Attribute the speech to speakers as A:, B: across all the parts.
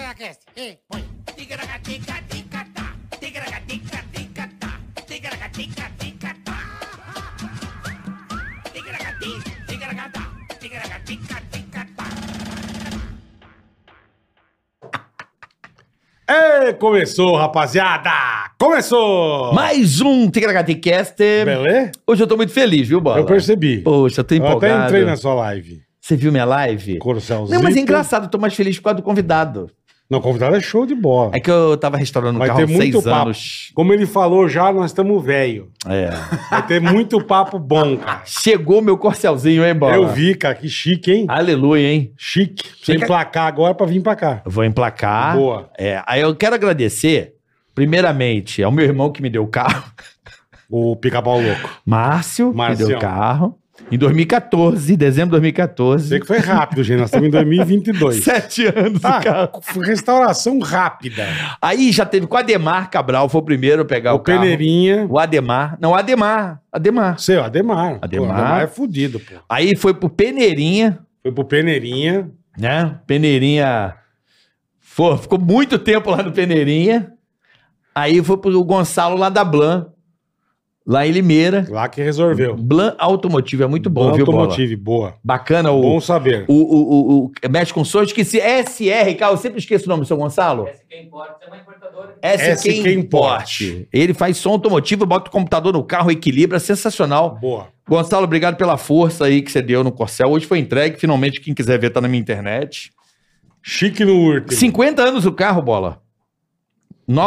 A: Tigracast. E põe.
B: Tigragatica-ticatá, tigragatica-ticatá, tigragatica-ticatá. Tigragati, tigragatá, tigragatica-ticatá.
C: É, começou, rapaziada! Começou!
D: Mais um Tigragaticast.
C: Beleza?
D: Hoje eu tô muito feliz, viu, Bola?
C: Eu percebi.
D: Poxa, eu tô
C: Eu até
D: empolgado.
C: entrei na sua live.
D: Você viu minha live?
C: Coraçãozinho.
D: Não, mas é engraçado, eu tô mais feliz por causa do convidado.
C: Não, convidado é show de bola.
D: É que eu tava restaurando o
C: Vai
D: carro há
C: ter muito
D: seis
C: papo.
D: anos.
C: Como ele falou já, nós estamos velho.
D: É.
C: Vai ter muito papo bom, cara.
D: Chegou meu corcelzinho, hein, Bola?
C: Eu vi, cara, que chique,
D: Ah.
C: hein?
D: Aleluia, hein?
C: Chique. Sem
D: Fica-
C: placar agora pra vir pra cá.
D: Eu Vou emplacar.
C: Boa.
D: É, aí eu quero agradecer, primeiramente, ao meu irmão que me deu o carro,
C: O pica-pau louco.
D: Márcio, que me
C: Marcião.
D: deu o carro. Em 2014, dezembro de 2014.
C: Você que foi rápido, gente. Nós estamos em 2022.
D: Sete anos o
C: Ah,
D: carro.
C: restauração rápida.
D: Aí já teve com o Ademar Cabral, foi o primeiro a pegar o,
C: o
D: carro.
C: Peneirinha.
D: O Ademar. Não, Ademar. Ademar.
C: Seu, Ademar. Pô,
D: Ademar.
C: Ademar é fudido, pô.
D: Aí foi pro Peneirinha,
C: Foi pro Peneirinha.
D: né? Peneirinha. Foi, ficou muito tempo lá no Peneirinha. Aí foi pro Gonçalo lá da Blan, lá em Limeira.
C: Lá que resolveu.
D: Blan Automotivo, é muito bom,
C: Bom
D: viu, Bola?
C: automotive, boa.
D: Bacana o,
C: Bom saber.
D: o, o, o, o- Mexe com sonhos, esqueci. SR, cara, eu sempre esqueço o nome do seu Gonçalo. SQ
C: SQ Import.
D: Import. Ele faz som automotivo, bota o computador no carro, equilibra, sensacional.
C: Boa.
D: Gonçalo, obrigado pela força aí que você deu no Corcel. Hoje foi entregue, finalmente, quem quiser ver tá na minha internet.
C: Chique no último.
D: 50 anos o carro, bola.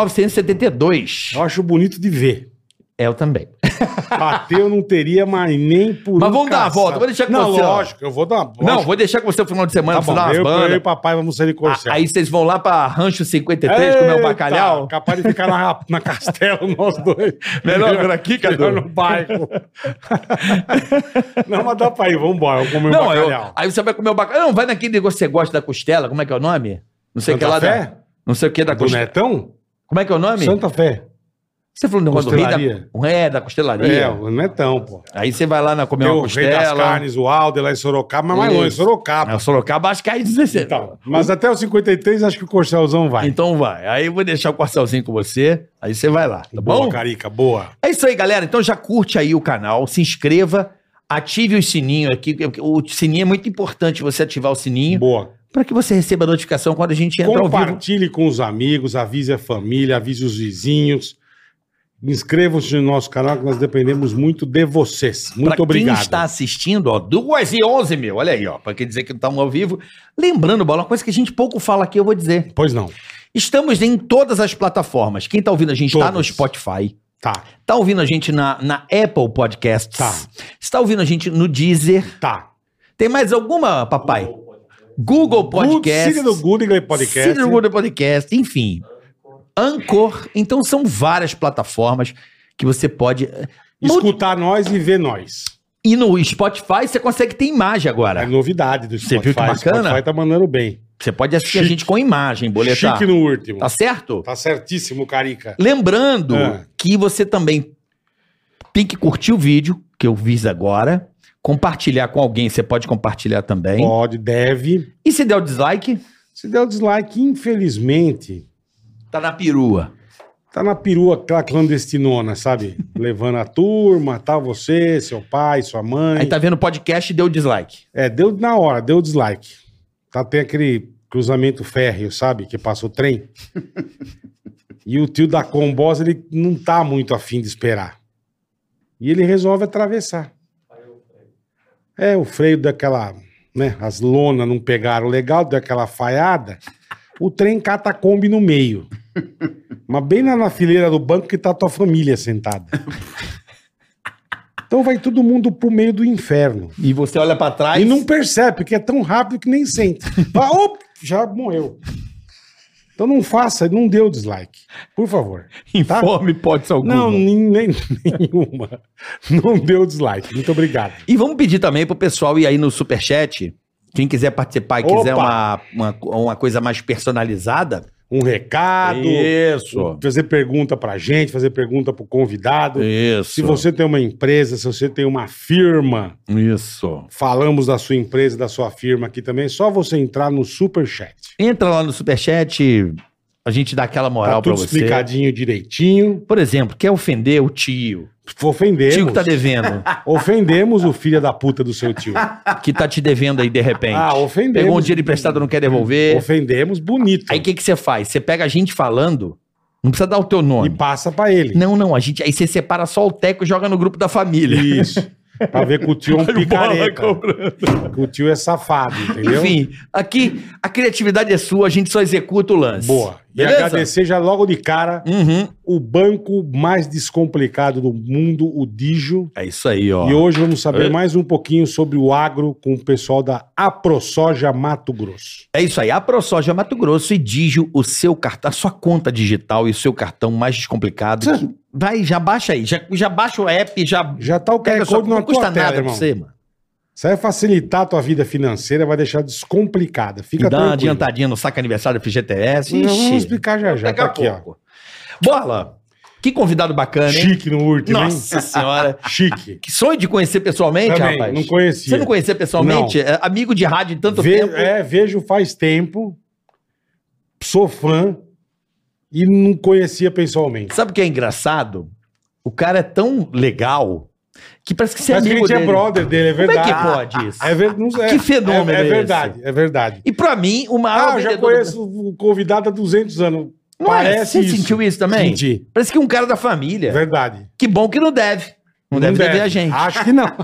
D: 972.
C: Eu acho bonito de ver.
D: É, Eu também.
C: Bateu, eu não teria mais nem por. um
D: Mas vamos dar a volta, vou deixar com
C: não,
D: você, ó.
C: Lógico, eu vou dar uma volta.
D: Não, vou deixar com você o final de semana,
C: tá
D: tá
C: bom,
D: final das
C: eu, eu e
D: bandas.
C: papai vamos sair de corcel.
D: A- Aí vocês vão lá pra Rancho 53 comer um
C: Eita,
D: bacalhau.
C: Capaz de ficar na, na castelo, nós dois.
D: Melhor por aqui, Cadu?
C: Melhor no bairro. não, mas dá pra ir, vambora. Vamos comer um
D: Não, eu-
C: bacalhau.
D: aí você vai comer o bacalhau. Não, vai naquele negócio que você gosta da costela, como é que é o nome? Não sei o que lá
C: Santa
D: da.
C: Fé?
D: Não sei o que da
C: Do
D: costela.
C: Netão?
D: Como é que é o nome?
C: Santa Fé.
D: Você falou um negócio do rei
C: Costelaria.
D: da. É, da costelaria.
C: É, o Netão, pô.
D: Aí você vai lá na comer
C: Tem
D: uma
C: o Rei das
D: costela.
C: Carnes, o Alder lá em Sorocaba, mas mais
D: Isso.
C: longe, Sorocaba.
D: É, o Sorocaba acho que aí 16.
C: Então, mas até o 53 acho que o Corcelzão vai.
D: Então vai. Aí eu vou deixar o Corcelzinho com você. Aí você vai lá, tá
C: boa,
D: bom?
C: Carica, boa.
D: É isso aí, galera. Então já curte aí o canal, se inscreva, ative o sininho aqui. porque O sininho é muito importante você ativar o sininho
C: Boa.
D: para que você receba a notificação quando a gente entra tá ao vivo.
C: Compartilhe com os amigos, avise a família, avise os vizinhos. Inscrevam-se no nosso canal, que nós dependemos muito de vocês. Muito
D: Pra
C: obrigado.
D: quem está assistindo, ó, 2 e 11 mil. Olha aí, ó. Pra quem dizer que não estamos ao vivo. Lembrando, Bola, uma coisa que a gente pouco fala aqui, eu vou dizer.
C: Pois não.
D: Estamos em todas as plataformas. Quem tá ouvindo a gente está no
C: Todas.
D: Spotify.
C: Tá,
D: Tá ouvindo a gente na, na Apple Podcasts?
C: Tá.
D: Está ouvindo a gente no Deezer?
C: tá.
D: Tem mais alguma, papai? Google Podcasts.
C: Siga do Google Podcast.
D: Siga no Google Podcast, enfim. Anchor. Então são várias plataformas que você pode... eh,
C: Escutar nós e ver nós.
D: E no Spotify você consegue ter imagem
C: É
D: agora.
C: novidade do
D: Você
C: Spotify.
D: viu que bacana?
C: O Spotify tá mandando bem.
D: Você pode assistir a
C: Chique.
D: gente com imagem, boletar.
C: Chique no último.
D: Tá
C: Tá,
D: certo?
C: certíssimo, Carica.
D: Lembrando
C: É.
D: que você também tem que curtir o vídeo, que eu fiz agora. Compartilhar com alguém, você pode compartilhar também.
C: Pode, deve.
D: E se der o dislike,
C: Se der o dislike, infelizmente,
D: tá na perua.
C: Tá na perua aquela clandestinona, sabe? Levando a turma, tá você, seu pai, sua mãe.
D: Aí tá vendo o podcast e deu dislike.
C: É, deu na hora, deu dislike. Tá, tem aquele cruzamento férreo, sabe? Que passa o trem. e o tio da Combosa, ele não tá muito afim de esperar. E ele resolve atravessar. É, o freio daquela, né? As lonas não pegaram legal, deu aquela faiada. O trem cata a Kombi no meio. Mas bem lá na fileira do banco que tá a tua família sentada. Então vai todo mundo pro meio do inferno.
D: E você olha pra trás.
C: E não percebe, porque é tão rápido que nem sente. Fala, "Op, já morreu. Então não faça, não dê o dislike. Por favor. tá?
D: informe pode alguma.
C: Não, nem, nem- nenhuma. Não dê o dislike. Muito obrigado.
D: E vamos pedir também pro pessoal ir aí no superchat. Quem quiser participar e quiser uma, uma, uma coisa mais personalizada,
C: um recado,
D: Isso.
C: fazer pergunta pra gente, fazer pergunta pro convidado.
D: Isso.
C: Se você tem uma empresa, se você tem uma firma,
D: Isso.
C: falamos da sua empresa, da sua firma aqui também, é só você entrar no Superchat.
D: Entra lá no Superchat, a gente dá aquela
C: Tá
D: moral pra
C: tudo
D: você.
C: explicadinho direitinho.
D: Por exemplo, quer ofender o tio? O tio
C: Ofendemos.
D: que tá devendo,
C: Ofendemos o filho da puta do seu tio.
D: que tá te devendo aí de repente.
C: Ah, ofendemos.
D: Pegou um dinheiro emprestado, não quer devolver.
C: Ofendemos bonito.
D: Aí o que, que você faz? Você pega a gente falando, não precisa dar o teu
C: E
D: nome.
C: passa pra ele.
D: Não, não, a gente. Aí você separa só o teco e joga no grupo da família.
C: Isso. Pra ver que o tio é um
D: Aí o bola vai
C: picareta.
D: cobrando.
C: Que o tio é safado, entendeu?
D: Enfim, aqui a criatividade é sua, a gente só executa o lance.
C: Boa. E
D: Beleza?
C: agradecer já logo de cara
D: Uhum.
C: o banco mais descomplicado do mundo, o Dijo.
D: É isso aí, ó.
C: E hoje vamos saber
D: É.
C: mais um pouquinho sobre o agro com o pessoal da AproSoja Mato Grosso.
D: É isso aí. A ProSoja Mato Grosso e Digio, o seu cartão, a sua conta digital e o seu cartão mais descomplicado.
C: Sim.
D: que- Vai, já baixa aí. Já, já baixa o app, já.
C: Já tá o QR
D: Pega só,
C: Code
D: não
C: na tua
D: custa
C: tela,
D: nada pra
C: irmão.
D: você, mano.
C: Isso aí vai facilitar a tua vida financeira, vai deixar descomplicada.
D: E
C: Fica
D: dá uma
C: tranquilo.
D: adiantadinha no saca aniversário do FGTS.
C: Não, vamos
D: Ixi,
C: explicar já já.
D: daqui
C: Tá
D: a
C: aqui, ó.
D: pouco. Bola, que convidado bacana, hein?
C: Chique no último,
D: Nossa senhora.
C: hein? Chique.
D: Que sonho de conhecer pessoalmente,
C: Também,
D: rapaz.
C: não conhecia.
D: Você não conhecia pessoalmente? É amigo de rádio de tanto
C: Ve-
D: tempo.
C: É, vejo faz tempo. Sou fã e não conhecia pessoalmente.
D: Sabe o que é engraçado? O cara é tão legal que parece que você é
C: Mas que a
D: amigo
C: gente
D: dele.
C: é brother dele, é
D: Como é
C: verdade.
D: que pode isso?
C: É ver- não- é-
D: Que fenômeno
C: é,
D: é
C: é
D: esse?
C: verdade, é verdade.
D: E pra mim, o maior
C: Ah, eu já
D: vendedor do
C: conheço o convidado há 200 anos.
D: Brasil- Não é?
C: Parece
D: Você
C: isso.
D: sentiu isso também?
C: Senti,
D: Parece que é um cara da família.
C: verdade.
D: Que bom que não deve. Não, deve, dever a gente.
C: Acho que não.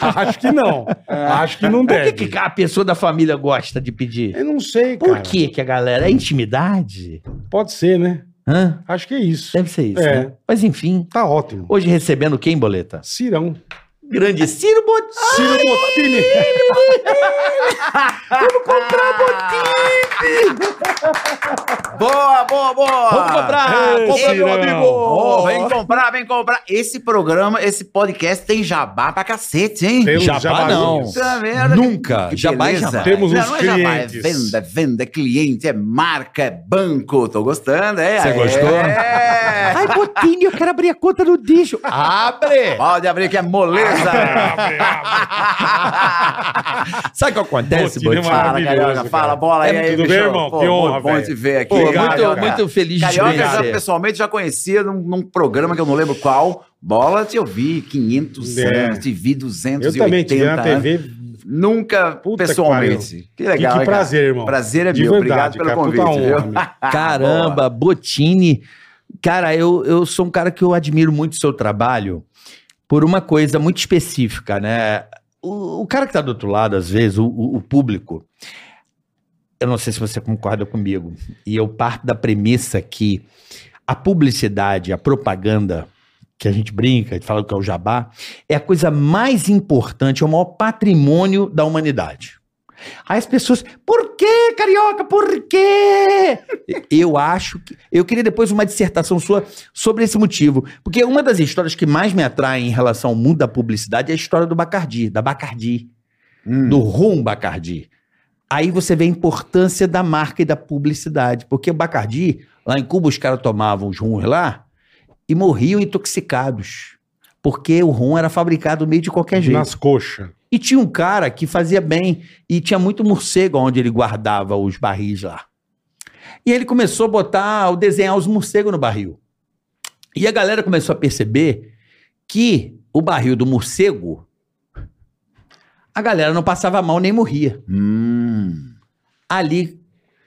C: Acho que não. Acho que não
D: É. Por
C: deve.
D: que, que a pessoa da família gosta de pedir?
C: Eu não sei, cara.
D: Por que que a galera... É intimidade?
C: Pode ser, né?
D: Hã?
C: Acho que é isso.
D: Deve ser isso,
C: É.
D: né? Mas enfim,
C: Tá ótimo.
D: hoje recebendo quem, Boleta?
C: Cirão.
D: Grande Ciro Botti.
C: Ciro Bottini.
D: um
A: Boa, boa, boa!
D: Vamos comprar!
C: Ei,
D: compra, meu
C: Cirão.
D: amigo!
A: Ô, vem comprar, vem comprar. Esse programa, esse podcast tem jabá pra cacete, hein?
C: Tem um
D: Jabá
C: jabazinho.
D: não.
A: Puta merda,
C: Ah,
D: Nunca.
A: que
D: Jabá é
A: beleza.
D: jabá.
C: Temos uns
A: não, não é jabá, é
C: clientes.
A: venda, venda, é cliente, é marca, é banco. Tô gostando, é.
D: Você
A: é.
D: gostou?
A: É.
D: Ai, Botini, eu quero abrir a conta no Digio. Abre!
A: Pode abrir que é moleza.
C: Abre, abre.
D: Sabe o que acontece,
C: Bottini é
D: Botini?
C: maravilhoso.
A: Fala, Carioca,
C: cara.
A: fala, bola aí,
C: É,
A: aí,
C: tudo
A: bichão.
C: bem, irmão?
A: Pô,
C: Que
A: bom-
C: honra,
A: Bom
C: velho.
A: te ver aqui.
D: Pô,
C: Obrigado,
D: muito,
C: cara.
D: muito feliz de te
A: Carioca, já,
D: conhecer.
A: pessoalmente, já conhecia num, num programa que eu não lembro qual. Bola, te ouvi 500
C: É.
A: anos, né? te vi
C: Eu
A: 280
C: também te vi na
A: anos.
C: TV.
A: Nunca
C: Puta que
A: pessoalmente. Que,
C: Que,
A: legal,
C: que
A: hein, cara?
C: prazer, irmão.
A: Prazer é
C: De
A: meu. Obrigado
C: verdade,
A: pelo
C: cara. Puta
A: convite,
C: honra,
A: viu?
C: meu.
D: Caramba, Botini. Cara, eu, eu sou um cara que eu admiro muito o seu trabalho por uma coisa muito específica, né? O, o cara que tá do outro lado, às vezes, o, o- o público, eu não sei se você concorda comigo, e eu parto da premissa que a publicidade, a propaganda, que a gente brinca, fala que é o jabá, é a coisa mais importante, é o maior patrimônio da humanidade. Aí as pessoas, por que, carioca? Por quê? Eu acho que. Eu queria depois uma dissertação sua sobre esse motivo. Porque uma das histórias que mais me atrai em relação ao mundo da publicidade é a história do Bacardi, da Bacardi,
A: Hum.
D: do Rum Bacardi. Aí você vê a importância da marca e da publicidade. Porque o Bacardi, lá em Cuba, os caras tomavam os rums lá e morriam intoxicados. Porque o rum era fabricado meio de qualquer jeito.
C: Nas coxas.
D: E tinha um cara que fazia bem e tinha muito morcego onde ele guardava os barris lá. E ele começou a botar, a desenhar os morcegos no barril. E a galera começou a perceber que o barril do morcego, a galera não passava mal nem morria.
A: Hum,
D: Ali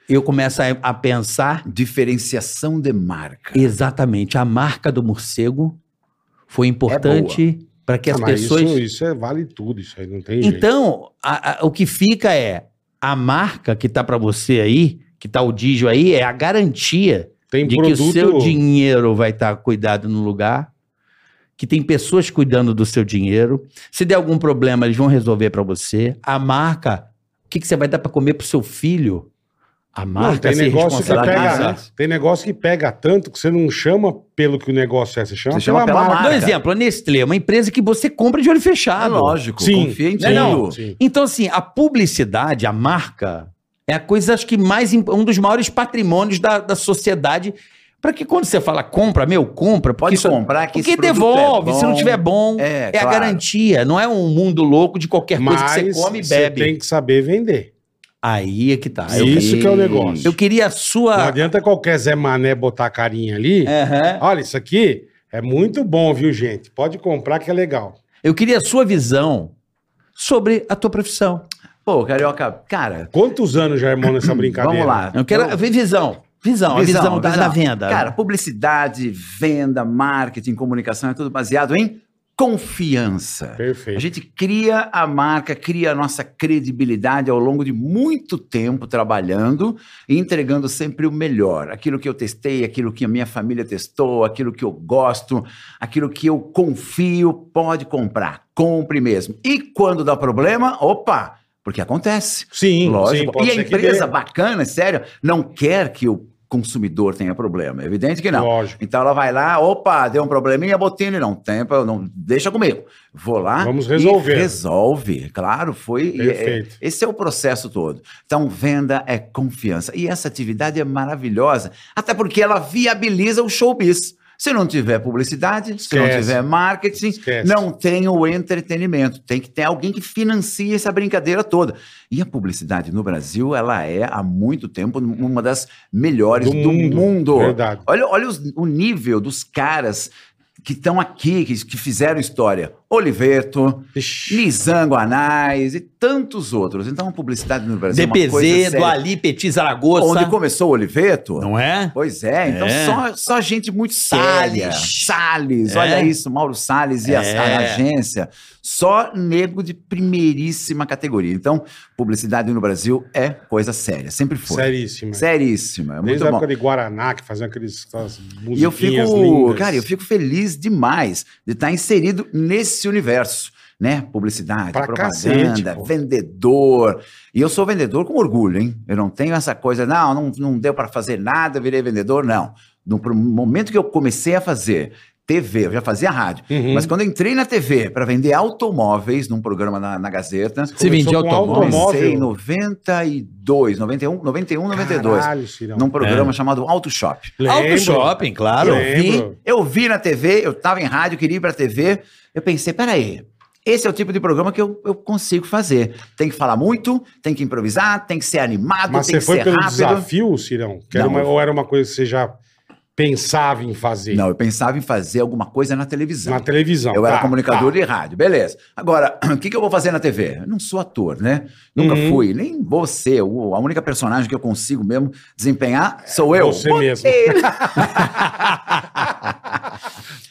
D: eu começo a, a pensar
A: diferenciação de marca.
D: exatamente a marca do morcego foi importante para que as
C: É Ah, mas
D: pessoas
C: Isso, isso é, vale tudo, isso aí não tem jeito.
D: Então, a- a- o que fica é a marca que tá pra você aí, que tá o Digio aí, é a garantia
C: Tem
D: de que o seu dinheiro vai estar cuidado no lugar, que tem pessoas cuidando do seu dinheiro. Se der algum problema, eles vão resolver pra você. A marca, o que, que você vai dar pra comer pro seu filho? A marca
C: Não, tem
D: se
C: negócio que
D: responsabiliza.
C: pega, né? tem negócio que pega tanto que você não chama pelo que o negócio é, você chama,
A: Você chama pela marca.
D: Dou um exemplo, a Nestlé, uma empresa que você compra de olho fechado.
A: Ah, É lógico,
C: Sim.
A: confia em
C: Não,
A: tudo.
C: Sim.
D: Então, assim, a publicidade, a marca, É a coisa, acho que mais imp- um dos maiores patrimônios da, da sociedade. Para que quando você fala compra, meu, compra,
A: Pode
D: porque isso- é
A: comprar que
D: Porque
A: esse produto
D: devolve,
A: é
D: se não
A: bom.
D: tiver bom, é,
A: É,
D: a
A: claro.
D: garantia. Não é um mundo louco de qualquer coisa
C: Mas
D: que você come e
C: você
D: bebe.
C: tem que saber vender.
D: Aí é que tá. Eu,
C: Isso que é o negócio.
D: eu queria a sua.
C: Não
A: Ah.
C: adianta qualquer Zé Mané botar a carinha ali.
A: É.
D: Aham.
C: Olha, isso aqui é muito bom, viu, gente? Pode comprar que é legal.
D: Eu queria a sua visão sobre a tua profissão.
A: Pô, Carioca, cara,
C: Quantos anos já irmão nessa brincadeira?
A: vamos lá.
D: Eu quero a visão. Visão, a visão, da, da venda.
A: Cara, publicidade, venda, marketing, comunicação, é tudo baseado em confiança. A
C: Perfeito.
A: gente cria a marca, cria a nossa credibilidade ao longo de muito tempo trabalhando e entregando sempre o melhor. Aquilo que eu testei, aquilo que a minha família testou, aquilo que eu gosto, aquilo que eu confio, pode comprar. Compre mesmo. E quando dá problema, opa, porque acontece.
C: Sim, sim,
A: Lógico.
C: pode
A: e a
C: ser que
A: empresa
C: dê.
A: bacana, sério, não quer que o consumidor tenha problema. É evidente que não.
C: Lógico.
A: Então ela vai lá, opa, deu um probleminha, botei ele, não tem, pro- não, deixa comigo. Vou lá.
C: Vamos resolver.
A: E resolve, claro, foi. e é-
C: Perfeito.
A: esse é o processo todo. Então, venda é confiança. E essa atividade é maravilhosa, até porque ela viabiliza o showbiz. Se não tiver publicidade, se não
C: Esquece.
A: tiver marketing,
C: Esquece.
A: não tem o entretenimento. Tem que ter alguém que financie essa brincadeira toda. E a publicidade no Brasil, ela é há muito tempo uma das melhores
C: Do
A: do,
C: mundo. É
A: mundo.
C: Verdade.
A: Olha, olha os- o nível dos caras que estão aqui, que, que fizeram história. Oliveto,
C: Ixi,
A: Lisango Anais e tantos outros. Então a publicidade no Brasil é uma
D: DPZ,
A: coisa
D: do
A: séria.
D: Ali, Petit Zaragoza.
A: Onde começou o Oliveto?
D: Não é?
A: Pois é, então
D: É.
A: Só, só gente muito séria.
D: Salles.
A: Salles,
D: É.
A: olha isso, Mauro Salles e a-
D: É.
A: a, agência. Só nego de primeiríssima categoria. Então, publicidade no Brasil é coisa séria, sempre foi.
C: seríssimo.
A: Seríssima, é muito
C: né? Desde a
A: bom.
C: época de Guaraná, que faziam aqueles, aquelas musiquinhas
A: E eu fico,
C: lindas.
A: cara, eu fico feliz demais de estar inserido nesse universo, né? Publicidade,
C: Pra
A: propaganda,
C: cacete, pô.
A: vendedor. E eu sou vendedor com orgulho, hein? Eu não tenho essa coisa, não, não, não deu para fazer nada, virei vendedor, não. No pro- momento que eu comecei a fazer TV, eu já fazia rádio,
C: Uhum.
A: mas quando eu entrei na TV para vender automóveis num programa na, na Gazeta,
D: Se vendia
C: Começou com
D: automóvel.
A: comecei em 92, 91, 91, 92,
C: Caralho, É. Cirão.
A: num programa chamado Auto Shop.
C: Lembro.
D: Auto Shopping, claro.
C: Eu-
A: Eu vi,
C: lembro.
A: eu vi na TV, eu tava em rádio, queria ir pra TV. Eu pensei, peraí, esse é o tipo de programa que eu, eu consigo fazer. Tem que falar muito, tem que improvisar, tem que ser animado,
C: Mas
A: Ah, então tem
C: você
A: que
C: foi
A: ser
C: pelo
A: rápido.
C: desafio, Cirão? Que era
A: Não,
C: uma-
A: eu-
C: ou era uma coisa que você já pensava em fazer?
A: Não, eu pensava em fazer alguma coisa na televisão.
C: Na televisão.
A: Eu era
C: tá,
A: comunicador
C: tá.
A: de rádio, beleza. Agora, o que, que eu vou fazer na TV? Eu não sou ator, né? Nunca
C: Uhum.
A: fui, nem vou ser. O- A única personagem que eu consigo mesmo desempenhar sou eu.
C: Você mesmo.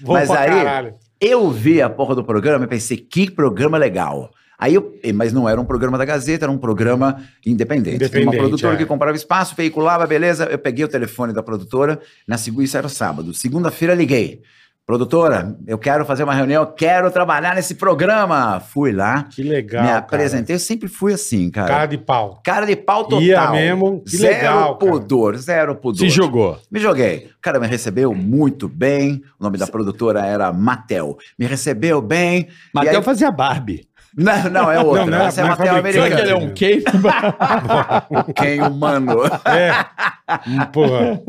C: Vou
A: Mas
C: pra
A: aí,
C: caralho.
A: Eu vi a porra do programa e pensei, que programa legal. Aí eu, mas não era um programa da Gazeta, era um programa independente.
C: Independente,
A: uma produtora
C: é.
A: que comprava espaço, veiculava, beleza. Eu peguei o telefone da produtora, na segunda, isso era sábado. Segunda-feira liguei. Produtora, eu quero fazer uma reunião, eu quero trabalhar nesse programa. Fui lá,
C: que legal.
A: me
C: cara.
A: apresentei. Eu sempre fui assim, cara.
C: Cara
A: Cara,
C: de pau.
A: de pau total.
C: Ia mesmo, que
A: zero
C: legal, cara.
A: pudor, zero pudor.
D: Se jogou.
A: Me joguei. O cara me recebeu muito bem. O nome da produtora era Mattel. Me recebeu bem. E
D: Matheus
A: aí-
D: fazia Barbie.
A: Não, não, é outra.
C: Não, não é-
A: Essa é
C: não é
A: Mattel
C: fabricante.
D: Será que ele é
A: americana.
D: um quê?
A: Quem humano.
C: É. Hum, Porra.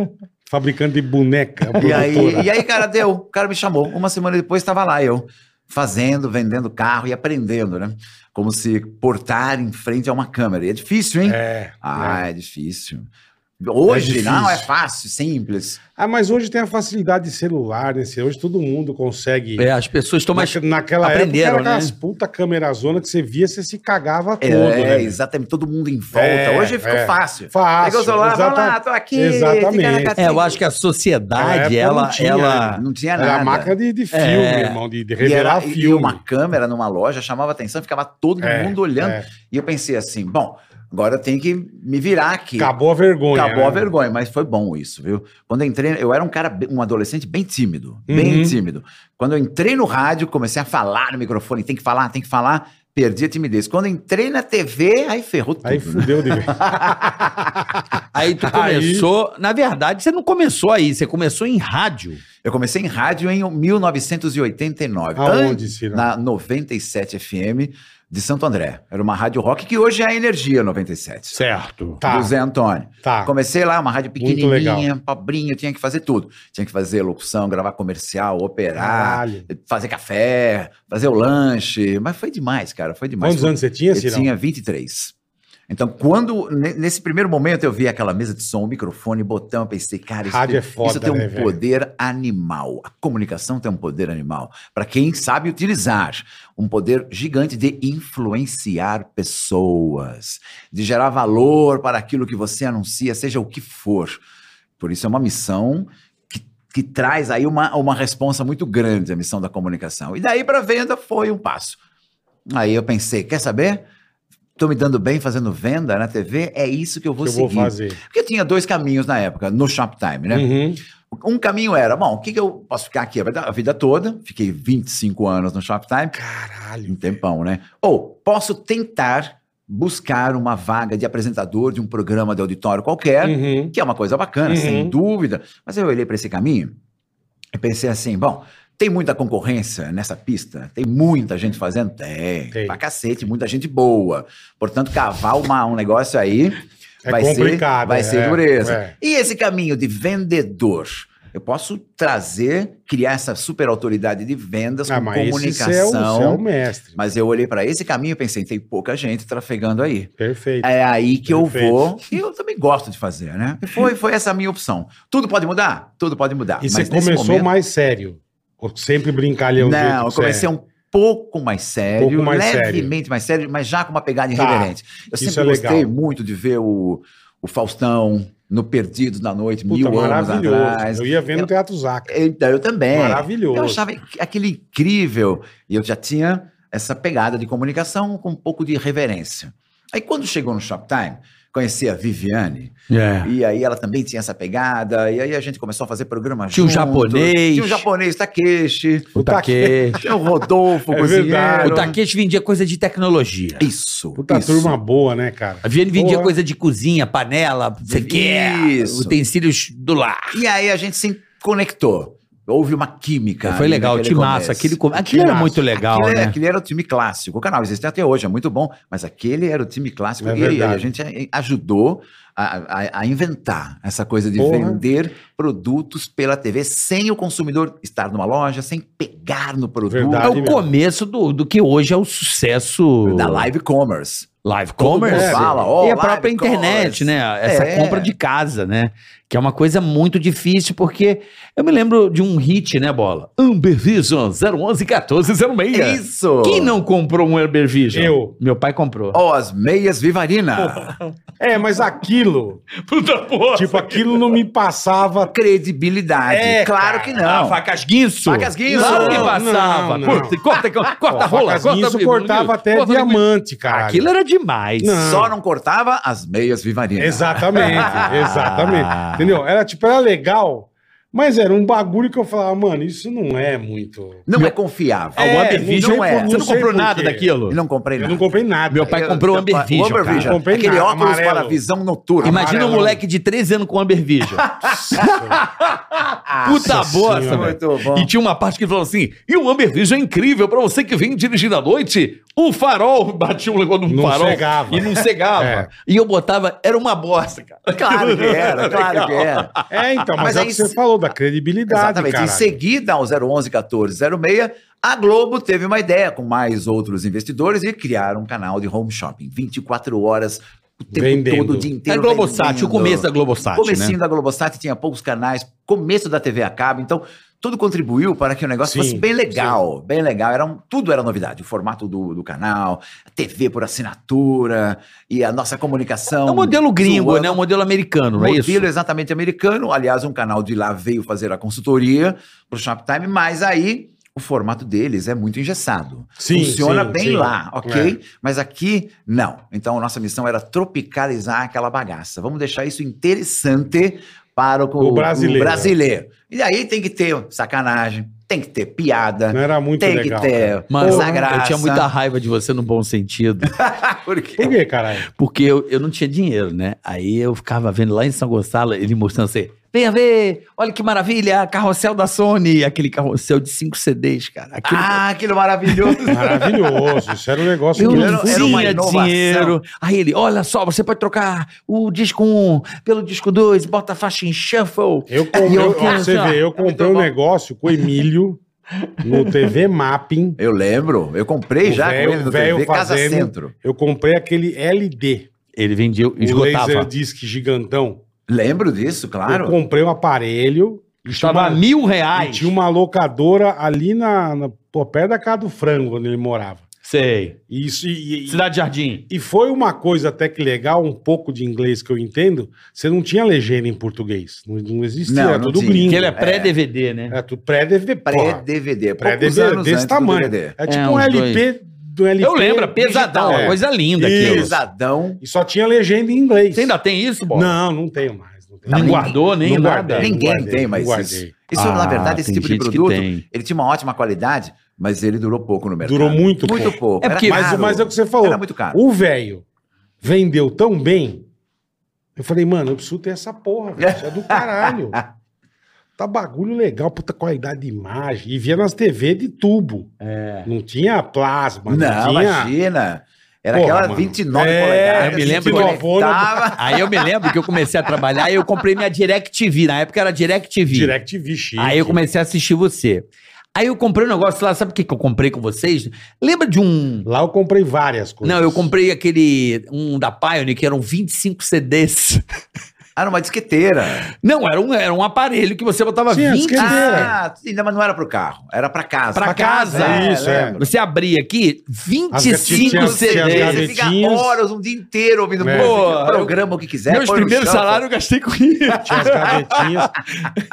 C: Fabricante de boneca.
A: E aí,
C: produtora.
A: e aí, cara, deu. O cara me chamou. Uma semana depois estava lá eu, fazendo, vendendo carro e aprendendo, né? Como se portar em frente a uma câmera. E é difícil, hein?
C: É. é.
A: Ah, é difícil. Hoje,
C: É difícil.
A: não, é fácil, simples.
C: Ah, mas hoje tem a facilidade de celular, né? Ciro? Hoje todo mundo consegue.
D: É, as pessoas estão mais.
C: Naque- naquela
D: aprenderam,
C: época, era aquelas
D: né?
C: puta câmera zona que você via, você se cagava todo,
A: É,
C: né?
A: exatamente. Todo mundo em volta.
C: É,
A: Hoje ficou
C: é.
A: fácil.
C: Fácil.
A: Pega o celular,
C: exata-
A: vai lá, tô aqui.
C: Exatamente.
A: ticaracatica.
D: É, eu acho que é- a
C: Na época
D: sociedade,
C: não
D: ela.
C: tinha,
D: ela...
A: Não tinha É nada. É.
C: Era É, a máquina de, de filme, irmão, de, de
A: E, era,
C: revelar
A: e- e
C: filme.
A: uma câmera numa loja chamava atenção, ficava todo
C: É,
A: mundo olhando.
C: é.
A: E eu pensei assim, bom, agora eu tenho que me virar aqui.
C: Acabou a vergonha.
A: Acabou a
C: né?
A: vergonha, mas foi bom isso, viu? Quando eu entrei, eu era um cara, bem- um adolescente bem tímido, bem
C: Uhum.
A: tímido. Quando eu entrei no rádio, comecei a falar no microfone, tem que falar, tem que falar, perdi a timidez. Quando eu entrei na TV, aí ferrou tudo.
C: Aí
A: né?
C: fudeu de vez.
D: Aí tu
C: Aí-
D: começou. Na verdade, você não começou aí, você começou em rádio.
A: Eu comecei em rádio em 1989.
C: Aonde, Ciro?
A: na 97 FM, de Santo André. Era uma rádio rock que hoje é a Energia 97.
D: Certo.
C: Tá,
A: Do Zé Antônio.
C: tá.
A: Comecei lá, uma rádio
C: Muito legal.
A: pequenininha, pobrinha, tinha que fazer tudo. Tinha que fazer locução, gravar comercial, operar,
C: Caralho.
A: fazer café, fazer o lanche. Mas foi demais, cara, foi demais.
C: Quantos anos você tinha,
A: Eu
C: Cirão?
A: tinha 23. Então, quando, ne- nesse primeiro momento, eu vi aquela mesa de som, microfone, botão, eu pensei, cara, isso,
C: Rádio
A: tem-
C: é foda,
A: isso tem um
C: né, velho?
A: poder animal. A comunicação tem um poder animal. Para quem sabe utilizar, um poder gigante de influenciar pessoas, de gerar valor para aquilo que você anuncia, seja o que for. Por isso é uma missão que, que traz aí uma, uma responsa muito grande, a missão da comunicação. E daí para venda foi um passo. Aí eu pensei, quer saber? Estou me dando bem fazendo venda na TV, é isso que eu
C: Que
A: vou
C: eu vou
A: seguir.
C: fazer.
A: Porque eu tinha dois caminhos na época, no Shoptime, né?
C: Uhum.
A: Um caminho era, bom, o que, que eu posso ficar aqui a vida- a vida toda? Fiquei 25 anos no Shoptime, um
C: Caralho.
A: tempão, né? Ou posso tentar buscar uma vaga de apresentador de um programa de auditório qualquer,
C: Uhum.
A: que é uma coisa bacana,
C: Uhum.
A: sem dúvida. Mas eu olhei para esse caminho e pensei assim, bom, tem muita concorrência nessa pista? Tem muita gente fazendo? Tem.
C: Tem.
A: Pra cacete, muita gente boa. Portanto, cavar uma- um negócio aí
C: É
A: vai
C: complicado.
A: ser, vai
C: é,
A: ser dureza.
C: é.
A: E esse caminho de vendedor? Eu posso trazer, criar essa super autoridade de vendas
C: Ah,
A: com
C: mas esse
A: comunicação.
C: você é, o, você é o mestre.
A: Mas eu olhei para esse caminho e pensei, tem pouca gente trafegando aí.
C: Perfeito.
A: É aí que eu
C: Perfeito.
A: vou. E eu também gosto de fazer, né? E Foi, foi essa a minha opção. Tudo pode mudar? Tudo pode mudar.
C: E você
A: nesse
C: começou mais sério. Ou sempre brincalhão do jeito
A: Não, eu
C: que você
A: comecei
C: é. Um
A: um pouco mais sério,
C: Pouco mais sério.
A: levemente mais sério, mas já com uma pegada
C: Tá.
A: irreverente. Eu
C: Isso
A: sempre
C: é legal.
A: gostei muito de ver o, o Faustão no Perdido da Noite,
C: Puta,
A: mil anos
C: maravilhoso.
A: atrás.
C: Eu ia ver no
A: Eu-
C: Teatro Zaca.
A: Então, eu também.
C: Maravilhoso.
A: Eu achava inc- aquele incrível. E eu já tinha essa pegada de comunicação com um pouco de reverência. Aí quando chegou no Shoptime, conheci a Viviane,
D: É.
A: e aí ela também tinha essa pegada, e aí a gente começou a fazer programa
D: Tinha um
A: junto.
D: japonês.
A: Tinha um japonês, Takeshi,
D: O Takeshi.
A: tinha o Rodolfo,
C: É verdade.
A: cozinheiro.
D: O Takeshi vendia coisa de tecnologia.
A: Isso,
C: Puta
A: isso.
C: turma boa, né, cara?
D: A Viane vendia
C: Porra.
D: coisa de cozinha, panela, não sei o quê,
A: Isso.
D: utensílios do lar.
A: E aí a gente se conectou. Houve uma química.
D: Foi
A: ali
D: legal, o
A: naquele
D: timaço.
A: começo.
D: Aquele, co- aquilo era
C: Timaço.
D: muito legal,
A: aquele, é,
D: né?
A: aquele era o time clássico. O canal existe até hoje, é muito bom, mas aquele era o time clássico.
C: É
A: e aí,
C: verdade.
A: a gente ajudou a, a- a inventar essa coisa de
C: Porra.
A: vender produtos pela TV sem o consumidor estar numa loja, sem pegar no produto.
D: É
C: Verdade.
D: o
C: mesmo.
D: começo do, do que hoje é o sucesso
A: Da live commerce.
D: live
A: Todo
D: commerce.
A: mundo
C: É,
A: fala, ó,
D: e a
A: live
D: própria internet,
A: commerce.
D: né? Essa
A: É.
D: compra de casa, né? Que é uma coisa muito difícil, porque eu me lembro de um hit, né, Bola? Amber Vision 011 1406.
A: É Isso!
D: Quem não comprou um Amber Vision?
C: Eu.
D: Meu pai comprou.
A: Ó, as meias Vivarina.
C: É, mas aquilo,
D: Puta porra!
C: tipo, aquilo não me passava.
A: Credibilidade.
C: É,
A: claro
C: cara.
A: que
D: Ah,
A: não.
D: facas guinso.
A: Facas guinso.
D: Claro que
A: Não,
C: não,
D: passava.
C: não.
D: Corta, corta, corta,
C: Ó,
D: corta rola.
C: facas
D: Corta,
C: Guinso
D: bico,
C: cortava até
D: corta, bico.
C: diamante, cara.
A: é
D: Aquilo era demais.
C: Não.
A: Só não cortava as meias Vivarina.
C: Exatamente,
A: Ah.
C: exatamente. Entendeu? Era tipo, era legal, mas era um bagulho que eu falava, mano, isso não é muito.
A: Não é confiável.
D: Ah, o
C: É,
D: Amber
C: não
D: Vision
C: sei por-
D: é. Você
C: não
D: não
C: sei
D: comprou
C: por
D: nada
C: quê.
D: daquilo.
A: Eu não comprei
C: Eu
A: nada.
C: não comprei nada.
D: Meu pai
A: Eu-
D: comprou um o
A: eu-
D: Amber Vision,
A: Amber
D: cara.
A: Vision.
C: Não comprei
A: Aquele
C: nada,
A: óculos
C: amarelo.
A: para visão noturna.
C: Ima-
D: Imagina um
C: Amarelão.
D: moleque de 13 anos com Amber Vision. Puta
C: Nossa Senhora.
D: bosta, velho.
A: Ah, Muito bom.
D: E tinha uma parte que falou assim: e o Amber Vision é incrível pra você que vem dirigindo à noite. O farol batia um negócio no
C: Não
D: farol
C: cegava.
D: e não cegava.
C: É.
D: E eu botava, era uma bosta, cara.
A: Claro que era, claro que era.
C: É, então, mas,
A: Mas
C: é o
A: aí
C: que você
A: se-
C: falou da credibilidade,
A: Exatamente. Em
C: cara.
A: seguida ao 011 14 06, a Globo teve uma ideia com mais outros investidores e criaram um canal de home shopping. 24 horas, o tempo
C: Vendendo.
A: todo, o dia
D: É
A: inteiro.
D: Globosat, o
A: vendendo.
D: começo da Globosat,
A: Comecinho
D: né?
A: da Globosat tinha poucos canais, começo da TV a cabo, então tudo contribuiu para que o negócio
C: Sim,
A: fosse bem legal, bem legal. Era um- tudo era novidade, o formato do, do canal, a TV por assinatura e a nossa comunicação.
D: É um modelo gringo,
A: zoando.
D: né? Um modelo americano, não é
A: Modelo
D: isso?
A: exatamente americano, aliás, um canal de lá veio fazer a consultoria pro Shoptime, mas aí o formato deles é muito engessado.
C: Sim,
A: Funciona
C: sim,
A: bem
C: sim. É.
A: lá, ok? Mas aqui, não. Então, a nossa missão era tropicalizar aquela bagaça. Vamos deixar isso interessante para o,
C: O brasileiro.
A: brasileiro. E aí tem que ter sacanagem, tem que ter piada,
C: Não era muito
A: tem
C: legal.
A: que
C: cara.
A: ter
D: Mano,
A: essa
D: eu
A: graça.
D: tinha muita raiva de você no bom sentido.
A: Por quê?
C: Por que, caralho?
D: Porque eu, eu não tinha dinheiro, né? Aí eu ficava vendo lá em São Gonçalo, ele mostrando assim, venha ver, olha que maravilha, carrossel da Sony, aquele carrossel de cinco CDs, cara. Aquilo-
A: Ah, aquilo maravilhoso.
C: Maravilhoso. Isso era um negócio
D: eu
C: que-
D: não
A: era-
D: tinha
A: era uma inovação.
D: dinheiro. Aí ele, olha só, você pode trocar o disco 1 pelo disco 2, bota a faixa em shuffle.
C: Eu comprei,
D: E eu
C: ó,
D: quero,
C: você
D: ó, Então tá
C: vê, eu comprei um negócio com o Emílio no TV Mapping.
A: Eu lembro, eu comprei
C: O
A: já
C: velho-
A: com ele no
C: velho
A: TV Casa
C: fazendo-
A: Centro.
C: Eu comprei aquele LD,
D: Ele vendia,
C: o laser disc gigantão.
A: Lembro disso,
C: Eu
A: claro.
C: comprei um aparelho. e
D: Estava a
C: tinha
D: mil
C: uma, e
D: reais.
C: tinha um uma locadora ali na, na pô, perto da casa do frango onde ele morava.
D: Sei.
C: E Isso, e, e,
D: Cidade Jardim.
C: e foi uma coisa até que legal, um pouco de inglês que eu entendo. Você não tinha legenda em português. Não, não existia,
A: Não,
C: era
A: não
C: tudo
A: tinha.
C: gringo.
D: Que ele é pré-DVD, né?
C: Era tudo pré-DVD. porra.
A: Pré-DVD, poucos
C: Pré-DVD
A: anos
C: desse
A: antes
C: tamanho.
A: do DVD.
C: É tipo
D: É,
C: um
D: uns
C: LP do LP.
D: Eu lembro, pesadão,
C: um digital. É.
D: uma coisa linda
C: Isso.
D: aquilo.
A: Pesadão.
C: E só tinha legenda em inglês.
D: Você ainda tem isso, Bola? Tá
C: Não, não tenho mais. Não, tenho
D: Não
C: mais.
D: guardou nem
C: Não
D: nada.
C: guardei, não
A: Ninguém
C: guardei,
A: tem
C: não
A: mais
C: guardei.
A: isso. Isso, na
D: Ah,
A: verdade, esse
D: tem
A: tipo de
D: gente que
A: produto,
D: tem.
A: ele tinha uma ótima qualidade, mas ele durou pouco no mercado.
C: Durou muito
A: Muito
C: pouco.
A: pouco.
D: É
A: Era
D: porque-
C: Mas,
A: caro.
C: mas é o que você falou.
A: Era muito caro.
C: O velho vendeu tão bem. Eu falei, mano, eu preciso ter essa porra, velho. Isso é do caralho. Tá bagulho legal, puta qualidade de imagem. E via nas TV de tubo.
D: É.
C: Não tinha plasma, não,
A: não,
C: tinha.
A: imagina. Era
C: Porra,
A: aquela
C: mano.
A: 29
C: É,
A: polegadas.
D: eu me lembro
A: que
D: que-
A: conectava.
D: Aí eu me lembro que eu comecei a trabalhar e eu comprei minha DirecTV. Na época era DirecTV.
C: DirectV, chique.
D: Aí eu comecei a assistir você. Aí eu comprei um negócio lá, sabe o que, que eu comprei com vocês? Lembra de um.
C: Lá eu comprei várias coisas.
D: Não, eu comprei aquele. Um da Pioneer que eram 25 CDs.
A: Era Ah, uma disqueteira.
D: Não, era um, era um aparelho que você botava
C: Sim, a
D: 20
C: disquete- Disqueteira.
A: Ah, ainda, mas não era pro carro. Era pra casa.
D: pra casa.
C: É isso, é.
A: lembro.
D: Você abria aqui
C: As gatinhas
D: 25
C: tinham-
A: E aí
D: CDs.
A: Você fica
C: Gavetinhas.
A: horas, um dia inteiro ouvindo
C: É.
A: música,
D: Pô,
A: programa, o que quiser.
D: Meus
A: põe no
D: primeiros
A: shuffle.
D: salários eu gastei com isso.
C: Tinha as gavetinhas.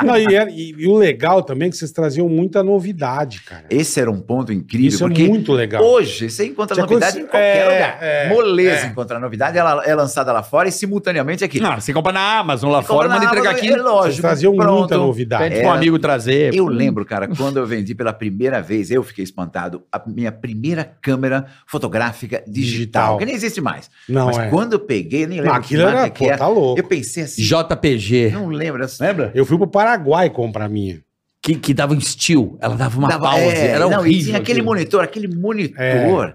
C: Não, e, era- e- e o legal também é que vocês traziam muita novidade, cara.
A: Esse era um ponto incrível,
C: Isso é
A: porque
C: muito legal.
A: hoje você encontra
C: Tinha
A: novidade
C: coisa-
A: em qualquer
C: é,
A: lugar.
C: é,
A: Moleza encontrar novidade, ela é lançada lá fora e simultaneamente aqui.
D: Não, você compra na Amazon lá
A: Você
D: fora,
A: compra na
D: manda entregar
A: Amazon,
D: aqui.
A: É lógico.
C: Vocês traziam
A: pronto. É,
C: muita novidade.
D: Pede
A: Era-
D: pro amigo trazer.
A: Eu lembro, cara, quando eu vendi pela primeira vez, eu fiquei espantado. A minha primeira câmera fotográfica digital,
C: Digital.
A: que nem existe mais.
C: Não,
A: Mas
C: é.
A: quando eu peguei, eu nem
C: Não,
A: lembro
C: aquilo era, pô, tá louco.
A: Eu pensei assim,
D: JPG.
A: não lembro. assim,
D: Lembra?
C: Eu fui pro Paraguai comprar a minha.
D: Que, que dava um steel. Ela dava uma
A: Dava-
D: pausa.
A: é,
D: era
A: não,
D: horrível.
A: E tinha aquele
D: aquilo. É.
A: monitor, aquele monitor.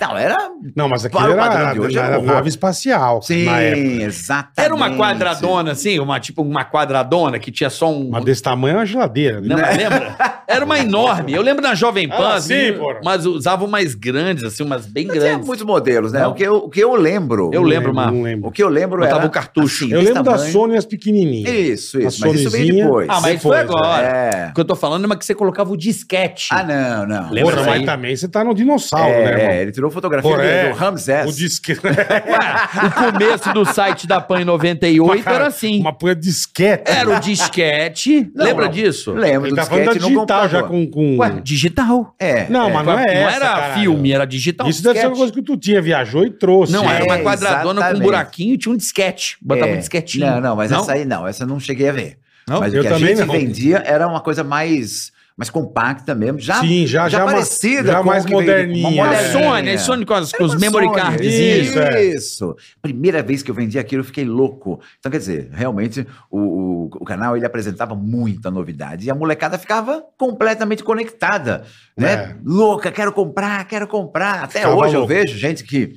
A: Não, era.
C: Não, mas aquilo
A: Para o
C: era,
A: padrão de hoje,
C: era
A: é um horror.
C: nave espacial
A: Sim,
C: na época. Tá
A: exatamente.
D: Era uma quadradona, assim, uma, tipo uma quadradona que tinha só um.
C: Mas desse tamanho é uma geladeira. Né?
D: Não, mas lembra? Era uma enorme. Eu lembro na Jovem Pan,
C: Ah, sim,
D: assim,
C: porra.
D: mas usava umas grandes, assim, umas bem
A: Mas tinha
D: grandes.
A: muitos modelos, né?
D: Não.
A: O que, eu, o que eu lembro.
D: Eu
C: Não
D: lembro, Marco.
C: Não lembro.
A: O que eu lembro
D: Botava
A: era.
D: o cartucho.
A: assim,
C: Eu
A: desse
C: lembro da
A: tamanho.
C: Sony as pequenininhas.
A: Isso,
C: A
A: isso. Mas isso veio
C: Sonyzinha.
A: depois.
D: Ah, mas foi
C: Depois,
D: agora.
A: É.
D: O que eu tô falando é uma que você colocava o disquete.
A: Ah, não, não.
D: Lembra
C: Porra,
D: disso
C: mas
D: aí?
C: também você tá no dinossauro,
A: é,
C: né,
A: é,
C: irmão?
A: ele tirou fotografia
C: Porra,
A: do,
C: é.
A: do Ramsés.
C: O disquete.
D: O começo do site da PAN em 98 era assim.
C: Uma porra de disquete.
D: Era o disquete.
A: Não,
D: lembra
A: não.
D: disso?
A: Lembro
C: Ele
A: do
C: tá falando da
A: É, disquete no
C: digital
A: computador.
C: já com. com-
D: Ué, digital.
A: É.
C: Não,
A: é.
C: mas não é
D: não
C: essa,
D: era
C: caralho.
D: filme, era
A: um
D: digital.
C: Isso deve ser
D: disquete.
C: uma coisa que tu tinha, viajou e trouxe. Né?
D: Não,
A: Sim.
D: era uma
A: É,
D: quadradona com um
A: exatamente.
D: buraquinho e tinha um disquete. Botava
A: é.
D: um disquetinho.
A: Não, não, mas essa aí não. Essa eu não cheguei a ver.
D: Não?
A: mas
C: eu
A: o que a
C: também
A: gente
C: não.
A: vendia era uma coisa mais, mais compacta mesmo. Tá? Já,
C: Sim, já- já ma-
A: parecida.
C: já
A: com o
C: mais
A: que veio-
C: moderninha.
A: uma
D: Era
C: É.
D: a Sony, a Sony com, as- com os
A: Era uma
D: memory
A: Sony,
D: cards.
A: Isso,
C: isso, é.
A: isso. Primeira vez que eu vendi aquilo, eu fiquei louco. Então, quer dizer, realmente, o, o, o canal ele apresentava muita novidade e a molecada ficava completamente conectada, né?
C: É.
A: Louca, quero comprar, quero comprar. Até
C: Ficava
A: hoje eu
C: louco.
A: vejo gente que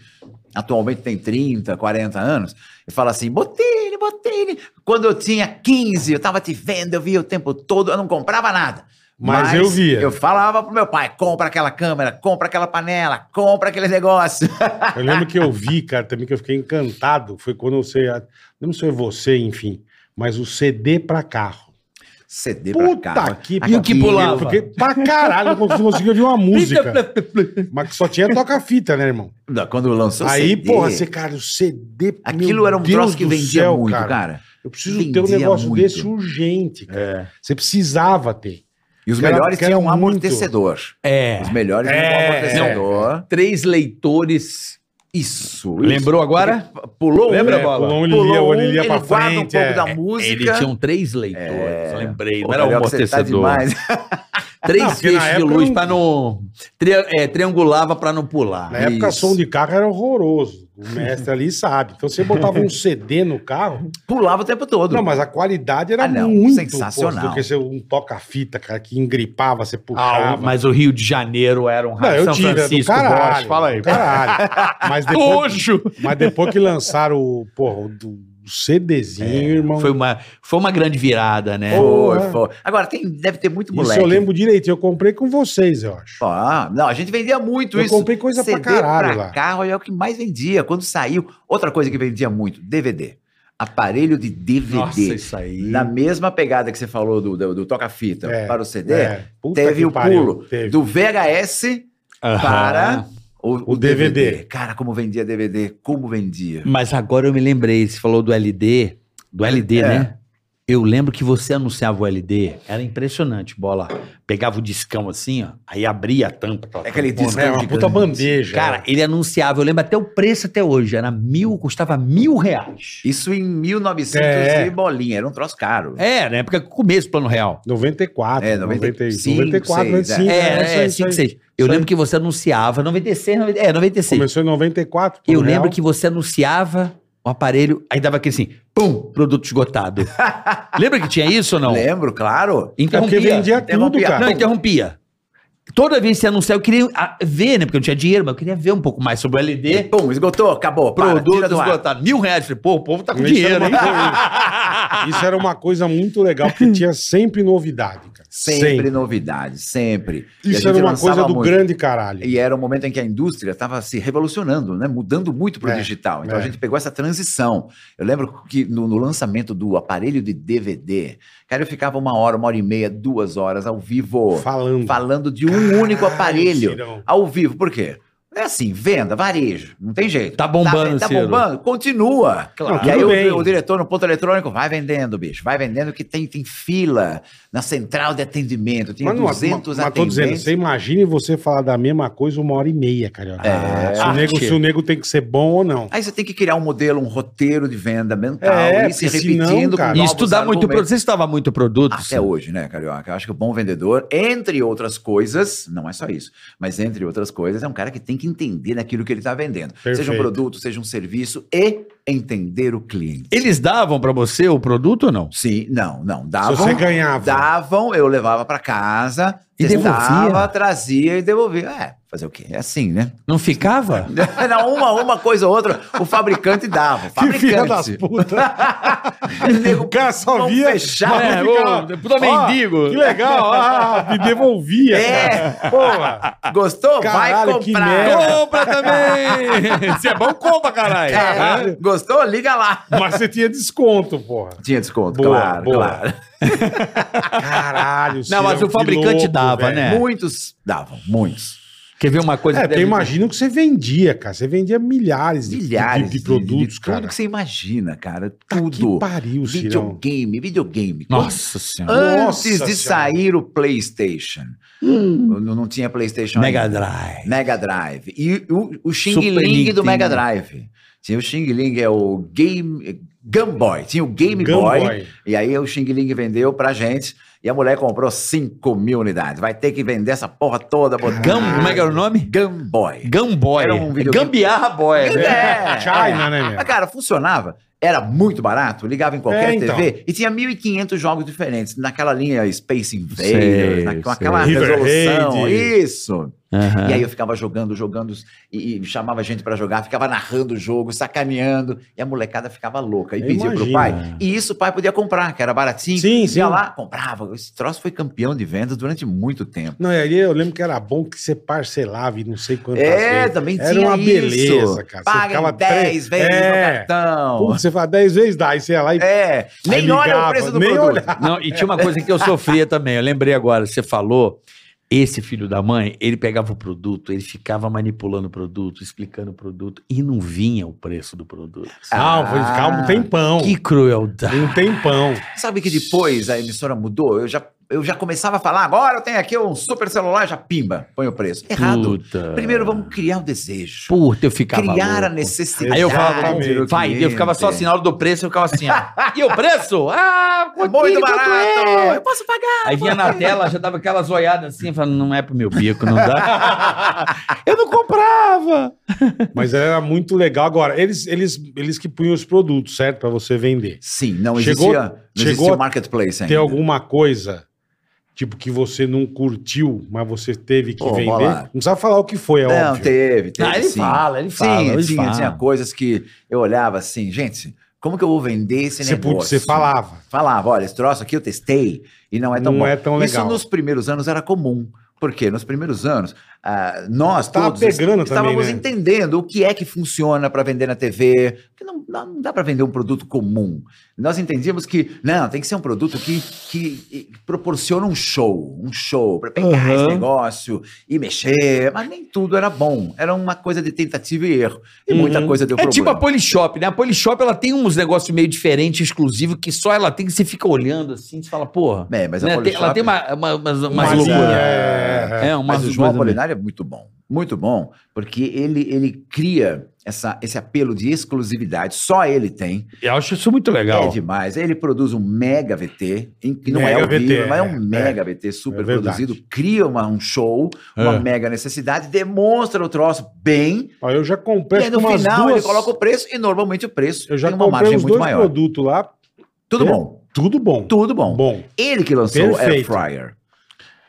A: atualmente tem 30, 40 anos e fala assim: Botini, Botini. Quando eu tinha 15, eu tava te vendo, eu via o tempo todo, eu não comprava nada.
C: Mas eu via.
A: Eu falava pro meu pai: compra aquela câmera, compra aquela panela, compra aquele negócio.
C: Eu lembro que eu vi, cara, também que eu fiquei encantado. Foi quando eu sei. Não sei você, enfim. Mas o CD pra carro.
A: CD
C: Puta
A: pra cá.
C: que-
A: Aquilo.
D: E o que pulava?
C: Porque pra caralho, eu não conseguia ouvir uma música. Mas que só tinha toca-fita, né, irmão?
A: Não, Quando lançou
C: Aí,
A: CD,
C: porra, você, cara, o CD.
A: aquilo
C: meu
A: era um
C: Deus
A: troço que
C: do
A: vendia
C: céu,
A: muito, cara.
C: Eu preciso ter um
A: Vendia
C: negócio
A: muito. É.
C: desse urgente, cara. Você precisava ter.
A: E os
C: Era-
A: melhores
C: que era
A: tinham um
C: muito.
A: amortecedor.
D: É.
A: Os melhores tinham
C: É.
A: um amortecedor.
D: Três leitores.
A: Isso.
D: Lembrou agora?
A: isso. Pulou um,
D: Lembra,
A: né?
D: Bola?
C: pulou um, ele
A: Pulou
C: lia,
A: um,
C: ele lia
A: ele
C: pra
A: guarda um
C: frente.
A: pouco
C: é.
A: da música.
D: Ele tinha um três leitores,
A: É.
D: lembrei.
A: Pô,
D: Não era um
A: Carioca, você tá
D: amortecedor.
A: demais.
D: Três
C: Não, porque na
D: feixes de
C: época
D: luz
C: não-
D: pra não. tri- é, triangulava pra não pular.
C: Na época, um o
D: Isso.
C: som de carro era horroroso. O mestre ali sabe. Então, você botava um CD no carro.
A: Pulava o tempo todo.
C: Não, mas a qualidade era
A: Ah, não,
C: muito
A: sensacional.
C: pô, do que ser um toca-fita, cara, que engripava, você
D: Ah,
C: puxava.
D: mas o Rio de Janeiro era um
C: Não,
D: raio.
C: eu
D: São
C: tive, era do
D: Francisco,
C: caralho.
D: Borges, fala aí.
C: do Caralho. Mas depois,
D: Nojo!
C: mas depois que lançaram o, porra, o do o CDzinho, irmão.
D: É, Foi uma, foi uma grande virada, né?
A: Foi, foi. Agora, tem, deve ter muito
C: Isso
A: moleque.
C: eu lembro direito. Eu comprei com vocês, eu acho.
A: Ah, não, a gente vendia muito
C: Eu
A: isso.
C: comprei coisa pra caralho
A: pra
C: lá.
A: carro é o que mais vendia. Quando saiu, outra coisa que vendia muito, DVD. Aparelho de DVD.
D: Nossa, isso aí.
A: Na mesma pegada que você falou do, do, do toca-fita
C: É,
A: para o CD,
C: É, puta
A: teve
C: que
A: o
C: pariu,
A: pulo
C: teve.
A: do VHS
D: Aham.
A: para o,
C: O DVD.
A: Cara, como vendia DVD, como vendia.
D: Mas agora eu me lembrei, você falou do LD, do LD,
A: É.
D: né? Eu lembro que você anunciava o LD, era impressionante, bola. Pegava o discão assim, ó, aí abria a tampa. aquela
A: É aquele
D: tampona.
A: disco
C: É, uma
A: gigante.
C: puta bandeja. é.
D: Cara, ele anunciava, eu lembro até o preço até hoje, era mil, custava mil reais.
A: Isso em 1900
C: É.
A: e bolinha, era um troço caro.
D: É, na época, começo do plano real.
C: 94,
A: É,
C: 95,
A: 94,
C: 94, 95.
D: É,
C: né? Isso aí,
D: é,
C: isso aí.
D: 5, 6. Eu
C: Isso
D: lembro que você anunciava, 96, 90, é, 96.
C: Começou em 94. no
D: Eu lembro
C: real.
D: que você anunciava o aparelho, aí dava aquele assim, pum, produto esgotado. lembra que tinha isso ou não?
A: Lembro, claro.
C: É porque
D: Interrompia.
C: vendia tudo,
A: Interrompia.
D: Não,
C: cara.
D: interrompia. Toda vez que você anunciava, eu queria ah, ver, né? Porque eu não tinha dinheiro, mas eu queria ver um pouco mais sobre o
A: E,
D: LD.
A: pum, esgotou, acabou. para,
D: Produto
A: tira do ar.
D: esgotado. Mil reais. Falei, pô, o povo tá com
C: Isso
D: dinheiro,
C: é uma
D: hein?
C: Isso era uma coisa muito legal, porque tinha sempre novidade, cara.
A: Sempre, novidade, sempre. E a
C: Isso
A: gente
C: era uma
A: lançava
C: coisa do
A: muito.
C: grande caralho.
A: E era um momento em que a indústria estava se revolucionando, né? mudando muito para o
C: É,
A: digital. Então
C: é.
A: a gente pegou essa transição. Eu lembro que no, no lançamento do aparelho de DVD, cara, eu ficava uma hora, uma hora e meia, duas horas ao vivo,
C: Falando.
A: falando de um
C: Caralho,
A: único aparelho.
C: Cirão.
A: Ao vivo, por quê? É assim, venda, varejo, não tem jeito.
D: Tá bombando,
A: tá, tá
D: Ciro.
A: bombando, continua.
D: Claro.
A: E aí
C: Tudo bem.
A: o, o diretor no ponto eletrônico vai vendendo, bicho, vai vendendo que tem, tem fila na central de atendimento, tinha
C: Mas não,
A: 200
C: mas tô dizendo,
A: atendentes.
C: você imagine você falar da mesma coisa uma hora e meia, cara.
A: É.
C: se, o nego, se o nego tem que ser bom ou não.
A: Aí você tem que criar um modelo, um roteiro de venda mental,
C: É,
A: e se
C: porque
A: repetindo
C: senão,
A: com
C: cara-
D: E
A: novos
D: estudar muito produto.
A: argumentos.
D: Você estudava muito produto?
A: Até hoje, né, Carioca? Eu acho que o bom vendedor, entre outras coisas, não é só isso, mas entre outras coisas, é um cara que tem que entender naquilo que ele está vendendo. Seja um
C: Perfeito.
A: produto, seja um serviço, e entender o cliente.
D: Eles davam pra você o produto ou não?
A: Sim, não, não.
C: Se
A: Davam,
C: você ganhava.
A: davam, eu levava pra casa,
D: E
A: testava,
D: devolvia?
A: trazia e devolvia. É, fazer o quê? É assim, né?
D: Não ficava?
A: Não, uma, uma coisa ou outra, o fabricante dava. o
C: Que filha das
A: Fabricante.
C: putas.
A: Nego
C: O cara só
A: mão
C: via.
A: fechada.
C: mas
D: É,
C: não ficava.
D: ô, puta
C: Ó,
D: mendigo.
C: Que legal. Ah, me devolvia.
A: É.
C: cara. Porra.
A: Gostou?
C: Caralho,
A: Vai
C: que merda.
A: comprar.
D: Compra também! Se é bom, compra, caralho!
A: É, gostou? Liga lá.
C: Mas você tinha desconto, porra.
A: Tinha desconto,
C: Boa,
A: claro,
C: boa.
A: claro.
C: Caralho,
D: Não,
C: Cirão,
D: mas o
C: que
D: fabricante
C: louco,
D: dava,
C: velho.
D: né?
A: Muitos davam, muitos.
D: Quer ver uma coisa
C: É,
D: que
C: porque
D: deve-
C: eu imagino que você vendia, cara. Você vendia milhares de,
A: Milhares
C: de, de produtos,
A: tudo
C: cara.
A: que você imagina, cara.
C: Tá
A: Tudo.
C: que pariu, Cirão.
A: videogame, videogame.
D: Nossa senhora!
A: Antes
C: Nossa
A: de
C: Senhora.
A: sair o PlayStation. Não, não tinha PlayStation
D: Mega
A: ainda.
D: Drive.
A: Mega Drive. E o, o Xing
D: Super
A: Ling
D: Nintendo.
A: do Mega Drive. Tinha o Xing Ling, é o Game. Game Boy. Tinha o Game,
C: Game
A: Boy,
C: Boy.
A: E aí o Xing Ling vendeu pra gente. E a mulher comprou 5 mil unidades. Vai ter que vender essa porra toda. botar-
D: Gam, como é que era o nome?
A: Game Boy.
D: Gamboy.
A: Era um videogame.
D: Gambiarra Boy.
A: É, é.
C: China, né, meu?
A: Mas, cara, funcionava. Era muito barato, ligava em qualquer
C: É, então.
A: TV e tinha 1.500 jogos diferentes, naquela linha Space Invaders,
D: Sei,
A: na- com
D: sei.
A: aquela
C: River
A: resolução.
C: Raid.
A: Isso.
C: É.
A: E aí eu ficava jogando, jogando, e, e chamava gente pra jogar, ficava narrando o jogo, sacaneando, e a molecada ficava louca e
C: Eu
A: pedia pro
C: imagino. né?
A: pai. E isso o pai podia comprar, que era baratinho.
C: Sim, sim.
A: Ia lá, comprava. Esse troço foi campeão de vendas durante muito tempo.
C: Não, e aí eu lembro que era bom que você parcelava e não sei quantas
A: É,
C: vezes.
A: também
C: Era
A: tinha
C: uma
A: isso.
C: beleza, cara. Você
A: Paga
C: ficava
A: em 10
C: três-
A: vezes
C: É.
A: no cartão.
C: Putz, você fala 10 vezes, dá. Aí você ia lá e...
A: É, nem
C: Aí
A: olha
C: ligava,
A: o preço do
C: nem
A: produto.
C: olhava.
D: Não, e tinha uma coisa que eu sofria também. Eu lembrei agora, você falou, esse filho da mãe, ele pegava o produto, ele ficava manipulando o produto, explicando o produto, e não vinha o preço do produto.
C: Não, foi
A: Ah,
C: ficava um tempão.
D: Que crueldade.
C: Um tempão.
A: Sabe que depois a emissora mudou? Eu já eu já começava a falar, agora eu tenho aqui um super celular, já pimba, põe o preço. Errado.
D: Puta.
A: Primeiro vamos criar o desejo.
D: Puta, eu ficava
A: criar a
D: louco.
A: necessidade.
D: Aí eu falava,
C: Exatamente.
A: do
D: vai, eu ficava só
A: cliente.
D: assim, na hora do preço, eu ficava assim, ó. E o preço? Ah,
A: É
D: pouquinho,
A: muito
D: quanto
A: barato!
D: é?
A: Eu posso pagar!
D: Aí vinha na tela, já dava aquelas olhadas assim, falando, não é pro meu bico, não dá. eu não comprava.
C: Mas era muito legal. Agora, eles, eles, eles que punham os produtos, certo? Pra você vender.
A: Sim, não
C: Chegou-
A: existia, não
C: chegou
A: existia
C: a
A: o marketplace ainda.
C: Tem alguma coisa, tipo, que você não curtiu, mas você teve que
A: Pô,
C: vender?
A: bola.
C: Não precisa falar o que foi, é
A: não,
C: óbvio.
A: teve, teve
D: Ah, ele
A: sim.
D: fala, ele assim, fala,
A: Sim,
D: ele
A: tinha,
D: fala.
A: tinha coisas que eu olhava assim, gente, como que eu vou vender esse
C: Você,
A: negócio?
C: pu- você falava.
A: Falava, olha, esse troço aqui eu testei e não é tão
C: Não
A: bom.
C: é tão
A: Isso
C: legal.
A: nos primeiros anos era comum. Porque nos primeiros anos, ah, nós
C: Tava
A: todos
C: pegando também,
A: estávamos
C: né?
A: entendendo o que é que funciona para vender na TV, porque não, dá- não dá para vender um produto comum. Nós entendíamos que, não, tem que ser um produto que, que proporciona um show, um show, para pegar
D: Aham.
A: esse negócio e mexer, mas nem tudo era bom. Era uma coisa de tentativa e erro. E muita
C: Uhum.
A: coisa deu
D: É
A: problema.
D: tipo a Polishop, né? A Polishop, ela tem uns negócios meio diferentes, exclusivos, que só ela tem, que você fica olhando assim, você fala, porra.
A: É, mas a
D: né? Tem-
A: Polishop-
D: ela tem uma, uma, umas- umas
C: Mas,
D: loucuras.
C: é, é,
D: É, uma
A: Mas o João
D: coisa meio-
A: Apolinário é muito bom. Muito bom, porque ele, ele cria essa, esse apelo de exclusividade. Só ele tem.
D: Eu acho isso muito
A: É
D: legal.
A: demais. Ele produz um mega VT, em que não é
C: Mega
A: ao vivo,
C: VT,
A: mas é um
C: é,
A: mega VT super
C: É verdade.
A: produzido. Cria uma- um show, uma
D: É.
A: mega necessidade, demonstra o troço bem.
C: Ó, eu já comprei
A: e aí,
C: acho que
A: no
C: umas
A: final
C: duas...
A: ele coloca o preço e normalmente o preço
C: Eu já
A: tem uma margem
C: comprei os
A: muito
C: dois
A: maior.
C: produtos lá,
A: Tudo
C: É.
A: bom,
C: tudo bom.
A: tudo bom.
C: bom.
A: Ele que lançou o Air
C: Perfeito.
A: Fryer.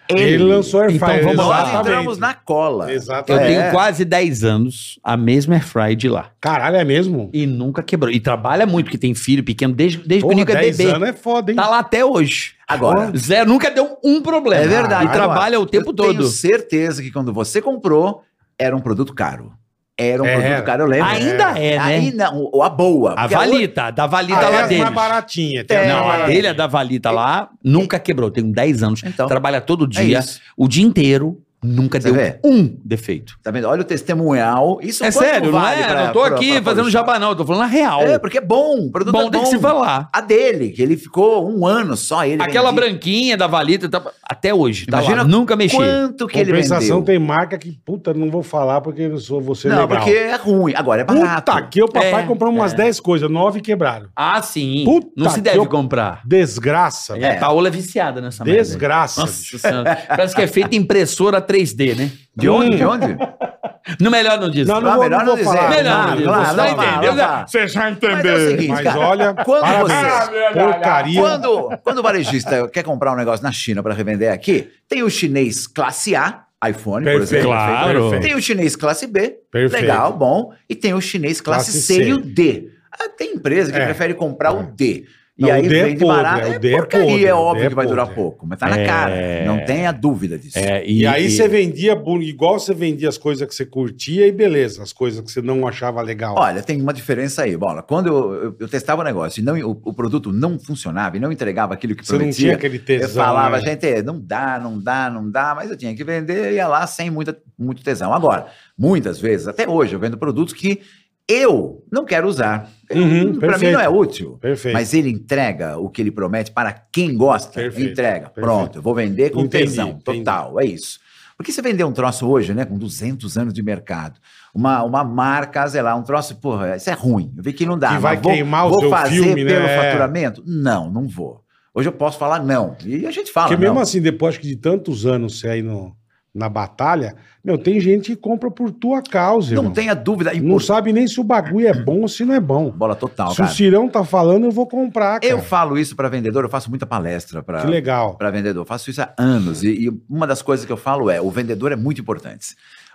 C: Ele, lançou a
D: Então
C: Airfryer,
D: vamos lá.
A: Nós
C: exatamente.
A: entramos na cola.
D: Eu
C: Exatamente.
A: É.
D: tenho quase 10 anos, a mesma airfry de lá.
C: Caralho, é mesmo?
D: E nunca quebrou. E trabalha muito, porque tem filho pequeno, desde, desde que o
C: Porra,
D: Nico é
C: 10
D: bebê.
C: anos é foda, hein?
D: Tá lá até hoje.
A: Agora,
D: Zé nunca deu um problema.
A: É verdade.
D: E trabalha o tempo
A: eu
D: todo.
A: Tenho certeza que quando você comprou, era um produto caro. Era um
C: É.
A: produto caro, eu lembro.
D: Ainda é, né?
A: Ainda, o- a boa.
D: A
A: porque outra-
D: valita, da valita
C: Ah, é
D: lá
C: as
D: dele.
C: mais baratinha.
A: tá É.
D: Não, a
A: É.
D: dele, a da valita lá, nunca quebrou. Tenho 10 anos.
A: Então,
D: trabalha todo
A: é
D: dia,
A: isso.
D: o dia inteiro, nunca
A: Você
D: deu
A: vê?
D: um defeito.
A: Tá vendo? Olha o testemunhal. Isso
D: É
A: quanto
D: sério,
A: vale
D: não é?
A: pra-
D: não tô
A: pra-
D: aqui
A: pra- pra-
D: fazendo jabá, não. Eu tô falando a real.
A: É, porque é bom. O produto
D: bom,
A: é bom.
D: tem que se falar.
A: A dele, que ele ficou um ano só. Ele
D: Aquela
A: vendia.
D: branquinha da valita, tá- até hoje. Tá
A: Imagina
D: lá, nunca mexi.
A: Quanto que ele vendeu?
C: Compensação tem marca que, puta, não vou falar porque eu sou você
A: Não,
C: legal.
A: porque é ruim. Agora é barato.
C: Puta que o papai
D: É,
C: comprou umas
D: é.
C: 10 coisas, 9 quebraram.
D: Ah, sim.
C: Puta
D: não se
C: que
D: deve
C: eu-
D: comprar.
C: Desgraça,
D: É, Paola é viciada nessa merda.
C: desgraça.
D: Nossa senhora. Parece que é feita impressora 3D, né?
A: De onde? De onde?
D: No melhor não diz.
C: Não, não
A: Ah,
C: vou,
A: melhor
C: não vou
A: não
C: falar.
A: dizer.
D: Melhor,
C: não,
D: não,
C: não,
A: claro,
C: vou
A: não
D: vai
C: falar.
D: entender,
A: fala,
D: né?
A: fala.
D: Você já
A: Mas é o seguinte,
C: Mas
A: cara,
C: olha,
A: quando Ah,
C: parabéns, porcaria.
A: Quando, quando o varejista quer comprar um negócio na China para revender aqui, tem o chinês classe A, iPhone, por
C: Perfeito,
A: exemplo.
D: Claro.
A: Tem o chinês classe B,
C: Perfeito.
A: legal, bom. E tem o chinês classe,
C: Classe
A: C, e o
C: C.
A: D. Ah, tem empresa que
C: É.
A: prefere comprar
C: É.
A: o D. E
C: Não, o
A: aí
C: D é
A: vende
C: podre,
A: barato.
C: é, o D é
A: porcaria,
C: podre,
A: é
C: o D
A: óbvio
C: é
A: que vai durar
C: podre.
A: pouco, mas tá na
D: É.
A: cara. Não tenha dúvida disso.
D: É,
C: E, aí você vendia bu- igual você vendia as coisas que você curtia e beleza, as coisas que você não achava legal.
A: Olha, tem uma diferença aí, Bola. Quando eu, eu- eu testava o negócio e não, o, o produto não funcionava e não entregava aquilo que
C: você não
A: prometia,
C: tinha aquele tesão.
A: Eu falava,
C: né?
A: gente, não dá, não dá, não dá, mas eu tinha que vender, ia lá sem muita, muito tesão. Agora, muitas vezes, até hoje, eu vendo produtos que eu não quero usar. Para
C: Uhum,
A: mim
C: perfeito.
A: não é útil.
C: Perfeito.
A: Mas ele entrega o que ele promete para quem gosta.
C: Perfeito,
A: Entrega.
C: perfeito.
A: Pronto, eu vou vender com
C: Entendi,
A: tesão.
C: entendi.
A: Total, é isso. Porque você vender um troço hoje, né, com 200 anos de mercado, uma, uma marca, sei lá, um troço, porra, isso é ruim. Eu vi que não dá.
C: Que
A: mas
C: vai
A: vou,
C: queimar o
A: vou
C: seu
A: fazer
C: filme, né?
A: pelo
C: É.
A: faturamento? Não, não vou. Hoje eu posso falar não. E a gente fala
C: Porque
A: não.
C: mesmo assim, depois acho que de tantos anos você aí no, na batalha, meu, tem gente que compra por tua causa,
A: Não
C: irmão.
A: tenha dúvida. E,
C: Não
A: pô,
C: sabe nem se o bagulho é bom ou se não é bom.
A: bola total,
C: se o
A: cara.
C: Cirão tá falando, eu vou comprar, cara.
A: Eu falo isso para vendedor, eu faço muita palestra para
C: Que legal.
A: para vendedor. Eu faço isso há anos. E, e uma das coisas que eu falo é: o vendedor é muito importante.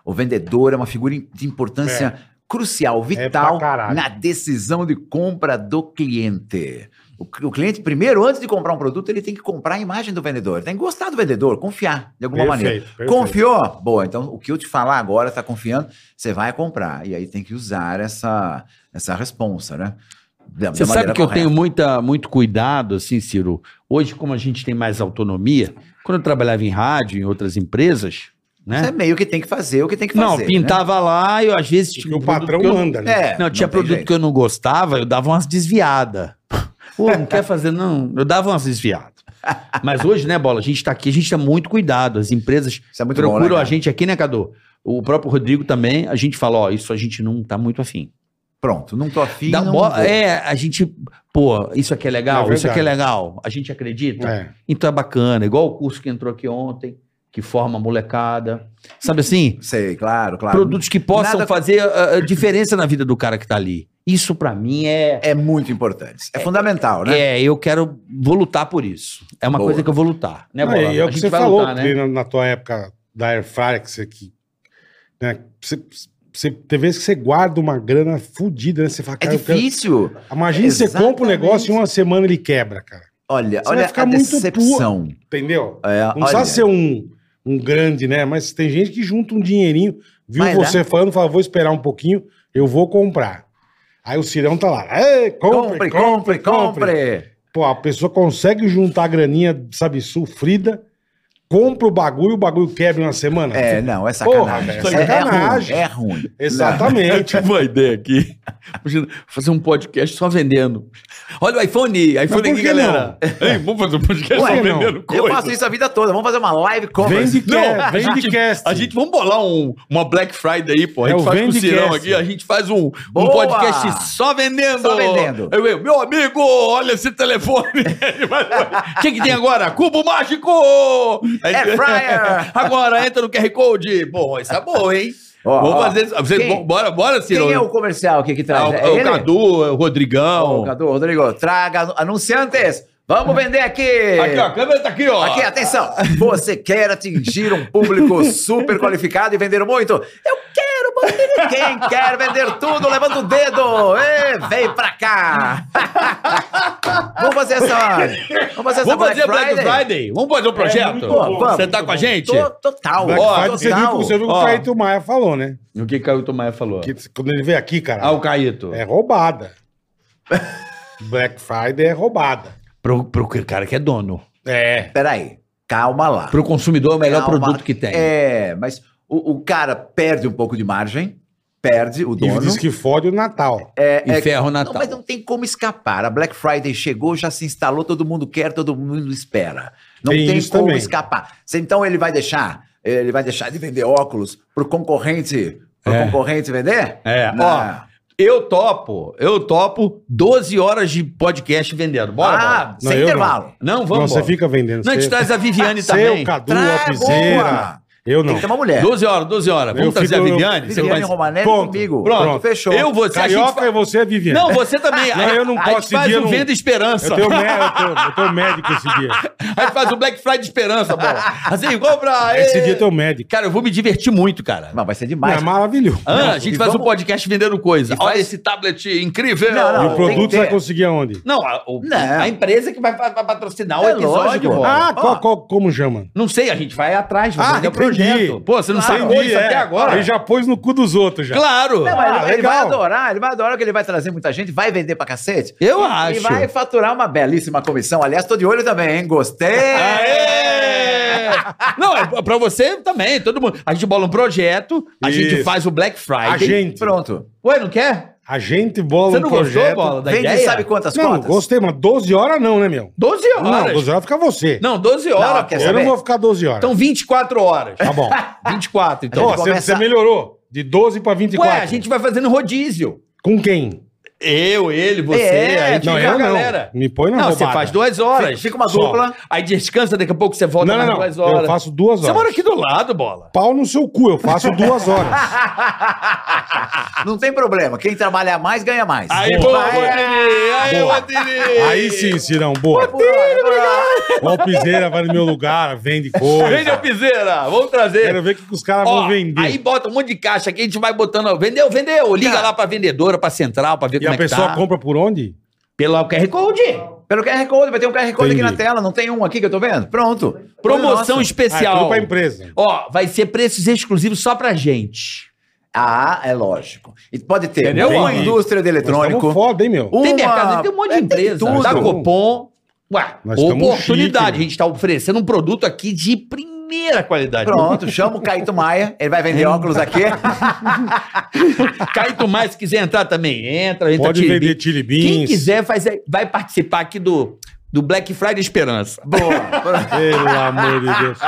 A: O vendedor é uma figura im- de importância crucial, vital,
C: É. pra caralho.
A: na decisão de compra do cliente. O, cl- o cliente, primeiro, antes de comprar um produto, ele tem que comprar a imagem do vendedor. Tem que gostar do vendedor, confiar de alguma maneira.
C: perfeito.
A: Confiou? Boa, então o que eu te falar agora, tá confiando, você vai comprar. E aí tem que usar essa, essa responsa, né? Da-
D: Você
A: da maneira
D: sabe que eu
A: correta.
D: tenho muita, muito cuidado, assim, Ciro. Hoje, como a gente tem mais autonomia, quando eu trabalhava em rádio, em outras empresas,
A: Você é
D: né?
A: meio que tem que fazer o que tem que
D: não,
A: fazer. né?
D: pintava lá, eu às vezes
C: Porque
D: um
C: o
D: produto
C: patrão
D: que eu-
C: manda, né?
A: É,
D: Não, tinha
A: tem
D: produto
A: jeito.
D: que eu não gostava, eu dava umas desviadas. Pô, não quer fazer, não. Eu dava umas desviadas. Mas hoje, né, Bola, a gente tá aqui, a gente tem muito cuidado. As empresas
A: Isso é muito bom, né,
D: procuram
A: cara?
D: a gente aqui, né, Cadu? O próprio Rodrigo também, a gente fala, ó, isso a gente não tá muito afim.
A: Pronto, não tô afim.
D: Dá
A: não
D: bo-
A: vou.
D: É, a gente, pô, isso aqui é legal,
C: É
D: isso aqui é
C: verdade.
D: legal, a gente acredita.
C: É.
D: Então é bacana, igual o curso que entrou aqui ontem, que forma a molecada. Sabe assim?
A: Sei, claro, claro.
D: Produtos que possam
A: Nada-
D: fazer a, diferença na vida do cara que tá ali. Isso pra mim é,
A: É muito importante. É, fundamental, né?
D: é, eu quero, vou lutar por isso. É uma
A: Boa.
D: coisa que eu vou lutar, né,
C: Não,
D: Bola?
C: e é o
D: a
C: que
D: gente
C: você
D: vai
C: falou
D: lutar, né?
C: que na, na tua época da Air Fryer, que você que. Né, você, você, tem vezes que você guarda uma grana fodida, né? Você fala,
A: É
C: cara, eu quero-
A: difícil.
C: Imagina você
A: Exatamente.
C: compra um negócio e uma semana ele quebra, cara.
A: Olha,
C: Você vai
A: olha
C: ficar
A: a
C: muito
A: decepção.
C: Entendeu?
A: É,
C: Não
A: olha,
C: precisa ser um, um grande, né? Mas tem gente que junta um dinheirinho, viu
A: Mas
C: você falando, fala, vou esperar um pouquinho, eu vou comprar. Aí o Cirão tá lá, "Ei, compre, compre, compre, Pô, a pessoa consegue juntar a graninha, sabe, sofrida, compra o bagulho, o bagulho quebra em uma semana.
A: É,
C: Fica-
A: não, é
C: Porra,
A: sacanagem.
C: velho,
A: é,
C: sacanagem.
A: É ruim. É ruim.
D: Eu
C: Exatamente.
D: tive uma ideia aqui. Imagina, fazer um podcast só vendendo. Olha o iPhone, iPhone
C: por
D: aqui,
C: que
D: galera. Ei, vamos fazer um podcast
A: Ué,
D: só
C: não.
D: vendendo
A: Não. Eu
D: coisa.
A: faço isso a vida toda. Vamos fazer uma live conference.
C: Vende
D: Não,
C: ca- vende cast.
D: A gente, vamos bolar um- uma Black Friday aí, pô. A
C: É
D: gente
C: o
D: faz com o
C: Vendecast.
D: Cirão aqui, a gente faz um, um
A: Boa!
D: podcast só vendendo.
A: Só vendendo.
D: Eu, eu, meu amigo, olha esse telefone. O que, que tem agora? Cubo mágico!
A: Air fryer!
D: Agora entra no QR Code. Pô, isso é bom, hein?
A: Ó,
D: vamos
A: ó.
D: fazer isso. Vocês
A: Quem-
D: vão- bora, bora, Cirão.
A: Quem é o comercial aqui que
D: Ah,
A: traz?
D: o,
A: é
D: o
A: ele?
D: Cadu, é o Rodrigão.
A: Ô, Cadu, Rodrigo, traga anunciantes. Vamos vender aqui.
D: Aqui, ó, a câmera tá aqui, ó.
A: Aqui, atenção! Você quer atingir um público super qualificado e vender muito? Eu quero vender! Quem quer vender tudo, levanta o dedo! Ê, vem pra cá! Vamos fazer essa. Vamos fazer essa É
D: Vamos fazer Black Friday. Vamos fazer um projeto?
C: muito bom.
D: Você tá com a gente?
A: To- total!
C: Black
D: Ó,
C: Friday, você viu,
A: total.
C: você viu o que
D: Ó.
C: o Caíto Maia falou, né?
D: O que Caíto Maia falou?
C: Que quando ele veio aqui, cara,
D: Ah, o Caíto.
C: é roubada. Black Friday é roubada.
D: Pro, pro cara que é dono.
C: É.
A: Peraí, calma lá.
D: Pro consumidor é o melhor
A: Calma.
D: produto que tem.
A: É, mas o, o cara perde um pouco de margem, perde o
C: E
A: dono.
C: diz que fode o Natal.
A: É,
D: E
A: é-
D: ferro
A: Não,
D: natal.
A: mas não tem como escapar. A Black Friday chegou, já se instalou, todo mundo quer, todo mundo espera. Não
C: Tem
A: tem,
C: isso
A: como
C: também.
A: escapar. Se Então ele vai deixar, ele vai deixar de vender óculos pro concorrente, pro
D: É.
A: concorrente vender?
D: É,
A: Não.
D: ó. Eu topo, eu topo 12 horas de podcast vendendo. Bora,
A: ah,
D: bola.
A: sem
C: Não, eu
A: intervalo.
D: Não,
C: Não,
D: vamos.
C: você
D: bora.
C: fica vendendo.
D: Não, a gente
C: você-
D: traz a Viviane
C: Seu
D: também. Então,
C: Cadu,
A: Traga
C: Lapiseira.
A: uma.
C: Eu
A: Tem
C: não.
A: que ter uma mulher.
D: 12 horas, 12 horas. Vamos
C: Eu
D: trazer
C: fico-
D: a Viviane? Você
A: Viviane
D: faz-
A: Romanelli
C: Pronto,
A: né, comigo.
D: Pronto.
A: fechou.
D: Eu, você, a gente...
C: Carioca
D: fa-
C: é você,
A: né?
C: a Viviane.
D: Não, você também.
C: Não, eu não
D: a
C: posso,
D: gente
C: esse
D: faz
C: dia
D: o
C: não-
D: Venda Esperança.
C: Eu tenho, mé- eu, tenho, eu tenho médico esse dia.
D: A gente faz o Black Friday Esperança, bola. Assim, compra.
C: Esse
D: ê.
C: dia eu tenho médico.
D: Cara, eu vou me divertir muito, cara.
A: Não, vai ser
C: É
A: demais.
C: maravilhoso.
D: Ah,
A: Não,
D: a gente
A: e
D: faz um
A: vamos-
D: podcast vendendo coisa.
A: E faz-
D: Olha esse tablet incrível.
A: Não,
C: E
A: não.
C: o
A: tem que
C: produto
A: ter.
C: você vai conseguir aonde?
D: Não, a, o-
A: Não.
D: a empresa que vai, vai- vai patrocinar o
A: É
D: episódio.
A: lógico.
D: bola.
C: Ah, qual- qual- como chama?
D: Não sei, a gente vai atrás, vai
C: Ah,
D: fazer o
C: entendi.
D: projeto. Pô, você não
A: Claro.
D: sacou isso
C: é.
D: Tá até agora?
C: Ele já pôs no cu dos outros já.
D: Claro.
A: Não, mas
C: Ah,
A: ele vai
C: legal.
A: adorar, ele vai adorar que ele vai trazer muita gente, vai vender pra cacete.
D: Eu
A: E- E
D: acho.
A: vai faturar uma belíssima comissão. Aliás, tô de olho também, hein? Gostei!
D: Aê! Não, é pra você também, todo mundo. A gente bola um projeto, a gente
C: Isso.
D: faz o Black Friday.
C: A gente,
A: Pronto.
D: Ué, não quer?
C: a gente bola
D: Você
C: um
D: não
C: projeto.
D: gostou, Bola, da
A: Vende
D: ideia?
A: sabe quantas
C: não,
A: cotas?
C: gostei, mas 12 horas não, né, meu?
D: 12
C: Não,
D: horas.
C: 12 horas fica você.
D: Não, 12 horas.
A: Não,
D: pô.
A: quer
C: eu
A: saber?
C: não vou ficar 12 horas.
D: Então 24 horas.
C: Tá bom.
D: 24, então.
C: Ó,
A: gente
C: você,
A: começa-
C: você melhorou. De 12 pra
D: Ué,
C: 24.
D: a gente vai fazendo rodízio.
C: Com quem?
D: Eu, ele, você,
A: É,
D: a gente
C: Não,
D: vai,
C: eu
D: galera.
C: não. Me põe na
D: Não, você
C: roubada.
D: faz duas horas.
A: Fica, fica uma
C: Só.
A: dupla.
D: Aí descansa, daqui a pouco você
C: Não,
D: volta mais
C: não,
D: duas
C: não.
D: horas.
C: Eu faço duas
D: Você
C: horas.
D: mora aqui do lado, bola.
C: Pau no seu cu, eu faço duas horas.
A: Ah, Não tem problema. Quem trabalha mais, ganha mais.
D: Aí,
A: Vai.
D: boa, Botini! Aí,
C: Boa.
D: Botini!
C: Aí sim, Cirão, boa. Ó, o Piseira vai no meu lugar, vende coisa.
D: Vendeu Tá piseira, vamos trazer.
C: Quero ver o que que os caras
D: Ó,
C: vão vender. Tá.
D: Aí bota um monte de caixa aqui, a gente vai botando. ó, Vendeu, vendeu. Liga lá pra vendedora, pra central, pra ver
C: e
D: como
C: a
D: é que
C: pessoa
D: tá.
C: compra por onde?
D: Pelo QR Code.
A: Pelo QR Code, vai ter um QR Code aqui na
C: Entendi.
A: tela. Não tem um aqui que eu tô vendo? Pronto.
D: Promoção
A: Nossa.
D: especial.
C: Ah, é tudo pra empresa.
D: Ó, vai ser preços exclusivos só pra gente.
A: Ah, é lógico. E pode ter
D: Entendeu?
A: uma
C: Entendi.
A: indústria de
C: Nós tamo
A: eletrônico.
C: foda, hein, meu?
D: Tem
A: uma-
D: mercado, tem um monte de
A: É, tem
D: empresa.
A: tudo.
D: Da Copom. Ué,
C: Nós tamo
D: oportunidade.
C: chique,
D: a gente está oferecendo um produto aqui de primeira qualidade.
A: Pronto, chama o Caíto Maia, ele vai vender óculos aqui.
D: Caíto Mais, se quiser entrar também, entra. entra
C: Pode
D: Tiribim.
C: vender tiribins.
D: Quem quiser faz, vai participar aqui do do Black Friday Esperança.
A: Boa.
C: Pelo amor de Deus.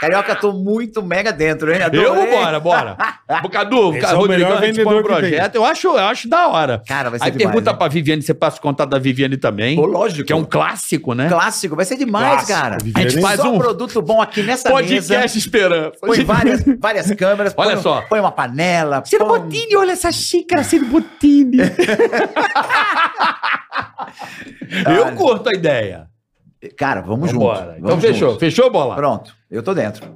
A: Carioca, tô muito mega dentro, hein? Adorei.
D: Eu vou embora, bora. Bocadu,
C: Esse
D: cara,
C: é o
D: Rodrigão,
C: melhor
D: a gente põe um
C: vendedor que tem.
D: projeto. Eu acho, eu acho da hora.
A: Cara, vai ser
D: Aí
A: demais,
D: pergunta
A: né?
D: pra Viviane, você passa o contato da Viviane também.
A: Ô, lógico.
D: Que é um clássico, né?
A: Clássico, vai ser demais,
C: Clássico,
A: cara.
C: Vivi.
D: A gente faz
A: Só
D: um
A: produto bom aqui nessa mesa.
D: podcast esperança.
A: Põe várias, várias câmeras.
D: Olha
A: põe, um-
D: só.
A: Põe uma panela.
D: Ciro
A: põe um-
D: Bottini, olha essa xícara, assim Ciro Bottini. Eu curto a ideia.
A: Cara, vamos
D: Vambora.
A: junto.
D: Então
A: vamos
D: fechou,
A: junto.
D: fechou, bola?
A: Pronto, eu tô dentro.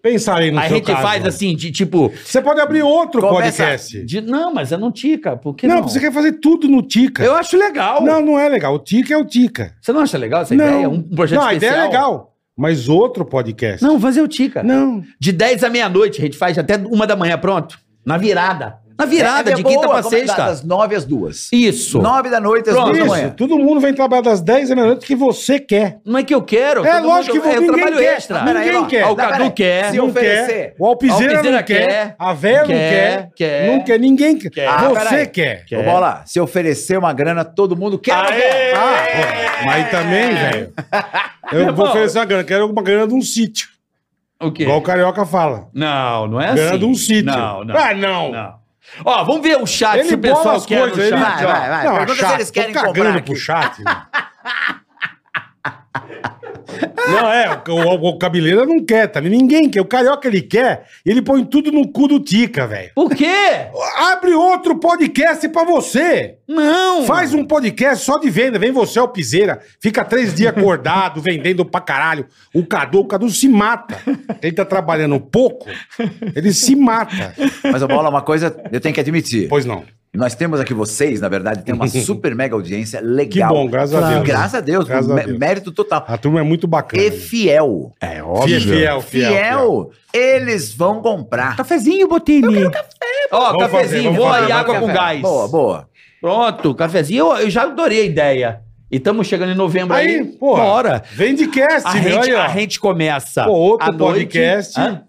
C: Pensarem no
D: Aí a
C: seu
D: gente
C: caso. né?
D: faz assim, de tipo.
C: Você pode abrir outro
A: Começa-
C: podcast.
D: de- não, mas eu não tica, porque.
C: não,
D: Não,
C: você quer fazer tudo no Tica.
D: Eu acho legal.
C: Não, não é legal. O Tica é o Tica.
D: Você não acha legal essa
C: não.
D: ideia? Um projeto
C: não, a
D: especial?
C: ideia é legal. Mas outro podcast.
D: Não, fazer o tica.
C: Não.
D: De 10 à meia-noite, a gente faz até uma da manhã, pronto. Na virada. Na virada,
A: É- é
D: de quinta
A: boa,
D: pra
A: como é
D: sexta.
A: Das nove às duas.
D: Isso. Não, é.
A: Nove da noite às
D: Pronto.
A: duas da
C: Isso,
A: manhã.
C: todo mundo vem trabalhar das 10 da meia-noite que você quer.
D: é que eu quero.
C: É,
D: todo
C: lógico que
D: é
C: ninguém
D: trabalho
C: quer.
D: extra.
C: Ninguém
A: Peraí, ó.
C: quer.
A: Não,
D: O Cadu
A: peraí.
D: quer.
A: Se
D: Não
A: oferecer.
C: O Alpizeira,
D: Alpizeira
C: não quer,
D: quer.
C: a Véia não
D: Quer,
C: quer,
D: quer.
C: não quer, ninguém quer.
D: Quer.
A: Ah,
C: você
A: peraí.
C: quer.
A: Ô, Bola, se oferecer uma grana, todo mundo quer. tá ou não
D: Aê!
A: quer?
C: Ah, pô, mas também,
D: É.
C: velho. Eu
D: Meu
C: vou
D: irmão.
C: oferecer uma grana, quero uma grana de um sítio.
D: O quê?
C: Igual o Carioca fala.
D: Não, não é assim.
C: grana de um sítio.
D: Não, não.
C: Ah, não.
D: não. Ó, vamos ver o
A: Ah,
D: chat, se
C: Ele
D: o pessoal
C: bola as
D: quer no
C: coisas, ele...
D: chat.
A: Vai, vai, vai.
C: Não,
A: Pergunta se
C: chato,
A: eles
C: tô
A: querem comprar
C: cagando
A: aqui.
C: pro chat. né? velho. Não, é, o, o, o cabeleira não quer, tá? Ninguém quer. O carioca ele quer, ele põe tudo no cu do Tica, velho.
D: Por quê?
C: Abre outro podcast pra você.
D: Não.
C: Faz um podcast só de venda. Vem você, ao Piseira. Fica três dias acordado, vendendo pra caralho. O Cadu, o Cadu se mata. Ele tá trabalhando pouco, ele se mata.
A: Mas, ô, Bola, é uma coisa eu tenho que admitir.
C: Pois não.
A: Nós temos aqui vocês, na verdade, tem uma super mega audiência legal.
C: Que bom, graças a Deus.
A: Graças a Deus,
C: Graças a
A: mé-
C: Deus.
A: mérito total.
C: A turma é muito bacana.
A: E fiel.
D: É
C: Fiel, fiel, fiel,
A: Fiel, eles vão comprar.
D: Cafezinho, Botini. Ó,
C: Vamos fazer,
D: cafezinho,
C: vamos
D: vou
C: fazer,
D: e
C: vamos
D: água com
A: Café.
D: gás.
A: Boa, boa.
D: Pronto, cafezinho. Eu, eu já adorei a ideia. E estamos chegando em novembro aí.
C: Aí, porra.
D: Bora.
C: Vende cast,
D: A
C: meu,
D: gente,
C: aí, ó.
D: a gente começa.
C: Pô, outro
D: à noite.
C: podcast.
D: Hã?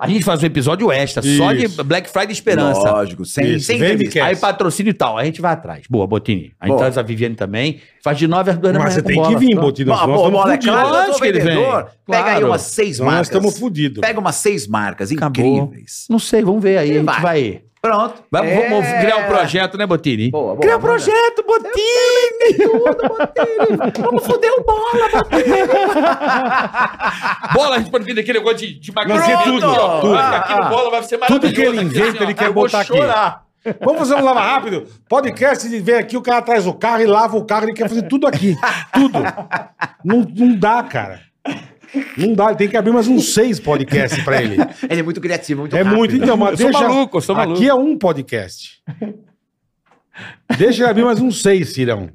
D: A gente faz um episódio extra, só de
C: Isso.
D: Black Friday Esperança.
A: Lógico, sem,
C: Isso,
A: sem
C: vem de
A: entrevista.
C: quer.
D: Aí patrocínio e tal, a gente vai atrás. Boa, Botini. A gente
A: Boa.
D: traz a Viviane também. Faz de nove às duas da manhã
C: Mas você
D: com
C: tem
D: bola.
C: que vir, Botinho.
A: Bom,
C: Nós
A: bom,
C: estamos
A: bom, é claro,
C: fudidos.
A: eu sou
D: Lógico que ele vem.
A: vendedor. Pega aí
D: Claro.
A: umas seis
C: Nós
A: marcas.
C: estamos fudidos.
A: Pega umas seis marcas
D: Acabou.
A: incríveis.
D: Não sei, vamos ver aí. A gente vai.
A: Vai. Pronto.
D: Vamos,
A: É.
D: vamos criar um projeto, né, Botini?
A: Boa, boa,
D: Criar um
A: manda.
D: projeto, Botini! Vamos foder o bola, Botini! bola, a gente pode vir daquele negócio de, de
C: Vai ser
D: macarrão,
C: tudo,
D: ó.
C: tudo. Ah,
D: Vai ficar aqui no bola vai ser maravilhoso.
C: Tudo que ele inventa, ele quer botar aqui. Vamos fazer um lava rápido? Podcast, ele vem aqui, o cara traz o carro e lava o carro, ele quer fazer tudo aqui. Tudo. Não, não dá, cara. Não dá, ele tem que abrir mais uns seis podcasts pra ele.
A: Ele é muito criativo, muito
C: É
A: rápido.
C: muito, então, mas
D: Eu sou
C: deixa...
D: maluco, eu sou maluco.
C: Aqui é um podcast. Deixa ele abrir mais uns seis, Cirão.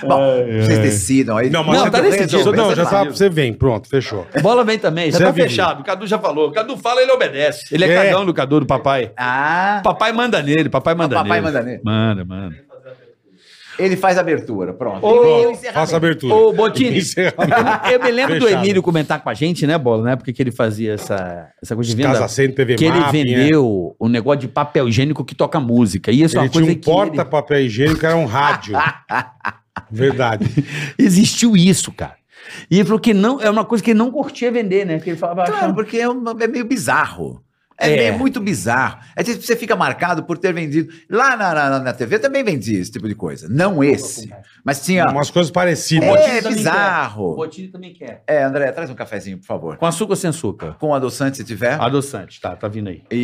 A: Bom, vocês decidam aí.
D: mas Não, você tá tem- decidido.
A: Resolve,
C: Não, já
A: resolve.
C: sabe, você vem, pronto, fechou.
D: Bola vem também, já
C: Zé
D: tá
C: Vivi.
D: fechado. O Cadu já falou. O Cadu fala, ele obedece. Ele é,
C: É.
D: cagão do Cadu, do papai.
A: Ah,
D: Papai manda nele, papai manda
A: papai
D: nele.
A: manda nele.
D: Manda, manda.
A: ele faz a abertura, pronto.
D: Ô,
A: Ele- ele
C: Pronto,
A: encerra
C: faça a
A: bem.
C: abertura.
D: Ô, Botini,
C: Encerramento.
D: eu me lembro do
C: Fechado.
D: Emílio comentar com a gente, né, Bola? Na época que ele fazia essa, essa coisa de venda.
C: Casa Centro, TV
D: que ele
C: Mapping, é.
D: vendeu um negócio de papel higiênico que toca música. E isso é
C: Ele
D: uma
C: tinha
D: coisa
C: um
D: que ele-
C: porta-papel higiênico, era um rádio. Verdade.
D: existiu isso, cara. E ele falou que não, é uma coisa que ele não curtia vender, né? Que ele falava,
A: Claro,
D: achava-
A: porque é, um- é meio bizarro. É,
D: É.
A: meio- muito bizarro. É tipo, você fica marcado por ter vendido. Lá na, na, na TV também vendia esse tipo de coisa. Não esse. Mas tinha.
C: Umas coisas parecidas.
A: É,
D: Botinho também
A: bizarro.
D: quer. Botinho também quer.
A: É, André, traz um cafezinho, por favor.
D: Com açúcar ou sem açúcar?
A: Com adoçante se tiver.
C: Ah.
D: Adoçante, tá, tá vindo aí.
A: E,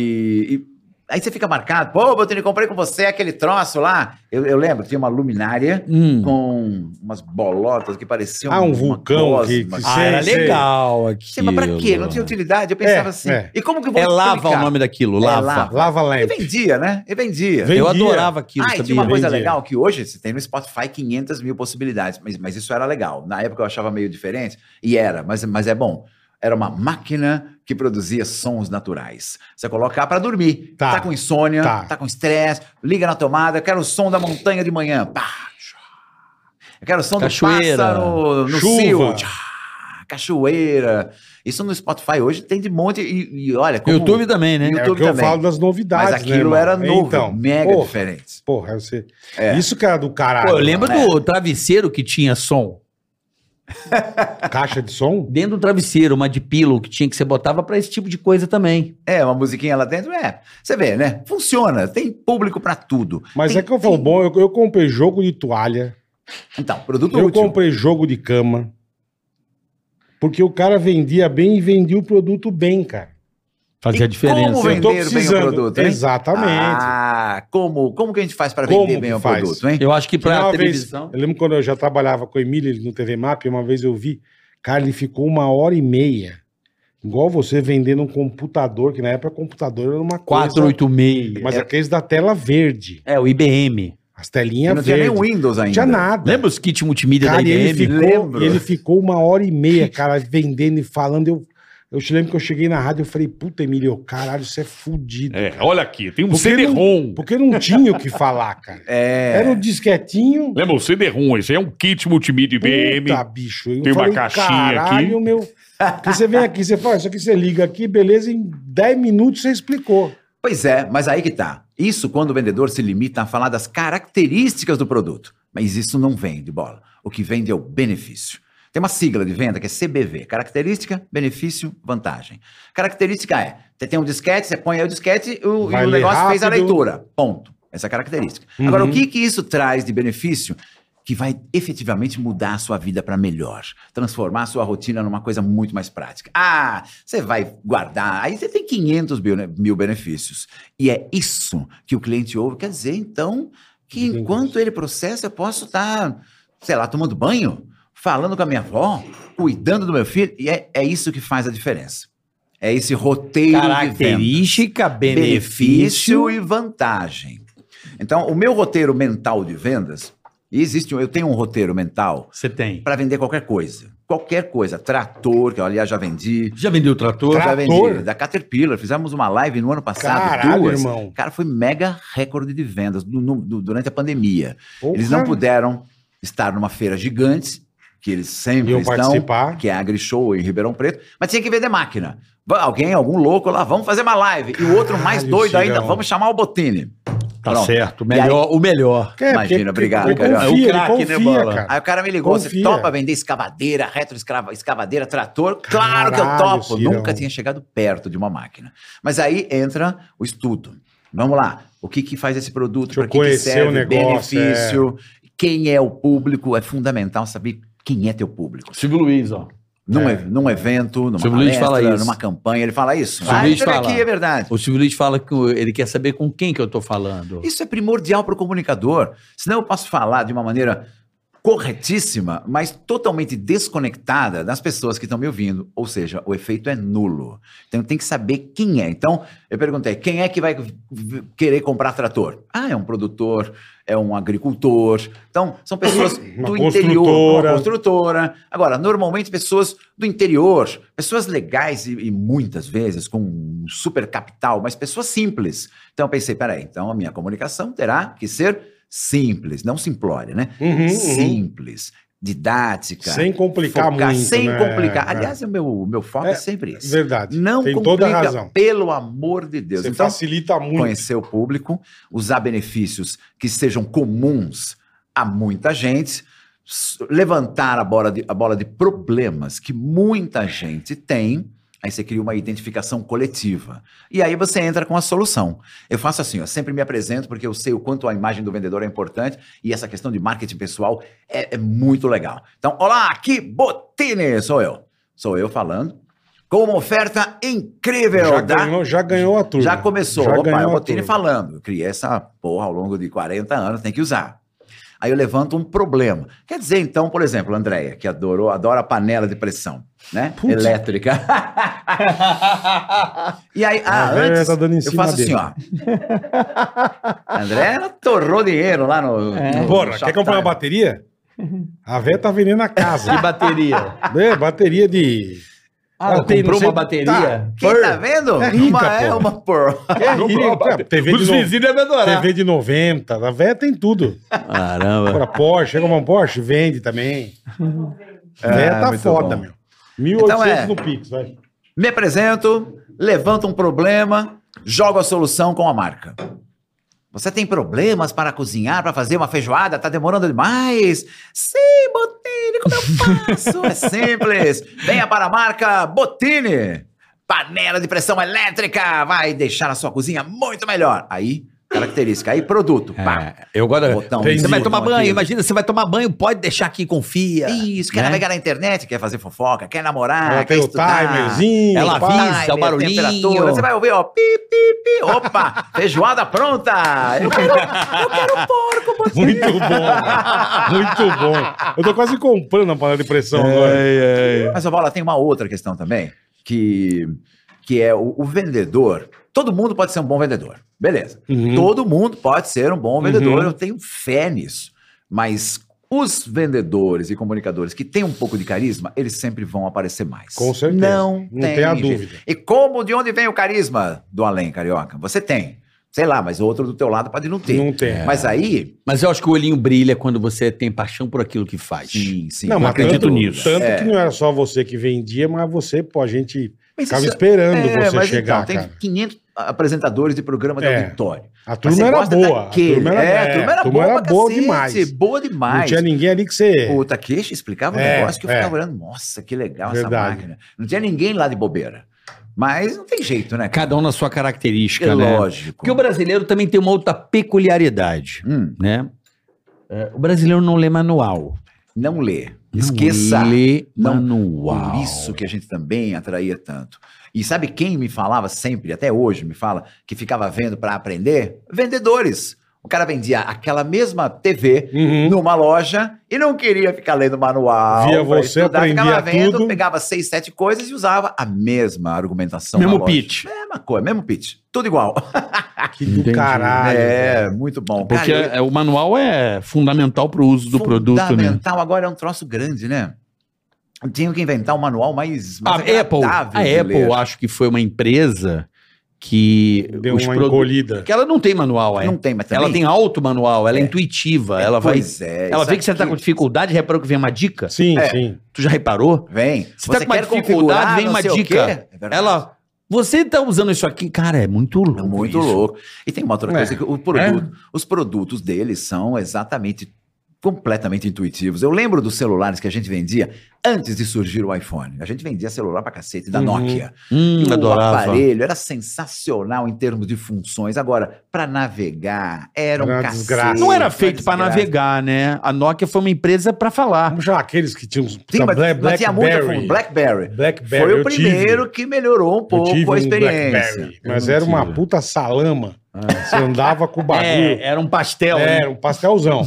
A: e- aí você fica marcado. Pô, Botini, comprei com você aquele troço lá. Eu, eu lembro, tinha uma luminária
D: Hum.
A: com umas bolotas que pareciam.
C: Ah, um
A: uma
C: vulcão que-
A: cosma.
C: que
A: Ah,
D: Ah, era
C: sei.
D: legal aqui.
A: sei, mas pra quê? Não tinha utilidade. Eu pensava
C: É,
A: assim.
C: é.
A: E como que eu vou
D: É lava o
A: explicar?
D: nome daquilo,
A: É
D: lava.
A: lava.
C: Lava
A: E
C: lento.
A: vendia, né? E vendia.
C: Vendia.
D: Eu adorava aquilo,
A: Ah, e
D: sabia?
A: tinha uma coisa
C: Vendia.
A: legal que hoje você tem no Spotify 500 mil possibilidades, mas, mas isso era legal. Na época eu achava meio diferente, e era, mas, mas é bom. Era uma máquina que produzia sons naturais. Você coloca pra dormir.
C: Tá.
A: Tá, com insônia,
C: Tá.
A: tá, com estresse, liga na tomada, quero o som da montanha de manhã. Pá, chá. eu quero o som
D: Cachoeira,
A: do pássaro no
C: chuva.
A: cio. Tchá. cachoeira. Isso no Spotify hoje tem de monte. E, e olha, como-
D: YouTube também, né?
A: no
C: É o
A: YouTube
C: que eu
A: também.
C: falo das novidades,
A: Mas
C: né,
A: aquilo
C: irmão?
A: era novo,
C: Então,
A: mega
C: porra,
A: diferente.
C: Porra, você...
A: É.
C: Isso que era do caralho.
D: Pô, eu lembro
A: É.
D: do travesseiro que tinha som.
C: Caixa de som?
D: Dentro do travesseiro, uma de pillow que tinha que você botava pra esse tipo de coisa também.
A: É, uma musiquinha lá dentro, é. Você vê, né? Funciona, tem público pra tudo.
C: Mas
A: Tem-
C: é que eu falo,
A: tem-
C: bom, eu, eu comprei jogo de toalha,
A: Então, produto
C: eu
A: útil.
C: comprei jogo de cama, porque o cara vendia bem e vendia o produto bem, cara.
A: Fazia
D: Fazia
A: E diferença.
D: diferença.
A: como vender bem o produto, hein?
C: Exatamente.
A: Ah, como, como que a gente faz pra
C: Como
A: vender bem
C: que
A: o
C: faz?
A: produto, hein?
D: Eu acho que pra
C: Uma vez-
D: televisão.
C: eu lembro quando eu já trabalhava com o Emílio no TV Map, uma vez eu vi, cara, ele ficou uma hora e meia, igual você vendendo um computador, que na época computador era uma coisa...
D: 486.
C: Mas aqueles da tela verde,
D: É, o IBM.
C: as
A: E
C: telinhas
A: não tinha
C: verdes.
A: nem Windows ainda.
C: Não tinha nada.
D: Lembra os kits multimídia
C: Cara,
D: da
C: e ele
D: IBM?
C: ficou,
A: lembro.
C: e ele ficou uma hora e meia, cara, vendendo e falando. Eu, eu te lembro que eu cheguei na rádio e falei, puta, Emílio, caralho, isso é fudido.
E: É, olha aqui, tem um
C: Porque
E: CD-ROM.
C: Porque não tinha o que falar, cara.
A: É.
C: Era um disquetinho.
E: Lembra o CD-ROM? Esse aí é um kit multimídia IBM.
C: Puta, bicho. Eu
E: Tem uma caixinha
C: caralho,
E: aqui."
C: meu. Porque você vem aqui, você fala, isso aqui você liga aqui, beleza, em 10 minutos você explicou.
A: Pois é, mas aí que tá. Isso quando o vendedor se limita a falar das características do produto. Mas isso não vende bola. O que vende é o benefício. Tem uma sigla de venda que é CBV: característica, benefício, vantagem. Característica é: você tem um disquete, você põe aí o disquete o-
C: Vai
A: e o
C: ler
A: negócio fez a
C: rápido.
A: leitura. Ponto. Essa é a característica. Agora, o que, que isso traz de benefício? Que vai efetivamente mudar a sua vida para melhor, transformar a sua rotina numa coisa muito mais prática. Ah, você vai guardar, aí você tem 500 mil, né, mil benefícios. E é isso que o cliente ouve. Quer dizer, então, que
C: Entendi.
A: enquanto ele processa, eu posso estar, sei lá, tomando banho, falando com a minha avó, cuidando do meu filho. E é, é isso que faz a diferença. É esse roteiro
D: é
A: de venda
D: Característica,
A: benefício
D: benefício.
A: e vantagem. Então, o meu roteiro mental de vendas, e existe, um- eu tenho um roteiro mental
D: Você tem.
A: para vender qualquer coisa. Qualquer coisa, trator, que eu, aliás já vendi.
D: Já vendeu o trator?
A: Já
C: Trator?
A: vendi da Caterpillar, fizemos uma live no ano passado,
C: Caralho,
A: duas.
C: irmão.
A: Cara, foi mega recorde de vendas du- no- du- durante a pandemia. Eles não
C: Porra.
A: puderam estar numa feira gigante, que eles sempre
C: Iam
A: estão,
C: participar.
A: que é a AgriShow em Ribeirão Preto, mas tinha que vender máquina. Va- Alguém, algum louco lá, vamos fazer uma live. e o outro mais
C: Caralho, um-
A: doido
C: Cirão.
A: ainda, vamos chamar o Botini.
D: Tá
A: Pronto.
D: certo.
A: E aí-
D: Melhor, o melhor.
C: É,
A: Imagina,
C: porque-
A: obrigado,
C: porque
A: cara. Ah,
C: Confia,
D: É o
C: ele
D: craque, né,
C: confia,
D: bola?
C: cara.
A: Aí o cara me ligou, você
C: Confia.
A: topa vender escavadeira, retroescava- escavadeira, trator? Claro
C: Caralho,
A: que eu topo.
C: Cirão.
A: Nunca tinha chegado perto de uma máquina. Mas aí entra o estudo. Vamos lá. O que, que faz esse produto?
C: Deixa eu
A: Para que, que
C: conhecer
A: serve?
C: o negócio, é.
A: benefício? Quem é o público? É fundamental saber quem é teu público.
D: Silvio Luiz, ó.
A: Num,
C: É.
A: ev- num evento, numa
D: Silvio Luiz
A: palestra,
D: fala isso.
A: numa campanha, ele fala isso.
D: Silvio Luiz
A: teve
D: fala.
A: aqui, é verdade.
D: O Silvio Luiz fala que o- ele quer saber com quem que eu tô falando.
A: Isso é primordial para o comunicador. Senão eu posso falar de uma maneira corretíssima, mas totalmente desconectada das pessoas que estão me ouvindo. Ou seja, o efeito é nulo. Então tem que saber quem é. Então eu perguntei: quem é que vai v- querer comprar trator? Ah, é um produtor, é um agricultor. Então são pessoas
C: Uma
A: do interior,
C: construtora.
A: uma construtora. Agora, normalmente pessoas do interior, pessoas legais e, e muitas vezes com um super capital, mas pessoas simples. Então eu pensei, peraí, então a minha comunicação terá que ser simples, não simplória, né?
C: Uhum, uhum.
A: simples, didática.
C: Sem complicar
A: focar,
C: muito,
A: Sem
C: né?
A: complicar.
C: É.
A: Aliás, o meu, o meu foco é,
C: É,
A: sempre isso.
C: Verdade.
A: Não
C: Tem
A: complica,
C: toda a razão.
A: pelo amor de Deus.
C: Você
A: então,
C: facilita muito.
A: conhecer o público, usar benefícios que sejam comuns a muita gente, s- levantar a bola de, a bola de problemas que muita gente tem. Aí você cria uma identificação coletiva. E aí você entra com a solução. Eu faço assim, eu sempre me apresento porque eu sei o quanto a imagem do vendedor é importante e essa questão de marketing pessoal é, é muito legal. Então, olá, aqui Botini, sou eu. Sou eu falando com uma oferta incrível tá?
C: já,
A: da
C: ganhou, um já ganhou a turma.
A: já começou.
C: Já
A: Opa, é
C: ganhou
A: eu
C: a
A: botei ele
C: turma.
A: falando. Eu criei essa porra ao longo de 40 anos, tem que usar. Aí eu levanto um problema. Quer dizer, então, por exemplo, Andréia, que adorou, adora a panela de pressão, né?
C: Putz.
A: Elétrica. e aí, ah,
C: A velha
A: antes,
C: tá dando em
A: eu
C: cima
A: faço
C: dele.
A: assim, ó. Andréia torrou dinheiro lá no...
C: É.
A: no- no
C: Porra, quer
A: Shoptime.
C: comprar uma bateria? A véia tá vendendo a casa.
D: Que bateria?
C: É, bateria de.
D: Ah,
C: Ah, tem,
D: comprou
C: não sei-
D: uma bateria?
A: Quem tá vendo?
C: É rica,
A: uma é
C: porra.
A: uma porra.
C: É, TV, de
D: Os
C: no...
D: vizinhos devem adorar.
C: TV de 90. A véia tem tudo.
D: Caramba.
C: Agora, Porsche, chega uma Porsche, vende também. A véia
A: Ah,
C: tá
A: muito
C: foda,
A: bom.
C: meu. 1800
A: Então é.
C: no Pix, vai.
A: Me apresento, levanto um problema, jogo a solução com a marca. Você tem problemas para cozinhar, para fazer uma feijoada? Tá demorando demais? Sim, Botini, como eu faço? É simples. Venha para a marca Botini. Panela de pressão elétrica vai deixar a sua cozinha muito melhor. Aí, característica. Aí, produto. Pá.
D: É, eu gosto.
A: Botão,
D: você
A: entendi.
D: vai tomar banho,
A: Aqui.
D: imagina, você vai tomar banho, pode deixar aqui, confia.
A: Isso, quer
D: né?
A: navegar na internet, quer fazer fofoca, quer namorar,
C: Ela
A: quer
C: tem o
A: estudar.
C: timerzinho.
D: Ela
C: pá.
D: avisa. o
A: Timer,
D: barulhinho.
A: temperatura. Você vai ouvir, ó, pi, pi, pi. Opa, feijoada pronta. Eu quero, eu quero porco, porco.
C: Muito bom, cara. muito bom. Eu tô quase comprando a panela de pressão
A: É.
C: agora.
A: Mas, ô, Bola, tem uma outra questão também, que, que é o, o vendedor. Todo mundo pode ser um bom vendedor, beleza.
C: Uhum.
A: Todo mundo pode ser um bom vendedor,
C: Uhum.
A: eu tenho fé nisso. Mas os vendedores e comunicadores que têm um pouco de carisma, eles sempre vão aparecer mais.
C: Com certeza.
A: Não,
C: Não
A: tem,
C: tenha
A: jeito.
C: dúvida.
A: E como, de onde vem o carisma do além, Carioca? Você tem. Sei lá, mas outro do teu lado pode não ter.
C: Não é. tem.
A: Mas aí...
D: Mas eu acho que o olhinho brilha quando você tem paixão por aquilo que faz.
A: Sim, sim.
C: não, mas
E: acredito
C: tanto,
E: nisso.
C: Tanto
A: É.
C: que não era só você que vendia, mas você, pô, a gente
A: Mas
C: ficava
A: isso-
C: esperando
A: É,
C: você
A: mas
C: chegar,
A: então,
C: cara.
A: tem 500 apresentadores de programa de
C: É.
A: auditório.
C: A
A: Mas
C: turma
A: você
C: era
A: gosta
C: boa.
A: daquele.
C: A turma era,
A: é, a turma era boa, pra cacete,
C: demais.
A: Boa
C: Não
A: demais.
C: tinha ninguém ali que você...
A: O Takeshi explicava um
C: É,
A: negócio que eu
C: é.
A: ficava olhando, nossa, que legal essa
C: Verdade.
A: máquina. Não tinha ninguém lá de bobeira. Mas não tem jeito, né? cara?
D: Cada um na sua característica,
A: é
D: né?
A: lógico.
D: Porque o brasileiro também tem uma outra peculiaridade,
A: Hum,
D: né? É, o brasileiro não lê manual.
A: não lê.
D: Não
A: Esqueça.
D: lê
A: Não.
D: manual.
A: Por isso que a gente também atraía tanto. E sabe quem me falava sempre, até hoje me fala, que ficava vendo para aprender? Vendedores. O cara vendia aquela mesma TV
C: Uhum.
A: numa loja e não queria ficar lendo manual. pra
C: Via você, aprendia tudo.
A: pegava seis, sete coisas e usava a mesma argumentação.
D: Mesmo
A: na loja.
D: pitch.
A: Mesma coisa, mesmo pitch. Tudo igual.
C: Que do
D: Entendi.
C: caralho.
A: é, muito bom.
E: Porque
A: Cara,
E: é- o manual é fundamental pro uso do produto, né?
A: Fundamental agora é um troço grande, né? Eu Tinha que inventar um manual mais,
D: A
A: mais
D: Apple, a
A: é agradável de ler.
D: Apple acho que foi uma empresa que
C: Deu
D: os
C: uma
D: produ-
C: encolhida.
D: que ela não tem manual, é.
A: Não tem, mas também...
D: ela tem alto manual, ela é, intuitiva, ela vai
A: Pois é,
D: Ela
A: isso
D: vê que você tá
A: aqui-
D: com dificuldade, repara que vem uma dica.
C: Sim, sim.
D: Tu já reparou?
A: Vem.
D: Você tá com uma
A: quer
D: dificuldade,
A: configurar,
D: vem
A: não
D: uma
A: sei o
D: dica.
A: quê? É verdade.
D: Ela. Você tá usando isso aqui, cara, é muito
A: É
D: louco.
A: muito
D: isso. é?
A: louco. E tem uma outra
C: É.
A: coisa que o produto, os produtos deles são exatamente completamente intuitivos. Eu lembro dos celulares que a gente vendia antes de surgir o iPhone. A gente vendia celular pra cacete da
C: Uhum.
A: Nokia.
D: Hum,
A: o
D: adorava.
A: aparelho era sensacional em termos de funções. Agora, pra navegar, era um
C: Era uma
A: cacete.
C: desgraça.
D: Não era
A: uma
D: feito pra
A: desgraça.
D: navegar, né? A Nokia foi uma empresa pra falar.
A: Um
C: Como já aqueles que tinham...
A: Sim, mas,
C: Black-
A: mas tinha muita fun-
C: Blackberry.
A: Blackberry.
C: Blackberry.
A: Foi o
C: eu tive.
A: primeiro que melhorou um
C: Eu
A: pouco
C: tive
A: a
C: um
A: experiência.
C: Blackberry, mas
D: Eu não
C: era uma
D: tive.
C: puta salama. Você andava com o
D: É,
C: bagulho.
D: era um
A: É,
D: pastel. né?
C: Era um pastelzão.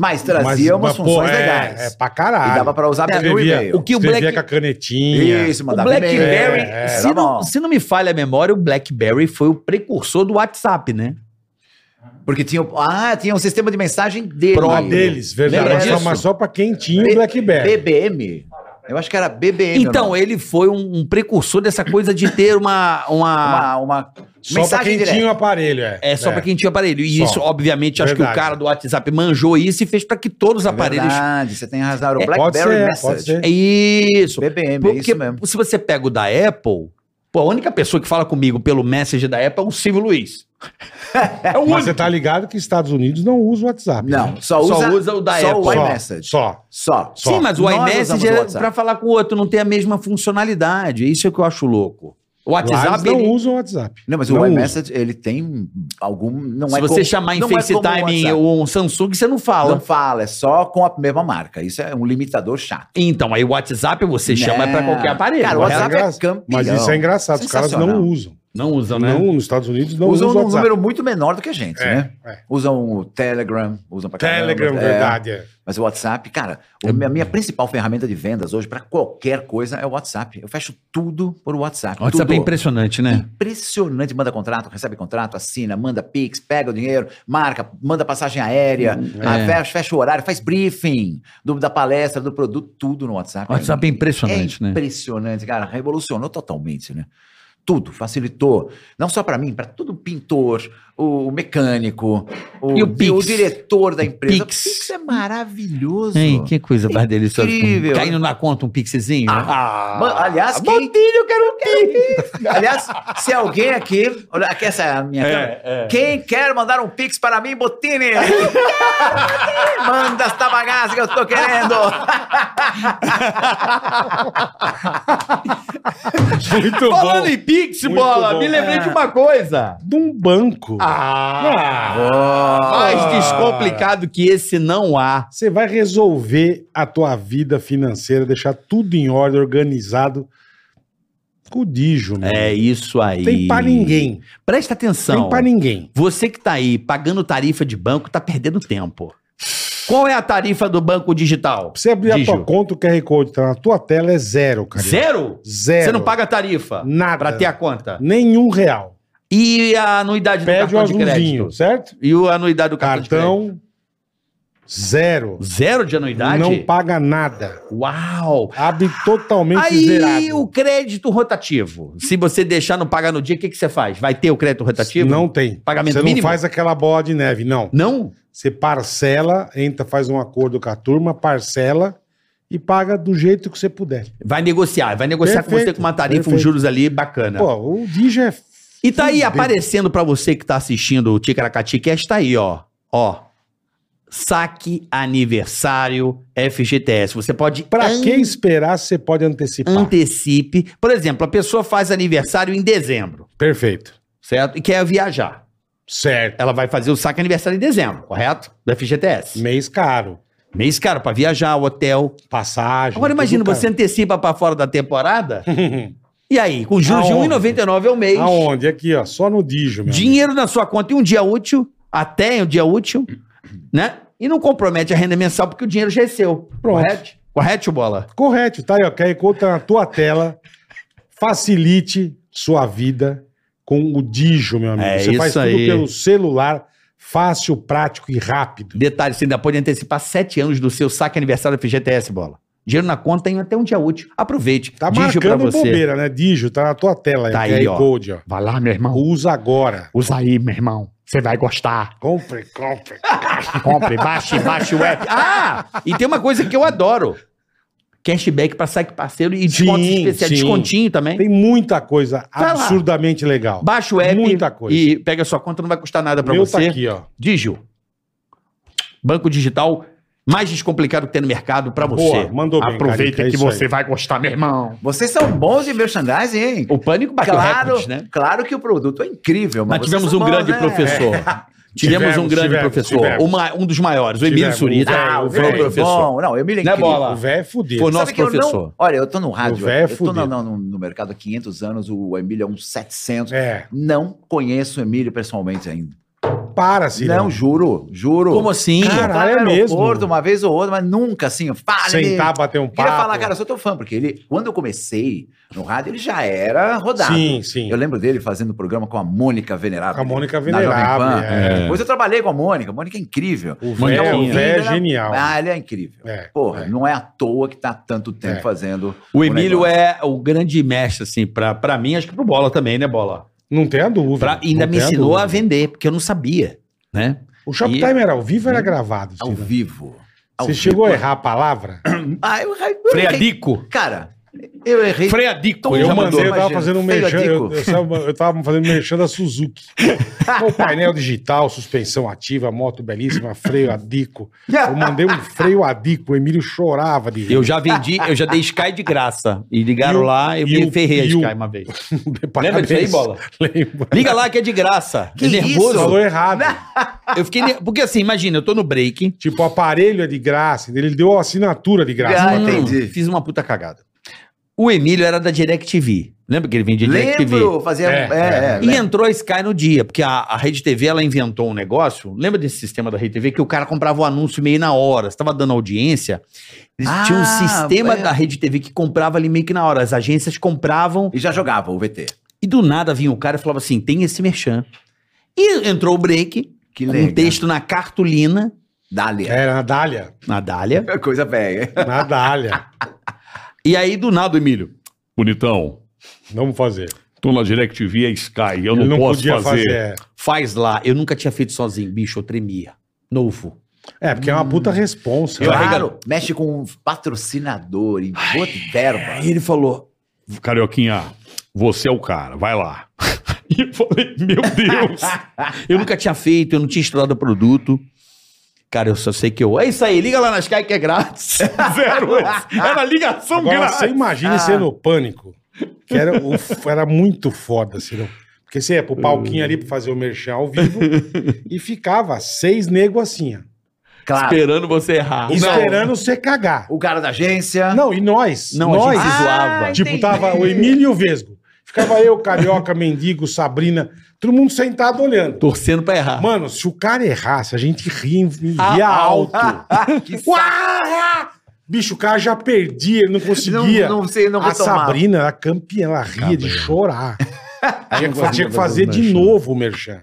A: Mas trazia umas
C: pô,
A: funções
C: é-
A: legais.
C: É pra caralho.
A: E dava pra usar pelo
C: Escrevia-
A: e-mail.
D: o que o
C: escrevia
D: Black-
C: com a canetinha.
A: Isso,
D: O
A: mandava
D: Blackberry,
A: e-mail.
C: É, é,
A: tá
D: se, não,
A: bom.
D: se não me falha a memória, o Blackberry foi o precursor do WhatsApp, né?
A: Porque tinha, o- ah, tinha um sistema de mensagem dele.
C: Só deles, é. verdade.
D: Lembra
C: Mas só,
D: disso?
C: mas só pra quem tinha o
A: B-
C: Blackberry.
A: BBM. Eu acho que era BBM.
D: Então,
A: o nome.
D: ele foi um, um precursor dessa coisa de ter uma- uma
A: uma, uma
C: Só pra quem tinha o aparelho, é.
D: É só pra quem tinha aparelho. E
C: Só.
D: isso, obviamente, acho que o
C: Verdade.
D: cara do WhatsApp manjou isso e fez pra que todos os
A: aparelhos.
D: É aparelhos.
A: É Verdade, você tem razão. Era o
D: É,
A: BlackBerry
C: pode ser,
A: Message.
C: pode ser.
D: É isso.
A: BBM, é
D: Porque
A: isso mesmo.
D: se você pega o da Apple, pô, a única pessoa que fala comigo pelo message da Apple é o Silvio Luiz. É
C: Mas
D: o único.
C: você tá ligado que Estados Unidos não usa o WhatsApp. né?
A: Não, só
D: Só
A: usa,
D: usa o da
A: só
D: Apple.
A: o
C: Só,
A: iMessage.
C: Só.
A: Só.
C: só.
D: Sim, mas o
A: Nós
D: iMessage
A: usamos o
D: é
A: WhatsApp.
D: pra falar com o outro, não tem a mesma funcionalidade. Isso é que eu acho louco. O
C: Lá eles
D: WhatsApp,
C: não
D: ele-
C: usam o WhatsApp.
A: Não, mas
C: Não
A: o
C: usa.
A: iMessage, ele tem algum... Não
D: se
A: é
D: você
A: como-
D: chamar em
A: não é como o
D: FaceTime
A: WhatsApp.
D: ou um Samsung, você não fala.
A: Não fala, é só com a mesma marca. Isso é um limitador chato.
D: Então, aí o WhatsApp você chama
A: Não.
D: pra qualquer aparelho.
A: Cara, o
D: correto?
A: WhatsApp é
C: engraçado.
A: campeão.
C: Mas isso é engraçado, os caras não
A: Sensacional.
C: usam.
D: Não usam, né?
C: Não, nos Estados Unidos não usam,
A: Usam
C: o
A: um
C: WhatsApp.
A: número muito menor do que a gente,
C: É,
A: né?
C: é.
A: Usam o Telegram, usam pra caramba.
C: Telegram,
A: É,
C: verdade. é.
A: Mas o WhatsApp, cara, o-
D: É.
A: a minha principal ferramenta de vendas hoje pra qualquer coisa é o WhatsApp. Eu fecho tudo por WhatsApp.
D: O WhatsApp
A: tudo.
D: é impressionante, né?
A: Impressionante, manda contrato, recebe contrato, assina, manda pix, pega o dinheiro, marca, manda passagem aérea,
D: Hum, é.
A: ah, fecha, fecha o horário, faz briefing do- da palestra, do produto, tudo no WhatsApp.
D: WhatsApp é impressionante,
A: É
D: né?
A: Impressionante, cara. Revolucionou totalmente, né? tudo, facilitou. Não só para mim, para todo pintor, o mecânico, o,
D: E o Pix?
A: o diretor da empresa.
D: Pix.
A: O Pix é maravilhoso.
D: Hein, que coisa mais deliciosa.
A: Incrível.
D: Caindo na conta um pixezinho.
A: Ah, ma- aliás, quem-
D: eu quero um pix.
A: Aliás, se alguém aqui. Olha, aqui essa é a minha câmera. Quem quer mandar um pix para mim, Botini? Manda esta bagaça que eu tô querendo.
C: Muito
D: Falando
C: bom.
D: em pix,
C: Muito
D: bola,
C: bom.
D: me lembrei de uma coisa.
C: De um banco.
D: Ah, mais
C: Ah.
D: descomplicado que esse não há.
C: Você vai resolver a tua vida financeira, deixar tudo em ordem, organizado. Cudijo, meu.
D: É isso aí.
C: Tem pra ninguém.
D: Presta atenção.
C: Tem pra ninguém.
D: Você que tá aí pagando tarifa de banco tá perdendo tempo. Qual é a tarifa do banco digital?
C: Pra você abrir
D: Dijo.
C: a tua conta, o QR Code tá na tua tela é zero, cara.
D: Zero?
C: Zero.
D: Você não paga tarifa
C: nada.
D: pra ter a conta.
C: Nenhum real.
D: E a anuidade
C: Pede
D: do
C: o
D: cartão de crédito?
C: azulzinho, certo?
D: E a anuidade do cartão, de
C: Cartão, zero.
D: crédito? Zero de anuidade?
C: Não paga nada.
D: Uau!
C: Abre totalmente
D: Aí
C: zerado.
D: o crédito rotativo. Se você deixar não pagar no dia, o que, que você faz? Vai ter o crédito rotativo?
C: Não tem.
D: Pagamento
C: Você não
D: mínimo?
C: faz aquela bola de neve, não.
D: Não?
C: Você parcela, entra, faz um acordo com a turma, parcela e paga do jeito que você puder.
D: Vai negociar. Vai negociar com
C: Perfeito,
D: você com uma tarifa, uns
C: perfeito.
D: juros ali bacana.
C: Pô, o Digi é.
D: E tá aí
C: Fudido.
D: aparecendo pra você que tá assistindo o Ticaracati Cast, tá aí, ó. Ó. Saque aniversário FGTS. Você pode
C: Pra
D: an-
C: que esperar se você pode antecipar?
D: antecipe. Por exemplo, a pessoa faz aniversário em dezembro,
C: Perfeito.
D: certo? E quer viajar.
C: Certo.
D: Ela vai fazer o saque aniversário em dezembro, correto? Do FGTS.
C: Mês caro.
D: Mês caro pra viajar, hotel.
C: Passagem.
D: Agora
C: tudo
D: imagina,
C: caro.
D: você antecipa pra fora da temporada. e aí, com juros de
C: Aonde?
D: 1,99 ao mês.
C: Aonde? Aqui, ó. Só no Digio, meu. amigo.
D: Dinheiro na sua conta em um dia útil, até em um dia útil, né? E não compromete a renda mensal porque o dinheiro já é seu.
C: Pronto.
D: Correto? Correto, Bola?
C: Correto, tá aí, ó. QR Code tá na tua tela. Facilite sua vida com o Digio, meu amigo.
D: É
C: você faz
D: isso
C: tudo
D: aí.
C: pelo celular, fácil, prático e rápido.
D: Detalhe, você ainda pode antecipar sete anos do seu saque aniversário do FGTS, Bola. Dinheiro na conta em até um dia útil. Aproveite.
C: Tá
D: Digio pra
C: marcando
D: você.
C: bobeira, né? Digio, tá na tua tela,
D: Tá
C: QR
D: aí, ó.
C: Code, ó.
D: Vai lá, meu irmão.
C: Usa agora.
D: Usa aí, meu irmão. Você vai gostar.
C: Compre, compre.
D: Compre, baixe, baixe o app. Ah! E tem uma coisa que eu adoro. Cashback pra saque parceiro e desconto
C: Sim,
D: especial.
C: sim.
D: Descontinho também.
C: Tem muita coisa
D: Vai lá.
C: absurdamente legal.
D: Baixa o app
C: Muita coisa.
D: e pega a sua conta, não vai custar nada pra
C: Meu
D: você.
C: tá aqui, ó.
D: Digio. Banco digital mais descomplicado que tem no mercado pra
C: Boa,
D: você.
C: mandou bem, Carica, é isso aí.
D: vai gostar, meu irmão.
A: Vocês são bons de merchandising, hein?
D: O pânico bateu
A: Claro,
D: recordes, né?
A: claro que o produto é incrível,
D: Mas
A: mas vocês
D: tivemos
A: são
D: um
A: bons,
D: grande
A: né?
D: professor. Tivemos,
C: Tivemos,
D: um grande
C: tivemos,
D: professor.
C: tivemos.
D: Uma- um dos maiores, o Emílio
C: Tivemos,
D: Surita.
C: o velho,
A: Ah,
C: o
A: o
C: velho.
D: professor.
A: Bom, não, o Emílio é
D: Né,
A: incrível.
D: Bola?
C: O velho é fudido.
D: Foi o
A: Sabe
D: nosso
A: que eu
D: professor.
A: não- olha, eu tô no rádio.
C: véio é
A: eu tô no,
C: fudido.
A: no- no- no mercado há 500 anos, o Emílio é uns 700.
C: É,
A: Não conheço o Emílio pessoalmente ainda.
C: para, Ciro.
A: Não, juro, juro.
D: Como assim?
C: Cara,
A: Vai
C: é
A: no
C: mesmo?
A: aeroporto uma vez ou outra, mas nunca assim. Fala,
C: Sentar,
A: Emílio.
C: bater um
A: Eu Queria
C: papo.
A: falar, cara, eu sou teu fã, porque ele, quando eu comecei no rádio, ele já era rodado.
C: Sim, sim.
A: Eu lembro dele fazendo o programa com a Mônica Venerável.
C: Com a Mônica
A: Na Jovem
C: Venerável,
A: Pan.
C: é.
A: Depois eu trabalhei com a Mônica. A Mônica é incrível.
C: O
A: Mônica
C: véio-
A: um
C: o véio é
A: líder,
C: genial.
A: Ah, ele é incrível.
C: É,
A: Porra,
C: é.
A: não é à toa que tá tanto tempo
C: É.
A: fazendo.
D: O Emílio
A: negócio.
D: é o grande mestre, assim, pra, pra mim, acho que pro Bola também, né, Bola?
C: Não tem a dúvida.
D: Pra-
C: não
D: ainda me
C: tem a
D: ensinou a,
C: dúvida.
D: vender, porque eu não sabia, né?
C: O Shoptime era ao vivo ou era gravado?
A: Hum?
D: é
A: Ao
C: Ciro?
A: vivo. Ao
C: Você
A: vivo.
C: chegou a errar a palavra?
A: Ah, eu, eu, errei.
D: Freadico.
A: Cara, eu errei.
D: Freadico.
A: Então,
D: ele
C: Eu
D: já mandou.
C: mandei, eu tava
A: imagina.
C: fazendo um
A: Feio
C: merchan, eu,
A: Dico.
C: eu tava- eu tava fazendo merchan da Suzuki. o painel digital, suspensão ativa, moto belíssima, freio adico.
A: Ah,
C: Eu mandei um freio adico, o Emílio chorava de rir.
D: Eu já vendi, eu já dei Sky de graça. E ligaram
C: E o-
D: lá e
C: e
D: me
C: o-
D: ferrei a
C: e o-
D: Sky uma vez. Lembra
C: Parabéns.
D: disso aí, Bola?
C: Lembro.
D: Liga lá que é de graça.
A: Que
D: É
A: isso?
D: nervoso.
C: Falou errado.
D: Eu fiquei. ne- Porque assim, imagina, eu tô no break.
C: Tipo, o aparelho é de graça. Ele deu a assinatura de graça.
A: Ah,
D: Hum,
A: entendi.
D: Fiz uma puta cagada. O Emílio era da DirecTV. Lembra que ele vendia DirecTV?
A: Lembro, fazia.
C: É,
A: É, é,
D: E entrou a Sky no dia, porque a, a Rede TV ela inventou um negócio. Lembra desse sistema da Rede TV que o cara comprava o anúncio meio na hora? Estava dando audiência. Eles
A: Ah,
D: tinham um sistema
A: é.
D: da Rede TV que comprava ali meio que na hora. As agências compravam
A: E já jogava o VT.
D: e do nada vinha o cara e falava assim: tem esse merchan. E entrou o break,
A: Que
D: com
A: legal.
D: um texto na cartolina,
A: Dali. É
C: Era na Dália.
D: na Dália.
A: Coisa velha.
C: Na Dália.
D: E aí do nada, Emílio. Bonitão.
C: Vamos fazer.
E: Tô na DirecTV, é Sky. Eu
C: Ele
E: não, posso fazer.
C: é.
D: Faz lá. Eu nunca tinha feito sozinho, bicho, eu tremia. Novo.
C: É, porque é uma puta responsa.
D: Hum. Eu
C: né?
D: arrega-
A: Claro, mexe com um patrocinador e bota
C: é,
A: verba.
D: Aí ele falou:
E: Carioquinha, você é o cara, vai lá. E eu falei, meu Deus.
D: Eu nunca tinha feito, eu não tinha estudado o produto. Cara, eu só sei que eu. É isso aí, liga lá na Sky que é grátis.
E: Zero. Era ligação
C: Agora, você
E: grátis.
C: imagina
A: Ah.
C: ser no pânico. Que era, o f- era muito foda, senão. Porque você ia pro palquinho ali pra fazer o merchan ao vivo e ficava seis nego assim, ó,
A: Claro.
D: Esperando você errar.
C: esperando você cagar.
A: O cara da agência.
C: Não, e nós?
D: Não, a
C: nós.
D: gente se zoava.
C: tipo, tava o Emílio e o Vesgo. Ficava eu, Carioca, Mendigo, Sabrina, todo mundo sentado olhando.
D: Torcendo pra errar.
C: Mano, se o cara errasse, a gente ria,
D: Ah,
C: ria alto.
A: que saco.
C: Uá! Bicho, o cara já perdia, ele não conseguia.
A: Não, não sei, não
C: a
A: vou tomar.
C: Sabrina era campeã, ela ria de chorar. tinha, que, tinha que fazer de novo o merchan.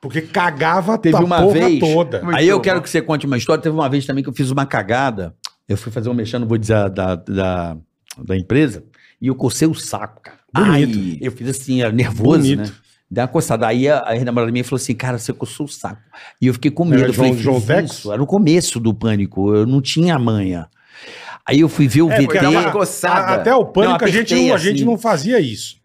C: Porque cagava
D: Teve
C: a
D: uma
C: porra
D: vez-
C: toda.
A: Muito
D: Aí eu
A: bom.
D: quero que você conte uma história. Teve uma vez também que eu fiz uma cagada. Eu fui fazer um mexendo, não vou dizer a da, da, da empresa, e eu cocei o saco, cara.
C: Bonito.
D: Ai, eu fiz assim, era nervoso,
C: Bonito.
D: né? Dei uma coçada. Aí a, a namorada minha falou assim, cara, você coçou o saco. E eu fiquei com
C: Era
D: medo. Eu falei,
C: João- João
D: "Fiz
C: Tex?"
D: isso. Era no começo do pânico, eu não tinha manha. Aí eu fui ver o
C: É, porque
D: VT.
A: Dá
C: Tem-
A: uma
C: A-
A: coçada.
C: Até o pânico,
D: Não,
C: a, gente
D: apertei
C: não, a
D: assim.
C: gente não fazia isso.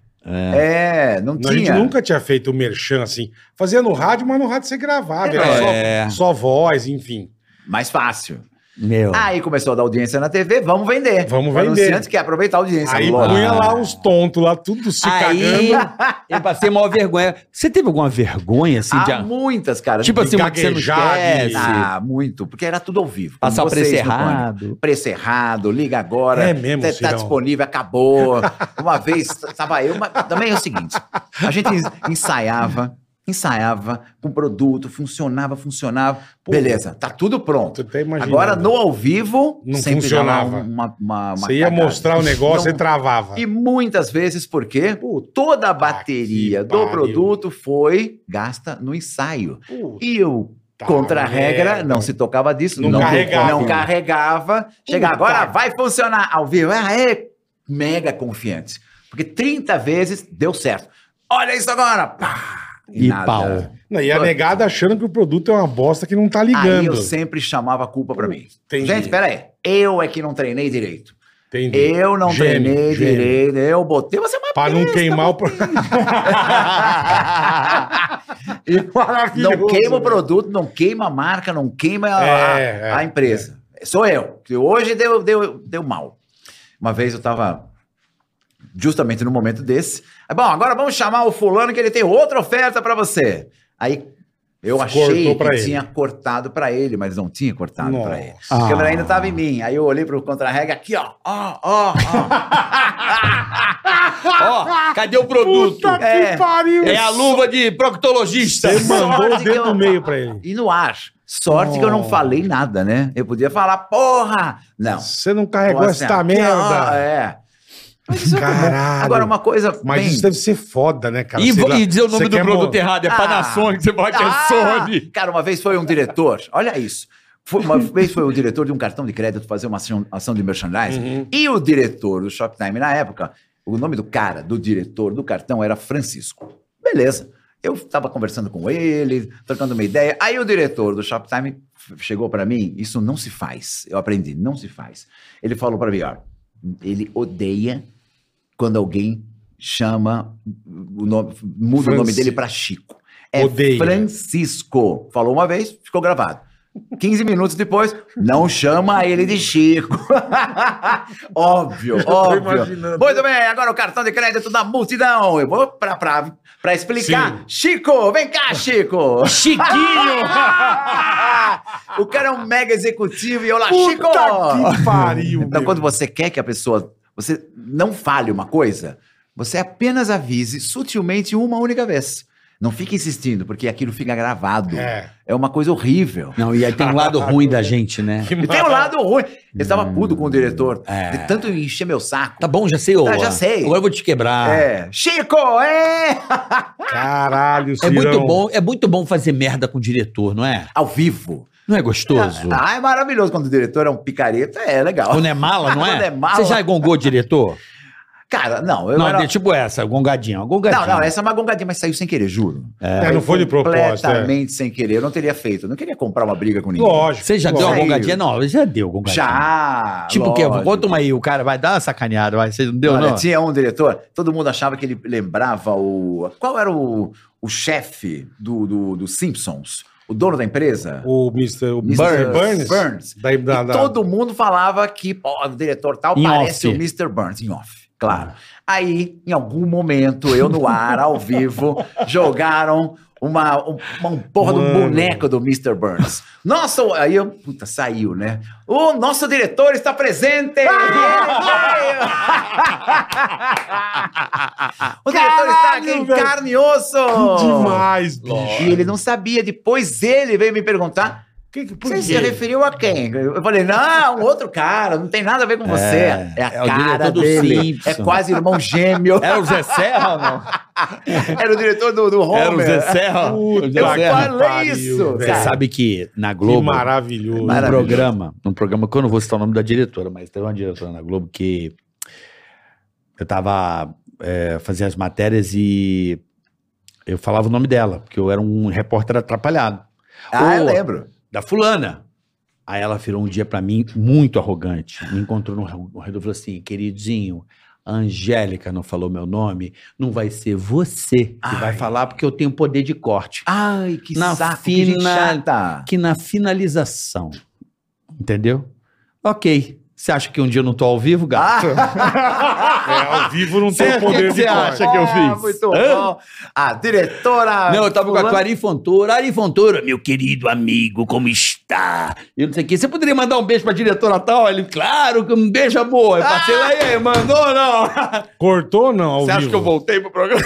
A: É, não
C: A gente
A: tinha.
C: nunca tinha feito o merchan assim. Fazia no rádio, mas no rádio você gravava. Era
D: É.
C: só, só voz, enfim.
A: Mais fácil.
D: Meu.
A: Aí começou a dar audiência na TV, vamos vender.
C: Vamos
A: O
C: vender.
A: anunciante quer aproveitar a audiência.
C: Aí
A: lógico. tipo
C: punha lá os tontos, lá tudo se
D: Aí
C: cagando.
D: eu passei maior vergonha. Você teve alguma vergonha, assim, de...
A: Há muitas, cara.
D: Tipo
C: de
D: assim, uma que você não
C: gaguejar, de-
D: esquece.
A: Ah, muito. Porque era tudo ao vivo. como
D: Passar o
A: vocês
D: preço
A: no Pânico.
D: errado.
A: Preço errado, liga agora.
C: É mesmo,
A: tá, tá
C: Cirão.
A: disponível, acabou. Uma vez t- tava eu, mas também é o seguinte: a gente en- ensaiava, ensaiava com produto, funcionava, funcionava.
C: Pô,
A: Beleza, tá tudo pronto.
C: Tu tá imaginando.
A: Agora, no ao vivo,
C: Não
A: sempre dá lá
C: funcionava.
A: Uma, uma, uma
C: Você ia
A: cagada.
C: mostrar o negócio, você
A: Não-
C: travava.
A: E muitas vezes, por quê?
C: Puta
A: Toda a bateria
C: que
A: do
C: Ah, pariu.
A: produto foi gasta no ensaio.
C: Puta é.
A: E o Contra a regra,
C: merda.
A: não se tocava disso.
C: Tá, Não carregava. Então,
A: Não carregava. Chega
C: Puta.
A: agora, vai funcionar ao vivo. Ah, é mega confiante. Porque 30 vezes deu certo. Olha isso agora! Pá!
D: E pau.
C: Não, e a negada achando que o produto é uma bosta que não tá
A: Aí
C: ligando.
A: eu sempre chamava a culpa pra mim.
C: Entendi.
A: Gente, peraí. Eu é que não treinei direito.
C: Entendi.
A: Eu não
C: Gênio,
A: treinei
C: gênio. um
A: direito. Eu botei você é uma
C: Pra não
A: besta,
C: queimar o pro-
A: Não
C: Maravilhoso,
A: queima o
C: né?
A: produto, não queima a marca, não queima a-
C: É,
A: a, a
C: é,
A: empresa. Sou eu. que Hoje deu, deu, deu mal. Uma vez eu estava justamente no momento desse. Aí, Bom, agora vamos chamar o fulano que ele tem outra oferta para você. Aí eu achei
C: Cortou
A: que
C: pra ele.
A: tinha cortado para ele, mas não tinha cortado
C: Nossa. Ah.
A: para ele. A câmera ainda estava em mim. Aí eu olhei pro contra-rega aqui, ó. Ó, ó,
D: Ó, cadê o produto?
C: Puta
A: É.
C: que pariu!
D: É a luva de proctologista.
C: Você mandou o
A: Sorte que
C: dedo
A: eu-
C: no meio pra ele.
A: E no ar. Sorte que eu não
C: Nossa.
A: falei nada, né? Eu podia falar, porra! Não.
C: Você não carregou
A: Nossa,
C: esta
A: que- ah,
C: É, merda.
A: É. Mas isso é muito bom.
C: Caralho.
A: Agora, uma coisa.
C: Mas
A: bem-
C: isso é deve ser foda, né, cara?
D: e,
C: Sei
D: vo-
C: lá,
D: e dizer o
C: você
D: nome do
C: quer
D: produto
C: mo-
D: errado. É Panasonic, você vai que é
A: Ah!
D: Sony.
A: Cara, uma vez foi um diretor, olha isso. Foi- uma vez foi o diretor de um cartão de crédito fazer uma ação, ação de merchandising.
C: Uhum.
A: E o diretor do Shoptime na época, o nome do cara, do diretor do cartão era Francisco. Beleza. Eu estava conversando com ele, trocando uma ideia. Aí o diretor do Shoptime f- chegou para mim, isso não se faz. Eu aprendi, não se faz. Ele falou para mim, ó, ele odeia quando alguém chama o nome, muda o nome
C: Franci-
A: dele para Chico. É
C: Odeia.
A: Francisco. Falou uma vez, ficou gravado. 15 minutos depois, não chama ele de Chico. óbvio, óbvio.
C: imaginando.
A: Muito bem, agora o cartão de crédito da multidão. Eu vou pra, pra, pra explicar. Chico, vem cá, Chico.
D: Chiquinho!
A: o cara é um mega executivo e eu lá,
C: Puta
A: Chico.
C: que pariu,
A: Então,
C: meu.
A: quando você quer que a pessoa você não fale uma coisa, você apenas avise sutilmente uma única vez. Não fique insistindo, porque aquilo fica gravado. É,
C: É.
A: uma coisa horrível.
D: Não, e aí tem um lado ruim da gente, né?
C: Que
A: E tem um lado ruim. Eu
C: Hum.
A: estava puto com o diretor.
D: é.
A: De tanto encher meu saco.
D: Tá bom, já sei, ô.
A: Tá, já sei.
D: Agora eu vou te quebrar. É.
A: É. Chico, é!
C: Caralho, Cirão.
D: muito bom, é muito bom fazer merda com o diretor, não é?
A: Ao vivo.
D: Não é gostoso?
A: Ah, é maravilhoso. Quando o diretor é um picareta, é legal.
D: Quando é mala, não é?
A: Quando é mala.
D: Você já gongou o diretor?
A: Cara, não. Eu
D: Não,
A: era-
D: de- tipo essa, gongadinha, gongadinha.
A: não, não, essa é uma gongadinha, mas saiu sem querer, juro.
C: É, não foi de propósito. é.
A: Completamente sem querer. Eu não teria feito. Eu não queria comprar uma briga com ninguém.
C: Lógico.
D: Você já deu um-
C: lógico.
D: a gongadinha? Não, já deu gongadinha.
A: Já.
D: Tipo o quê?
A: lógico.
D: Conta uma aí, o cara vai dar uma sacaneada, vai. Você não deu,
A: Olha,
D: não?
A: tinha um diretor, todo mundo achava que ele lembrava o. Qual era o, o chefe do, do, do Simpsons? O dono da empresa?
C: O Mr. o
A: Mr.
C: Mr. Burns.
A: Burns.
C: Da, da,
A: E
C: da-
A: todo mundo falava que pô, o diretor tal
D: Em
A: parece
D: off.
A: o Mr. Burns, em off, claro. Aí, em algum momento, eu no ar, ao vivo, jogaram uma, um- uma um porra do
C: Mano.
A: boneco do Mr. Burns. Nossa, o- aí eu, puta, saiu, né? O nosso diretor está presente!
C: Ah!
A: é o diretor está aqui em
C: Caralho, velho.
A: carne e osso!
C: Demais, bicho.
A: E ele não sabia, depois ele veio me perguntar
C: Que, que, por
A: você se
C: quê?
A: referiu a quem? Eu falei, não, um outro cara, não tem nada a ver com você. É a
D: é o
A: cara
D: diretor do
A: dele.
D: Simpson. É,
A: É quase irmão gêmeo.
D: Era o Zé Serra ou não?
A: Era o diretor do, do Homer.
D: Era o Zé Serra?
C: Puta
D: O Zé
A: Eu
C: Zé
D: Serra.
A: falei
C: pariu,
A: isso.
C: velho.
D: Você
A: cara.
D: sabe que na
C: Que
D: Globo,
C: maravilhoso.
D: num
A: Maravilhoso.
D: programa, num programa que eu não vou citar o nome da diretora, mas teve uma diretora na Globo que eu tava é, fazendo as matérias e eu falava o nome dela, porque eu era um repórter atrapalhado.
A: Ah, eu
D: Ô,
A: lembro.
D: da fulana. Aí ela virou um dia pra mim muito arrogante. Me encontrou no redor e falou assim: queridinho, a Angélica não falou meu nome, não vai ser você que
A: Ai.
D: vai falar porque eu tenho poder de corte.
A: Ai, que
D: Na
A: saco, que gente
D: fina-
A: chata.
D: Que na finalização. Entendeu? Ok. Você acha que um dia eu não tô ao vivo, gato?
C: É, ao vivo não tem
D: Cê-
C: o poder
D: que
C: de corte.
D: cê acha? que eu
A: Ah,
D: fiz?
A: muito
D: Hã?
A: bom. A diretora...
D: Não, eu tava com a
A: fulana-
D: Clarim Fontoura. Ari Fontoura, meu querido amigo, como está? Eu não sei o quê. Você poderia mandar um beijo pra diretora tal? Ele, claro, que um beijo, amor. Eu passei lá e aí, mandou ou não?
C: Cortou ou não? Ao
D: Você
C: vivo?
D: acha que eu voltei pro programa?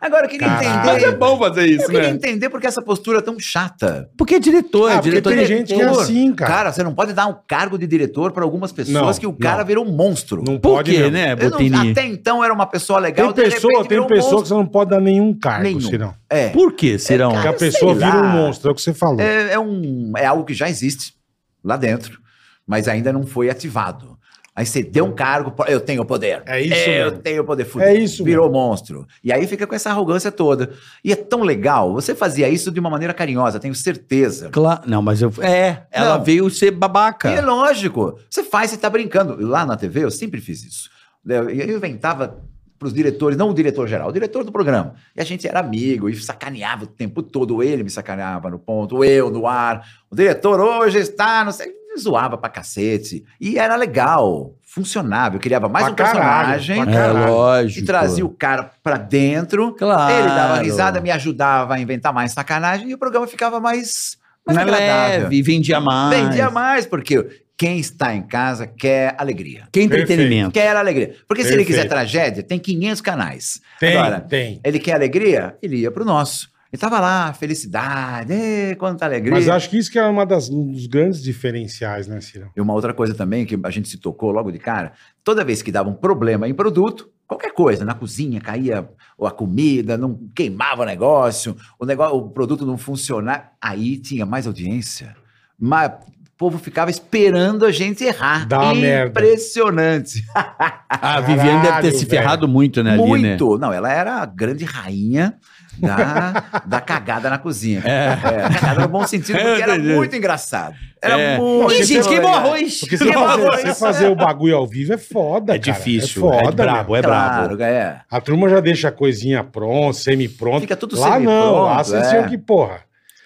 A: Agora eu queria
C: Caralho.
D: Mas é
A: entender...
D: bom fazer
A: Eu
D: isso,
A: queria
D: né?
A: entender por que essa postura tão chata.
D: Porque é diretor,
C: Ah,
D: é
C: porque
D: diretor.
C: tem
D: é
C: gente que é
D: diretor.
C: assim, cara.
A: Cara, você não pode dar um cargo de diretor pra algumas pessoas
C: Não,
A: que o
C: não.
A: cara virou um monstro.
C: Não
D: Por
C: pode,
D: quê,
C: mesmo.
D: né,
A: Eu não-
D: Botini?
A: até então era uma pessoa legal.
C: Tem
A: de repente
C: pessoa,
A: virou
C: tem
A: um
C: pessoa É que
A: monstro.
C: você não pode dar nenhum cargo,
A: Nenhum.
C: senão.
A: É.
D: Por que, Serão?
C: Porque
A: cara,
C: a pessoa
A: sei
C: vira um
A: lá.
C: monstro, é o que você falou.
A: É, é um, é algo que já existe lá dentro, mas ainda não foi ativado. Aí você deu um cargo, pô, eu tenho poder.
C: É isso
A: Eu
C: mesmo.
A: tenho poder. Fudeu,
C: É isso
A: Virou monstro. E aí fica com essa arrogância toda. E é tão legal. Você fazia isso de uma maneira carinhosa, tenho certeza.
D: Cla- Não, mas eu. É, ela
A: Não.
D: veio ser
A: E é
D: babaca.
A: lógico. Você faz, você tá brincando. Lá na TV eu sempre fiz isso. É, Eu eu inventava para os diretores, não o diretor geral, o diretor do programa. E a gente era amigo e sacaneava o tempo todo. Ele me sacaneava no ponto, eu no ar. O diretor hoje está, não sei, me zoava pra cacete. E era legal, funcionava. Eu criava mais
C: Pra
A: um
C: caralho,
A: personagem
C: pra caralho.
D: É, lógico.
A: e trazia o cara pra dentro.
D: Claro.
A: Ele dava risada, me ajudava a inventar mais sacanagem e o programa ficava mais, mais
D: mais
A: é agradável.
D: é leve, vendia mais.
A: Vendia mais, porque quem está em casa quer alegria.
D: Que entretenimento.
A: Quer alegria. Porque se ele
C: Perfeito.
A: quiser tragédia, tem 500 canais.
C: tem,
A: Agora,
C: tem.
A: ele quer alegria, ele ia pro nosso. Ele tava lá, felicidade, ê, quanta alegria.
C: Mas acho que isso que é uma das, um dos grandes diferenciais, né, Cirão?
A: E uma outra coisa também que a gente se tocou logo de cara, toda vez que dava um problema em produto, qualquer coisa, na cozinha caía a comida, não queimava o negócio, o negócio, o produto não funcionava, aí tinha mais audiência. Mas o povo ficava esperando a gente errar.
C: Dá uma merda.
A: Impressionante.
D: Ah, A Viviane deve ter
C: Caralho,
D: se
C: velho.
D: ferrado muito, né, ali, né?
A: Muito. Não, ela era a grande rainha da, da cagada na cozinha. É, cagada no bom sentido, porque era
D: Entendi.
A: muito engraçado. Era
D: É.
A: muito
D: Ih, gente, queimou
A: legal.
D: arroz!
C: Porque você
A: Queimou
C: fazer,
A: arroz.
C: você fazer o bagulho ao vivo é foda,
D: É
C: cara.
D: difícil,
C: É
D: é
C: foda,
D: brabo,
C: meu.
D: é brabo.
A: Claro, é.
C: A turma já deixa a coisinha pronta, semi-pronta.
A: Fica tudo
C: Lá não,
A: semi-pronto,
C: lá vocês
A: é.
C: tinham que, porra,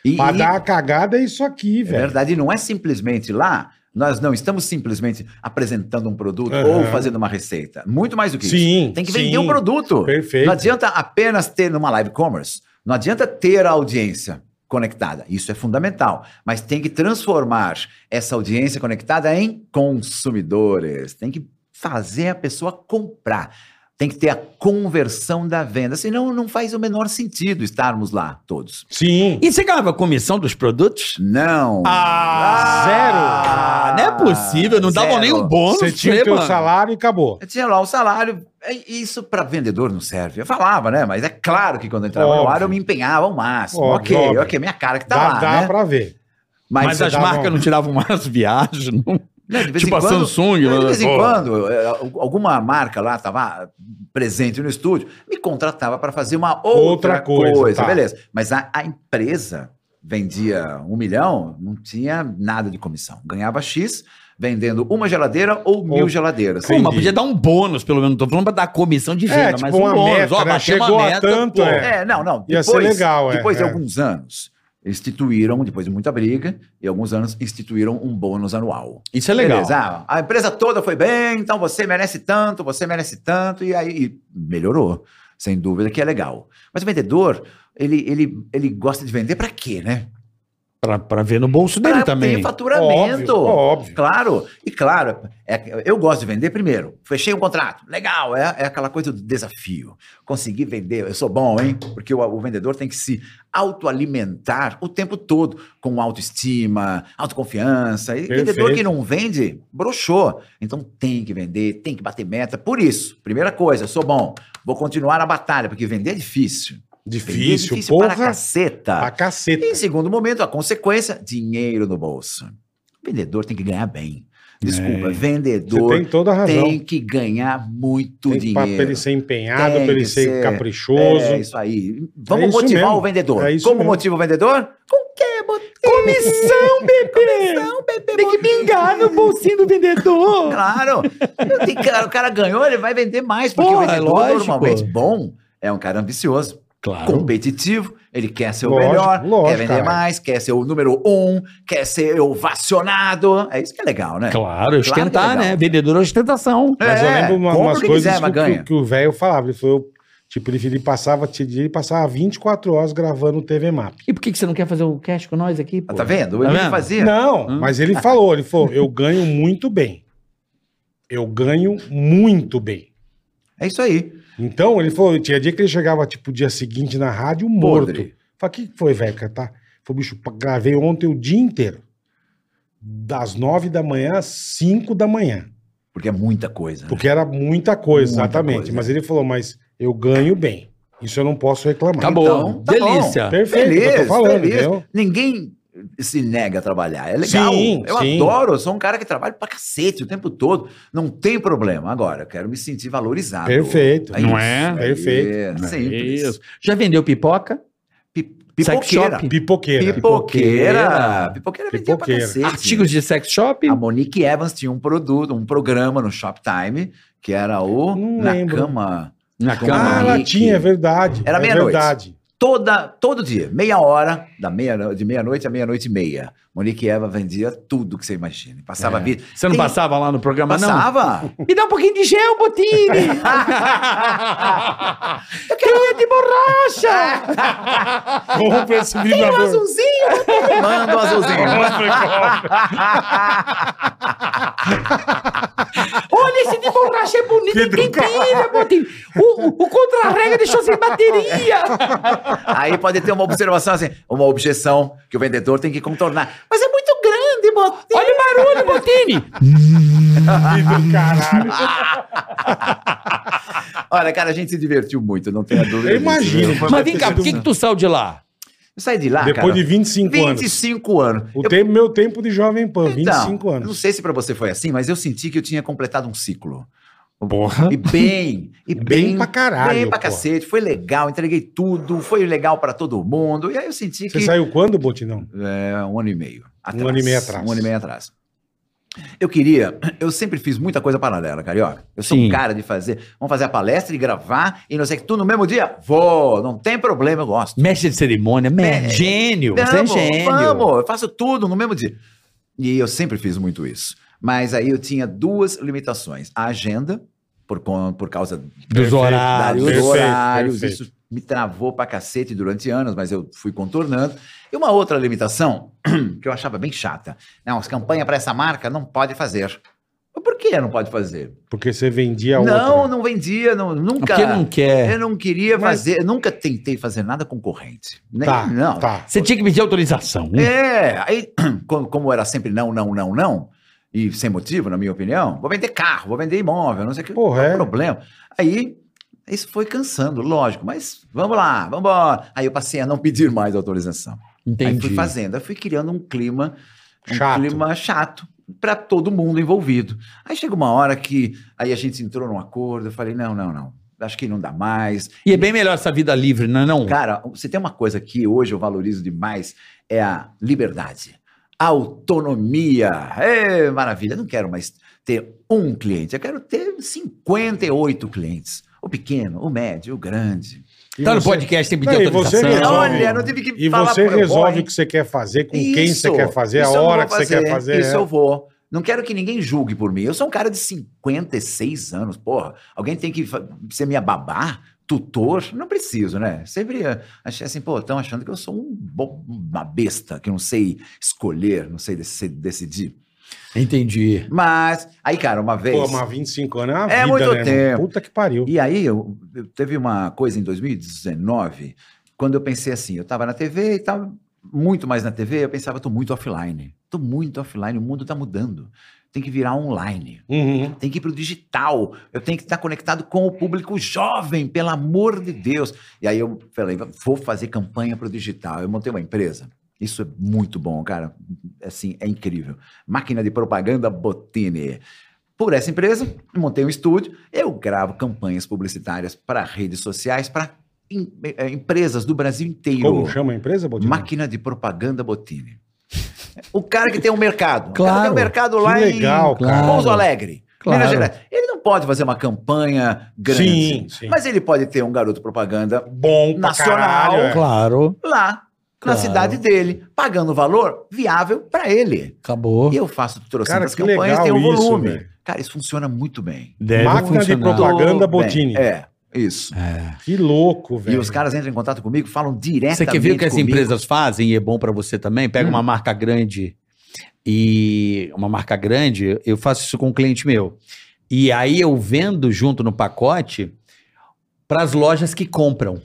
A: E,
C: pra
A: e-
C: dar a cagada é isso aqui,
A: é
C: velho.
A: verdade, não é simplesmente lá, nós não estamos simplesmente apresentando um produto
C: Aham.
A: ou fazendo uma receita. Muito mais do que isso.
C: Sim,
A: Tem que
C: sim.
A: vender um produto.
C: Perfeito.
A: Não adianta apenas ter numa live commerce, não adianta ter a audiência conectada. Isso é fundamental, mas tem que transformar essa audiência conectada em consumidores. Tem que fazer a pessoa comprar. Tem que ter a conversão da venda, senão não faz o menor sentido estarmos lá todos.
C: Sim.
D: E você ganhava comissão dos produtos?
A: Não.
D: Ah,
A: Ah,
D: não é possível, não davam
A: zero.
D: nem um bônus.
C: Você tinha
D: né,
C: o teu
D: mano?
C: salário e acabou.
A: Eu tinha lá o salário. é, Isso para vendedor não serve. Eu falava, né? Mas é claro que quando eu entrava no
C: Óbvio.
A: ar eu me empenhava ao máximo.
C: Óbvio,
A: ok,
C: óbvio.
A: ok, minha cara que tá
C: dá
A: lá,
C: dá
A: né?
C: pra ver.
D: Mas,
A: Mas,
C: você
D: as
C: dava
D: marcas
C: um-
D: não tiravam mais viagem, não.
A: Né, de vez
E: Tipo
A: em
E: a
A: quando,
E: Samsung,
A: né, De
E: né,
A: vez em
E: porra.
A: quando, é, al- alguma marca lá estava presente no estúdio, me contratava para fazer uma outra,
C: Outra coisa,
A: coisa.
C: tá.
A: Beleza. Mas a, a empresa vendia um milhão, não tinha nada de comissão. Ganhava X vendendo uma geladeira ou mil
C: Ou-
A: geladeiras.
C: Sim.
D: Pô, mas
C: Entendi.
D: podia dar um bônus, pelo menos. Não tô falando pra dar comissão de venda,
C: tipo
D: mas um
C: uma
D: bônus.
C: meta,
D: Ó,
C: né?
D: bateu
C: Chegou
D: uma
C: a
D: meta,
C: tanto,
D: pô.
C: é.
A: É, não, não.
C: Ia ser legal, é,
A: Depois de
C: é.
A: alguns anos, instituíram, depois de muita briga, e alguns anos, instituíram um bônus anual.
D: Isso é
A: Beleza, ah, a empresa toda foi bem, então você merece tanto, você merece tanto, e aí e melhorou. Sem dúvida que é legal. Mas o vendedor, ele, ele, ele gosta de vender pra quê, né?
D: Pra, pra ver no bolso dele
A: Pra
D: também.
A: ter faturamento.
C: Óbvio, óbvio.
A: Claro, e claro, é- eu gosto de vender primeiro. Fechei um contrato, legal, é, é aquela coisa do desafio. Consegui vender, eu sou bom, hein? Porque o, o vendedor tem que se autoalimentar o tempo todo, com autoestima, autoconfiança. E
C: Perfeito.
A: vendedor que não vende, broxou. Então tem que vender, tem que bater meta. Por isso, primeira coisa, eu sou bom, vou continuar na batalha, porque vender é difícil. Vender é
C: Difícil, porra.
A: para caceta.
C: Pra caceta.
A: Em segundo momento, a consequência, dinheiro no bolso. O vendedor tem que ganhar bem. Desculpa,
C: É. Você
A: vendedor
C: tem
A: tem,
C: toda a razão. Tem,
A: que ganhar muito
C: que- pra, pra
A: dinheiro.
C: ele ser empenhado,
A: Tem
C: pra ele
A: que
C: ser,
A: ser-
C: caprichoso.
A: É isso aí. Vamos
C: É isso
A: motivar
C: mesmo.
A: o vendedor.
C: É isso
A: Como
C: mesmo.
A: motiva o vendedor? Com que motivo? Comissão, bebê! Comissão, bebê!
D: Tem que pingar no bolsinho do vendedor.
A: Claro! Tem cara- o cara ganhou, ele vai vender mais, porque
C: é
D: Porra,
A: o vendedor
D: lógico.
A: normalmente bom é um cara ambicioso.
D: Claro.
A: competitivo, ele quer ser o
C: Lógico,
A: melhor,
C: lógico,
A: quer vender
C: cara.
A: mais, quer ser o número um, quer ser ovacionado. É isso que é legal, né?
D: Claro, ostentar,
A: Claro que é legal.
D: né? Vendedor é ostentação.
C: Mas eu lembro uma,
A: compra
C: umas
A: o que
C: coisas
A: quiser, mas
C: que, É, o-
A: ganha.
C: que o velho falava. Ele falou, tipo, ele, ele passava, tinha dia, ele passava 24 horas gravando o TV Map.
D: E por que, que você não quer fazer o cash com nós aqui?
A: Ah,
D: Pô?
A: Tá vendo? O
D: Tá
A: Emílio
D: vendo?
A: fazia.
C: Não,
D: Hum.
C: É. mas ele falou, ele falou, eu ganho muito bem. Eu ganho muito bem.
A: É isso aí.
C: Então, ele falou, tinha dia que ele chegava, tipo, dia seguinte na rádio, morto.
A: Podre.
C: Falei, o que que foi, velho? cara, Tá? Falei, bicho, pa- gravei ontem o dia inteiro. Das nove da manhã às cinco da manhã.
A: Porque é muita coisa. né?
C: Porque era muita coisa,
A: Muita
C: exatamente.
A: coisa.
C: Mas ele falou, mas eu ganho bem. Isso eu não posso reclamar.
D: Tá bom.
A: Então, tá
D: Delícia.
C: Perfeito, é o que eu tô
A: Feliz,
C: falando,
A: feliz.
C: entendeu?
A: Ninguém se nega a trabalhar. É legal.
C: Sim,
A: eu
C: sim.
A: adoro. Eu sou um cara que trabalha pra cacete o tempo todo. Não tem problema. Agora, eu quero me sentir valorizado.
C: Perfeito.
E: Não é?
A: Ah, aí.
C: Perfeito.
A: É simples.
E: Isso.
D: Já vendeu pipoca?
A: Pi-
D: Sex
A: Pipoqueira.
D: shop.
C: Pipoqueira.
A: Pipoqueira. Pipoqueira é vendia pra
C: Pipoqueira.
A: cacete.
D: Artigos de sex shop?
A: A Monique Evans tinha um produto, um programa no Shoptime, que era o
C: Não
A: Na
C: lembro.
A: Cama.
D: Na
C: Ah,
A: Monique.
C: ela tinha, é verdade.
A: Era
C: é
A: meia-noite.
C: verdade.
A: Toda, todo dia, meia hora, da meia, de meia-noite a meia-noite e meia. Monique Evans vendia tudo que você imagina. Passava vida.
D: Você não
A: Tem-
D: passava lá no programa,
A: Passava?
D: não? Me dá um pouquinho de gel, Botini! Eu quero unha de borracha!
E: Vamos pra esse
A: um
E: vibrador.
A: Manda um azulzinho.
D: Olha, esse
A: tipo
D: de borracha é bonito, ninguém tira, Botini! O, o, o contra-regra deixou sem bateria!
A: Aí pode ter uma observação assim, uma objeção que o vendedor tem que contornar. Mas é muito grande, Monique.
D: Olha o barulho, Botini!
C: um Do caralho.
A: Olha, cara, a gente se divertiu muito, não tenha dúvida.
C: Eu
A: disso,
C: imagino.
A: viu?
D: Mas vem cá, por que, que tu saiu de lá?
A: Eu saí de lá,
C: Depois
A: cara,
C: de 25 anos.
A: 25 anos.
C: O
A: Eu Então,
C: tempo, meu tempo de jovem pan, 25
A: Não
C: anos.
A: sei se pra você foi assim, mas eu senti que eu tinha completado um ciclo.
E: Porra.
A: E bem, e
C: Bem
A: bem,
C: pra caralho,
A: Bem pra
C: porra.
A: cacete, foi legal, entreguei tudo, foi legal pra todo mundo. E aí eu senti
C: Você
A: que
C: saiu quando, Botinão?
A: é, um ano e meio atrás.
C: ano e meio atrás.
A: Um ano e meio atrás. Eu queria, eu sempre fiz muita coisa paralela, carioca. Eu sou
D: Sim.
A: um cara de fazer, vamos fazer a palestra e gravar e não sei o que tu no mesmo dia. Vou, não tem problema, eu gosto.
D: Mestre de cerimônia, me...
A: É.
D: gênio, você é
A: Vamos,
D: gênio.
A: vamos, eu faço tudo no mesmo dia. E eu sempre fiz muito isso. Mas aí eu tinha duas limitações. A agenda, por, con- por causa
D: Dos
A: da- dos
D: horários.
C: Ah, perfeito,
A: horários,
C: perfeito.
A: isso me travou pra cacete durante anos, mas eu fui contornando. E uma outra limitação, que eu achava bem chata. Não, as campanhas pra essa marca não pode fazer. Mas Por que não pode fazer?
C: Porque você vendia É outra.
A: Não, não vendia, não, nunca.
D: Porque não quer.
A: Eu não queria
C: Mas-
A: fazer, nunca tentei fazer nada concorrente. Nem,
C: Tá,
A: não,
C: tá.
D: Você tinha que pedir autorização.
C: Hum.
A: é, aí, como, como era sempre não, não, não, não, e sem motivo, na minha opinião, vou vender carro, vou vender imóvel, não sei o que.
C: Porra,
A: qual
C: é?
A: o problema. Aí, isso foi cansando, lógico, mas vamos lá, vamos embora. Aí eu passei a não pedir mais autorização. Aí
D: Entendi.
A: fui fazendo, aí fui criando um clima, um
C: Chato.
A: clima chato. para todo mundo envolvido. Aí chega uma hora que aí a gente entrou num acordo, eu falei, não, não, não, acho que não dá mais.
D: E é bem melhor essa vida livre, não é não?
A: Cara, você tem uma coisa que hoje eu valorizo demais, é a liberdade, autonomia. É maravilha, eu não quero mais ter um cliente, eu quero ter 58 clientes. O pequeno, o médio, o grande.
C: E
D: tá no
C: você-
D: podcast, tem que
C: Não,
D: ter
C: e você
D: autorização.
C: resolve.
A: Olha, não tive que
C: E
A: falar
C: você
A: pô, eu
C: resolve
A: vou,
C: o que você quer fazer, com quem
A: Isso,
C: você quer fazer, a
A: isso eu
C: hora que
A: vou
C: você quer fazer.
A: Isso
C: é.
A: eu vou. Não quero que ninguém julgue por mim. Eu sou um cara de 56 anos, porra. Alguém tem que fa- ser minha babá, tutor. Não preciso, né? Sempre eh, achei assim, pô, estão achando que eu sou um bo- uma besta, que eu não sei escolher, não sei dec- decidir.
D: Entendi.
A: Mas, aí, cara, uma vez.
C: Pô, mas 25 anos é uma
A: É
C: vida,
A: muito
C: né?
A: tempo.
C: Puta que pariu.
A: E aí, eu, eu- teve uma coisa em 2019, quando eu pensei assim, eu estava na TV e tal, muito mais na TV, eu pensava, tô muito offline, tô muito offline, o mundo tá mudando, tem que virar online.
C: Uhum.
A: Tem que ir para o digital. Eu tenho que estar conectado com o público jovem, pelo amor de Deus. E aí eu falei, vou fazer campanha para o digital. Eu montei uma empresa. Isso é muito bom, cara. Assim, é incrível. Máquina de propaganda Botini. Por essa empresa, eu montei um estúdio. Eu gravo campanhas publicitárias para redes sociais, para em- eh, empresas do Brasil inteiro.
C: Como chama a empresa, Bodinho?
A: Máquina de propaganda Botini. O cara que tem um mercado. O cara
D: Claro,
A: tem um mercado
C: que
A: lá
C: legal,
A: em
D: cara.
A: Pouso Alegre.
D: Claro.
A: Minas Gerais. Ele não pode fazer uma campanha grande.
C: Sim, sim.
A: Mas ele pode ter um garoto propaganda
C: Bom pra
A: Nacional,
C: caralho, é.
D: Claro,
A: lá, na
D: Claro.
A: cidade dele, pagando valor viável para ele.
D: acabou.
A: E eu faço
C: Cara,
A: trocentas
C: que
A: campanhas,
C: legal
A: tem um
C: isso,
A: volume.
C: velho.
A: cara, isso funciona muito bem.
D: Deve
C: Máquina de
D: funcionar.
C: propaganda.
A: Tudo
C: Bottini.
A: bem. É, isso.
D: É.
C: Que louco,
A: E
C: velho.
A: os caras entram em contato comigo, falam
D: Você
A: diretamente
D: quer ver o que as
A: comigo.
D: empresas fazem e é bom pra você também? Pega
A: Hum.
D: uma marca grande e uma marca grande, eu faço isso com um cliente meu. E aí eu vendo junto no pacote para as lojas que compram.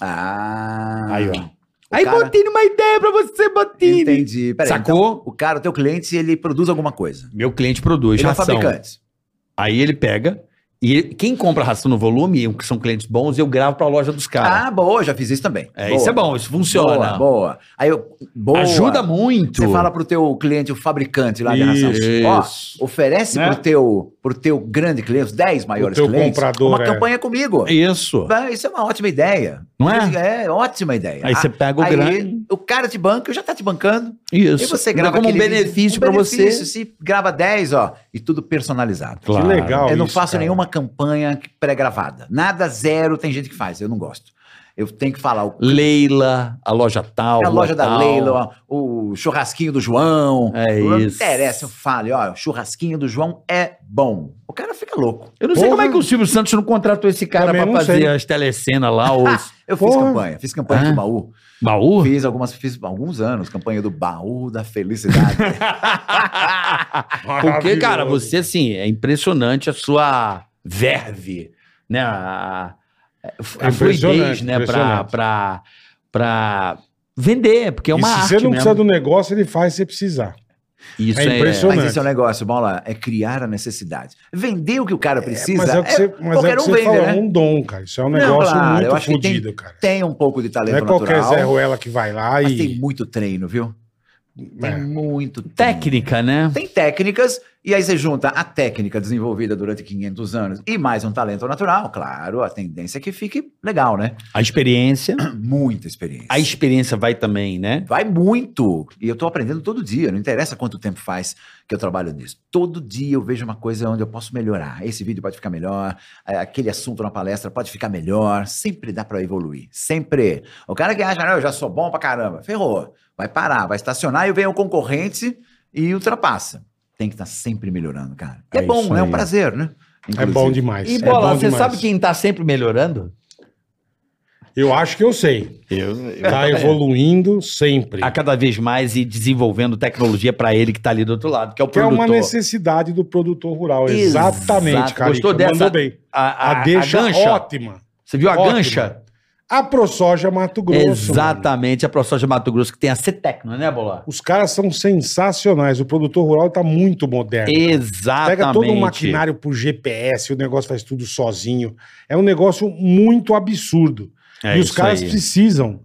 A: Ah,
C: Aí, ó.
A: O
D: aí
A: cara-
D: Botini, uma ideia pra você, Botini.
A: Entendi. Peraí,
D: Sacou?
A: então, o cara, o teu cliente, ele produz alguma coisa.
D: Meu cliente produz
A: Ele é um
D: ração.
A: fabricante.
D: Aí ele pega e ele- quem compra ração no volume, que são clientes bons, eu gravo pra loja dos caras.
A: Ah, boa, já fiz isso também.
D: é,
A: Boa.
D: isso é bom, isso funciona.
A: Boa, boa. Aí eu, boa.
D: Ajuda muito.
A: Você fala pro teu cliente, o fabricante lá de ração.
D: assim,
A: Ó,
D: Isso.
A: oferece
C: Né?
A: pro, teu, pro teu grande cliente, os 10 maiores
C: teu
A: clientes,
C: comprador,
A: uma
C: é.
A: campanha comigo.
D: Isso.
A: Vai, Isso é uma ótima ideia.
D: Não é?
A: É, ótima ideia.
D: Aí você pega o
A: aí
D: grande.
A: o cara te banca, já tá te bancando.
D: Isso.
A: E você
D: Dá
A: grava
D: como um
A: aquele vídeo,
D: benefício
A: um
D: pra você.
A: benefício, Se grava 10, ó, e tudo personalizado.
D: Claro.
C: Que legal
A: eu não
C: isso,
A: faço
C: cara.
A: nenhuma campanha pré-gravada. Nada zero, tem gente que faz, eu não gosto. Eu tenho que falar o
D: Leila, a loja tal.
A: a loja da
D: tal.
A: Leila, o churrasquinho do João.
D: É
A: não
D: isso.
A: interessa, eu falo, ó, o churrasquinho do João é bom. O cara fica louco.
D: Eu não sei
C: Porra.
D: como é que o Silvio Santos não contratou esse cara
C: Também
D: pra
C: não
D: fazer
C: sei.
D: as telecenas lá, os
A: Eu fiz
C: Porra. É?
A: campanha, fiz campanha
D: Ah.
A: do baú.
D: baú.
A: Fiz algumas, fiz alguns anos, campanha do baú da felicidade.
C: É
D: Porque, cara,
C: Maravilhoso.
D: você, assim, é impressionante a sua verve, né? A, a
C: É
D: fluidez,
C: impressionante,
D: né? Pra,
C: impressionante.
D: pra, pra vender, porque é uma
C: e se
D: arte
C: você não precisa
D: mesmo.
C: do negócio, ele faz se precisar.
D: Isso
C: é
D: é,
C: impressionante.
A: Mas esse é o negócio, Bola, é criar a necessidade. Vender o que o cara precisa.
C: mas é o que
A: é-
C: você, mas é o
A: qualquer
C: que
A: um
C: você
A: vende,
C: falou,
A: né?
C: é um dom, cara. Isso é um
A: Não,
C: negócio
A: claro, eu
C: muito
A: acho que tem-
C: fodido, cara.
A: Tem um pouco de
C: Não é
A: talento
C: qualquer
A: natural.
C: Zé Ruela que vai lá
A: mas tem
C: e...
A: muito treino, viu? Tem
C: É.
A: muito treino.
D: técnica, né?
A: Tem técnicas, e aí você junta a técnica desenvolvida durante 500 anos e mais um talento natural, claro, a tendência é que fique legal, né?
D: A experiência.
A: Muita experiência.
D: A experiência vai também, né?
A: Vai muito. E eu tô aprendendo todo dia, não interessa quanto tempo faz que eu trabalho nisso. Todo dia eu vejo uma coisa onde eu posso melhorar. Esse vídeo pode ficar melhor, é, aquele assunto na palestra pode ficar melhor. Sempre dá pra evoluir. Sempre. O cara que acha, não, eu já sou bom pra caramba, ferrou. Vai parar, vai estacionar e vem um concorrente e ultrapassa. Tem que estar sempre melhorando, cara. E é,
D: É
A: bom,
D: isso
A: né? É um
D: aí.
A: prazer, né?
C: É
A: Inclusive.
C: bom demais.
D: E
C: é
D: Bola,
C: bom
D: você
C: demais.
D: sabe quem tá sempre melhorando?
C: Eu acho que eu sei.
D: Eu.
C: Tá evoluindo sempre.
D: A cada vez mais e desenvolvendo tecnologia pra ele que tá ali do outro lado, que é o
C: Que é
D: produtor.
C: uma necessidade do produtor rural.
D: Exato.
C: Exatamente, cara.
D: Gostou dessa?
C: Mandou bem.
D: A,
C: A, deixa
D: gancha.
C: ótima.
D: Você viu a
C: Ótimo.
D: gancha?
C: A ProSoja Mato Grosso. mano.
D: Exatamente, a ProSoja Mato Grosso, que tem a CETECNO, né, Bola?
C: Os caras são sensacionais. O produtor rural tá muito moderno.
D: Exatamente.
C: Pega todo o maquinário por GPS, o negócio faz tudo sozinho. É um negócio muito absurdo.
D: É
C: e os
D: isso
C: caras
D: aí.
C: precisam.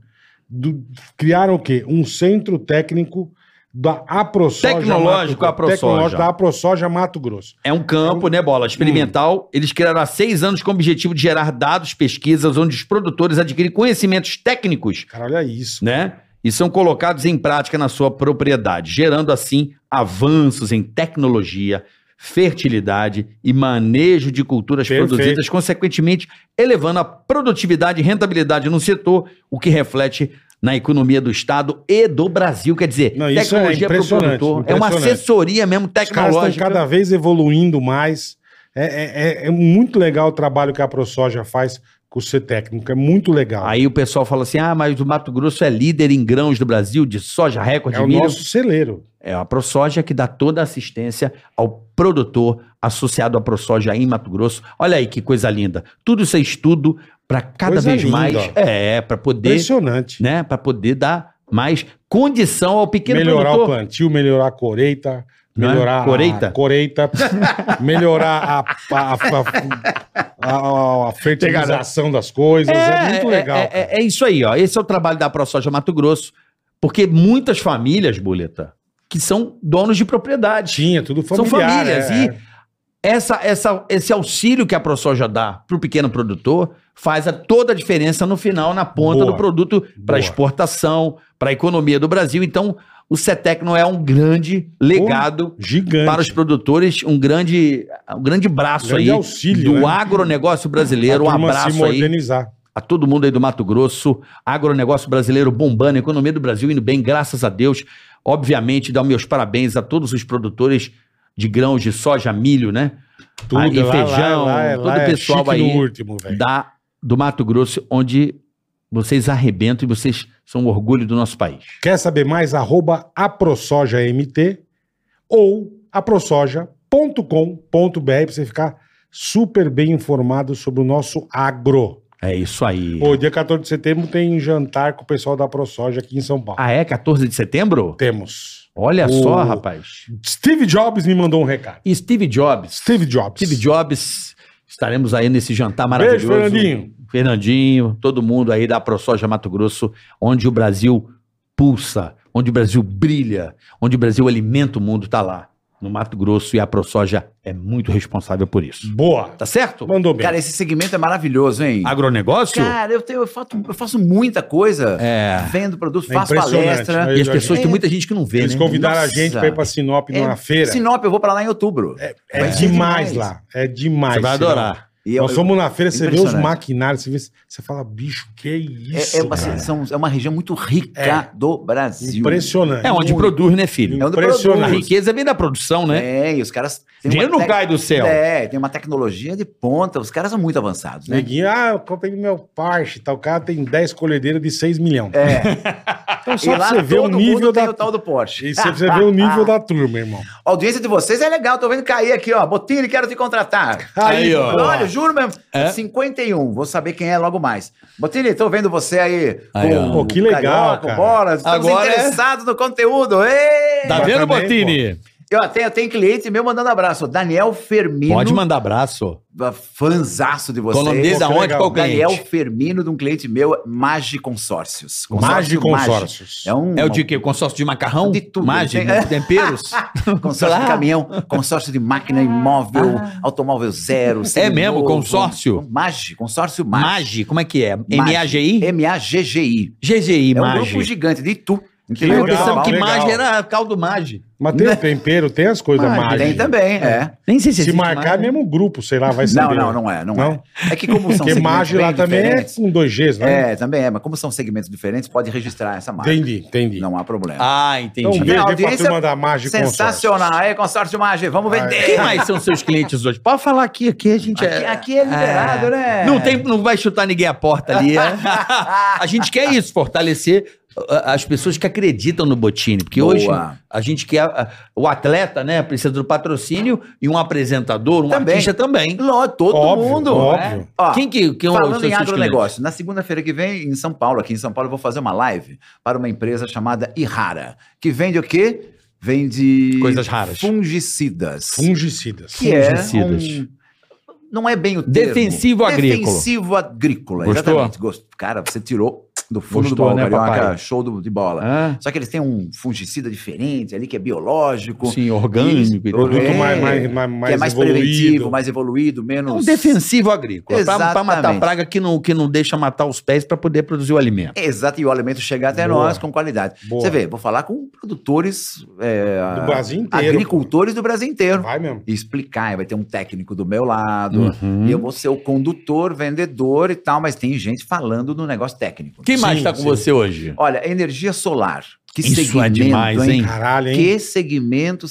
C: do- criaram o quê? Um centro técnico da AproSoja.
D: Tecnológico
C: Mato Grosso.
D: AproSoja.
C: Tecnológico da AproSoja Mato Grosso.
D: É um campo, né,
C: Hum.
D: Bola? Experimental. Eles criaram há seis anos com o objetivo de gerar dados, pesquisas, onde os produtores adquirem conhecimentos técnicos,
C: Cara, olha isso.
D: né? E são colocados em prática na sua propriedade, gerando assim avanços em tecnologia, fertilidade e manejo de culturas
C: Perfeito.
D: produzidas, consequentemente elevando a produtividade e rentabilidade no setor, o que reflete na economia do Estado e do Brasil. Quer dizer,
C: Não, isso é
D: tecnologia para o
C: impressionante,
D: produtor. É uma
C: impressionante.
D: assessoria mesmo
C: Os caras estão
D: tecnológica.
C: cada vez evoluindo mais. É, é- é- é muito legal o trabalho que a AproSoja faz com o ser técnico. É muito legal.
D: Aí o pessoal fala assim: ah, mas o Mato Grosso é líder em grãos do Brasil, de soja, recorde
C: é o
D: de milho.
C: nosso celeiro.
D: É a ProSoja que dá toda a assistência ao produtor associado à ProSoja em Mato Grosso. Olha aí que coisa linda. Tudo isso é estudo para cada
C: Coisa
D: vez
C: linda,
D: mais.
C: ó.
D: É, para poder,
C: Impressionante.
D: né, para poder dar mais condição ao pequeno
C: melhorar o
D: produtor.
C: plantio, melhorar a coreita,
D: Não é?
C: melhorar a-
D: Coreita?
C: a coreita, melhorar a, a, a- a- a- a fertilização das coisas. É, muito legal.
D: É,
C: cara.
D: é- é isso aí, ó. Esse é o trabalho da ProSoja Mato Grosso. Porque muitas famílias, Boleta, que são donos de propriedade.
C: Tinha, tudo
D: São
C: familiar.
D: famílias.
C: é,
D: E essa, essa, esse auxílio que a ProSoja dá para o pequeno produtor faz a toda a diferença no final, na ponta
C: Boa.
D: do produto, para
C: Boa.
D: exportação, para a economia do Brasil. Então, o CETECNO é um grande legado
C: Gigante.
D: para os produtores, um grande, um grande braço
C: Grande
D: aí
C: auxílio,
D: do
C: né?
D: agronegócio brasileiro. Um
C: A turma se
D: abraço aí Ah,
C: modernizar.
D: a todo mundo aí do Mato Grosso, agronegócio brasileiro bombando, a economia do Brasil indo bem, graças a Deus. Obviamente, dar meus parabéns a todos os produtores de grãos de soja, milho, né?
C: Tudo,
D: Aí,
C: lá, lá,
D: feijão,
C: lá, é-
D: todo
C: lá
D: o
C: é
D: pessoal
C: chique
D: aí
C: no último, velho.
D: Da, do Mato Grosso, onde vocês arrebentam e vocês são o orgulho do nosso país.
C: Quer saber mais? Arroba aprosojamt ou aprosoja.com.br para você ficar super bem informado sobre o nosso agro.
D: É isso aí.
C: Pô, dia 14 de setembro tem jantar com o pessoal da ProSoja aqui em São Paulo.
D: Ah, é? 14 de setembro?
C: Temos.
D: Olha
C: O-
D: só, rapaz.
C: Steve Jobs me mandou um recado.
D: E Steve Jobs.
C: Steve Jobs.
D: Steve Jobs. Estaremos aí nesse jantar maravilhoso.
C: Beijo, Fernandinho.
D: Fernandinho, todo mundo aí da ProSoja Mato Grosso, onde o Brasil pulsa, onde o Brasil brilha, onde o Brasil alimenta o mundo, tá lá no Mato Grosso e a ProSoja é muito responsável por isso.
C: Boa.
D: Tá certo?
C: Mandou bem.
A: Cara, esse segmento é maravilhoso, hein?
D: Agronegócio?
A: Cara, eu, tenho, eu, faço, eu faço muita coisa.
D: É.
A: Vendo produto,
C: É
A: faço
C: impressionante,
A: palestra.
C: né?
D: E as pessoas,
A: É.
D: tem muita gente que não vê,
C: Eles
D: né?
C: convidaram a
A: Nossa.
C: gente para ir para Sinop numa
A: É,
C: feira.
A: Sinop, eu vou pra lá em outubro.
C: É
A: Vai ser
C: demais, lá. É demais.
D: Você vai
C: Sinop.
D: adorar.
A: E é um eu-
C: Nós fomos na feira, você vê os
A: Impressionante.
C: maquinários, você, vê, você fala, bicho, que isso?
A: É, é uma,
C: cara? É.
A: são- é uma região muito rica do Brasil.
C: Impressionante.
D: É onde produz, né, filho?
A: onde
D: A
A: produz.
C: Impressionante.
D: riqueza vem da produção, né?
A: É, e os caras. têm
D: Dinheiro
A: uma
D: não
A: tec-
D: cai do céu.
A: É, tem uma tecnologia de ponta. Os caras são muito avançados, né?
C: Neguinho, ah, eu comprei meu Porsche, tal. O cara tem 10 colhedeiras de 6 milhões.
A: É,
C: Então só
A: e
C: pra
A: lá
C: você ver o
A: todo
C: nível
A: mundo tem
C: da...
A: o tal do Porsche.
C: E você precisa ver o nível da turma, irmão.
A: A audiência de vocês é legal, tô vendo cair aqui, ó. Botini, quero te contratar.
D: Aí, ó.
A: Olha, Olha, juro mesmo.
D: É?
A: 51, vou saber quem é logo mais. Botini, tô vendo você aí.
D: Aí, ó.
C: Pô, que legal, cara.
A: Bora, estamos
D: Agora é-
A: interessados no conteúdo. Ei!
D: Tá
C: Mas
D: vendo,
C: também,
D: Botini?
A: Eu até eu tenho cliente meu mandando abraço. Daniel Fermino.
D: Pode mandar abraço.
A: Fanzaço de
D: Qual o
A: vocês.
D: nome dele?
C: Pô,
D: Da
C: que
D: onde?
C: legal.
D: Qual o cliente?
A: é um Daniel Fermino, de um cliente meu, Magi Consórcios.
C: Magi
A: Magi.
C: Consórcios.
A: É um
D: É o de quê? Consórcio de macarrão?
A: De tudo. É.
D: Magem,
A: Tem-
D: temperos?
A: consórcio de caminhão, consórcio de máquina imóvel,
C: Ah.
A: automóvel zero.
C: É
A: semi-novo.
D: mesmo? Consórcio?
A: Magi, consórcio Magi.
D: Mage, como é que é?
A: Mage.
D: M-A-G-I?
A: M-A-G-G-I.
D: GGI,
A: É um grupo
D: Mage.
A: gigante de Itu.
C: Que
D: Eu
A: interior de
C: é legal,
A: São Paulo.
D: pensava que
C: legal.
D: Mage era caldo Mage.
C: Mas tem o tempero, tem as coisas
D: Mas
C: mágicas.
A: Tem também, é.
D: Nem sei
C: Se
D: existe
C: marcar,
D: Mage.
C: mesmo grupo, sei lá, vai
A: Não,
C: saber.
A: não, não é, não,
C: Não?
A: é. É que como são
C: Porque Mage lá também é
A: diferentes-
C: com dois Gs, né?
A: É, também é, mas como são segmentos diferentes, pode registrar essa marca.
C: Entendi, entendi.
A: Não há problema.
D: Ah, entendi.
C: Então, beijo
A: Não,
C: aí pra
A: audiência
C: turma da Mage
A: Sensacional. Aí, consórcio Mage, vamos
C: Ah, é.
A: vender.
D: Quem mais são seus clientes hoje? Pode falar aqui, aqui a gente é...
A: Aqui, aqui é liberado, né?
D: Não, tem, não vai chutar ninguém à porta ali. é? a gente quer isso, fortalecer uh, as pessoas que acreditam no Botini. Porque
A: Boa.
D: hoje a gente quer. uh, O atleta, né? Precisa do patrocínio e um apresentador, um
A: Também.
D: artista também.
A: Lógico, todo
C: Óbvio,
A: mundo.
C: óbvio.
A: né? Ó,
D: Quem que, quem é o
A: Falando
D: seu-
A: em
D: seus clientes?
A: agronegócio, na segunda-feira que vem, em São Paulo, aqui em São Paulo, eu vou fazer uma live para uma empresa chamada Irrara, que vende o quê? Vende
D: Coisas raras.
A: fungicidas.
C: Fungicidas.
A: que é
D: fungicidas.
A: um- Não é bem o termo.
D: Defensivo agrícola.
A: Defensivo agrícola,
D: Gostou?
A: exatamente. Gosto. Cara, você tirou do fundo
D: Gostou,
A: do baú,
D: né,
A: carioca,
D: papai?
A: show do- de bola.
D: Hã?
A: Só que eles têm um fungicida diferente ali, que é biológico.
D: Sim, orgânico e tal.
A: Orgânico,
C: Produto
A: É,
C: mais, mais, mais,
A: que é mais
C: evoluído.
A: preventivo, mais evoluído,
D: É um
A: menos.
D: defensivo agrícola. Pra, pra matar a
A: Exatamente.
D: praga que não, que não deixa matar os pés para poder produzir o alimento.
A: Exato, e o alimento chegar até
C: Boa.
A: nós com qualidade.
C: Boa.
A: Você vê, vou falar com produtores, é,
C: Do Brasil inteiro.
A: agricultores do Brasil
C: pô.
A: inteiro.
C: Vai mesmo.
A: E explicar, e vai ter um técnico do meu lado, e eu vou ser o condutor, vendedor e tal, mas tem gente falando no negócio técnico.
D: Quem
C: Sim,
D: mais está com
C: sim.
D: você hoje?
A: Olha, energia solar. Que
D: Isso é
A: segmento,
D: demais,
A: hein?
D: hein?
C: Caralho, hein?
A: Que segmento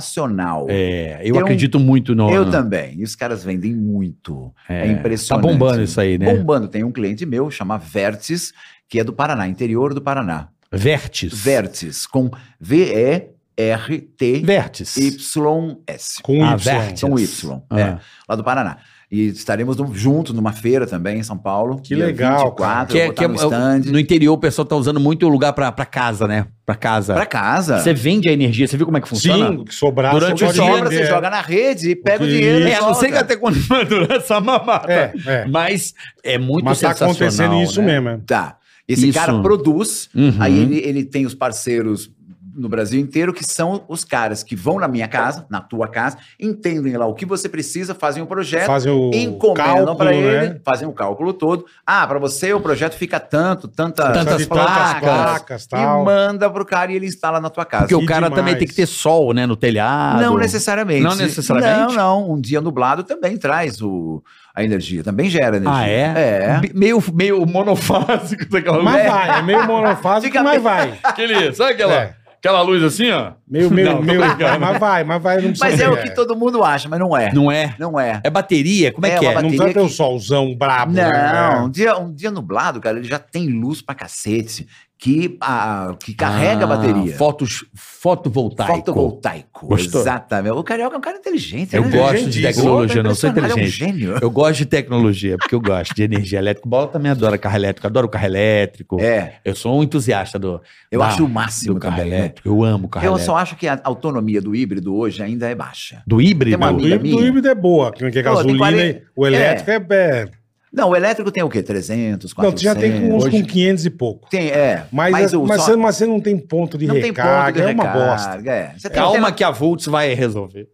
A: sensacional.
D: É, eu
A: Tem um-
D: acredito muito no.
A: Eu
D: no-
A: também. E os caras vendem muito. É,
D: Tá
A: impressionante.
D: bombando isso aí, né?
A: Bombando. Tem um cliente meu, chama Vertis, que é do Paraná, interior do Paraná.
D: Vertis.
A: Vertis, com V-E-R-T-Y-S.
D: Vertis.
C: Com
D: Ah,
C: Y.
D: verte.
A: Com Y,
D: Ah.
A: é, lá do Paraná. E estaremos num- juntos numa feira também em São Paulo.
C: Que legal, cara.
A: que, eu vou estar no
D: é-
A: stand.
D: no interior o pessoal tá usando muito o lugar pra, pra casa, né? Pra casa.
A: Pra casa.
D: Você vende a energia, você viu como é que funciona?
C: Sim, o que sobrar
D: Durante
A: Você
C: você
D: o
C: pode
D: dia,
A: sobra,
C: vender.
A: você joga na rede e pega o
C: Isso.
A: dinheiro. e
D: É, eu não sei
A: solta.
D: até quando vai durar essa mamata.
C: É, é.
D: Mas é muito
C: Mas tá
D: tá sensacional.
C: acontecendo isso
D: né?
C: mesmo. é.
A: Tá. Esse
D: Isso.
A: cara produz,
D: Uhum.
A: aí ele, ele tem os parceiros no Brasil inteiro que são os caras que vão na minha casa, na tua casa, entendem lá o que você precisa, fazem o projeto,
C: Fazem o
A: encomendam
C: cálculo,
A: para ele,
C: né?
A: fazem o cálculo todo. Ah, para você o projeto fica tanto, tanta,
D: Tantas
C: Precisa de
D: placas.
C: placas,
A: e
C: tal.
A: manda pro cara e ele instala na tua casa.
D: Porque o
C: Que
D: cara
C: demais.
D: também tem que ter sol, né? No telhado.
A: assim, Não necessariamente.
D: Não necessariamente?
A: Não, não. Um dia nublado também traz o, a energia, também gera energia.
D: Ah, é?
A: É.
D: Bi- Meio, meio monofásico daquela luz.
C: Mas vai, é meio monofásico,
A: Fica
C: mas
A: bem.
C: vai.
E: Aquele, sabe aquela,
C: É.
E: aquela luz assim, ó?
C: Meio, meio,
E: Não, tô
C: meio.
E: brincando.
C: Mas vai, mas vai, não precisa.
A: Mas é o
C: ter-
A: que todo mundo acha, mas não é.
D: Não é?
A: Não é.
D: É bateria? Como é,
A: É,
D: que
A: uma
D: é?
A: ba-
C: Não
A: Bateria
C: precisa ter um
A: que-
C: solzão brabo,
A: Não,
C: né?
A: um dia, um dia nublado, cara, ele já tem luz pra cacete que, ah, que carrega a
D: Ah,
A: bateria.
D: Fotos, fotovoltaico.
A: Fotovoltaico.
D: Gostou?
A: Exatamente. O carioca é um cara inteligente.
D: Eu
A: né?
D: gosto de
A: Inteligentíssimo.
D: tecnologia, não sou
A: Ele É um
D: inteligente.
A: gênio.
D: Eu gosto de tecnologia, porque eu gosto de energia elétrica. Bola também adora carro elétrico, adoro carro elétrico.
A: É,
D: Eu sou um entusiasta do,
A: eu
D: da-
A: acho o
D: do
A: máximo
D: carro
A: também. né?
D: elétrico. Eu amo carro
A: Eu
D: elétrico.
A: só acho que a autonomia do híbrido hoje ainda é baixa.
D: Do
A: Tem
D: híbrido?
A: uma
C: O
A: amiga
C: híbrido, o
A: minha.
C: híbrido é boa, que que é
A: Pô, tem
C: gasolina,
A: 40
C: e- o elétrico é... é-
A: Não, o elétrico tem o quê? 300,
C: Não,
A: 400?
C: tu já tem com uns
A: Hoje
C: com 500 e pouco.
A: Tem, é.
C: Mas, mas,
A: o só-
C: você, mas você não tem ponto de
A: não tem ponto
C: recarga,
A: de
C: é uma
A: recarga,
C: bosta.
A: é. Você tem
D: Calma que a Volts vai resolver.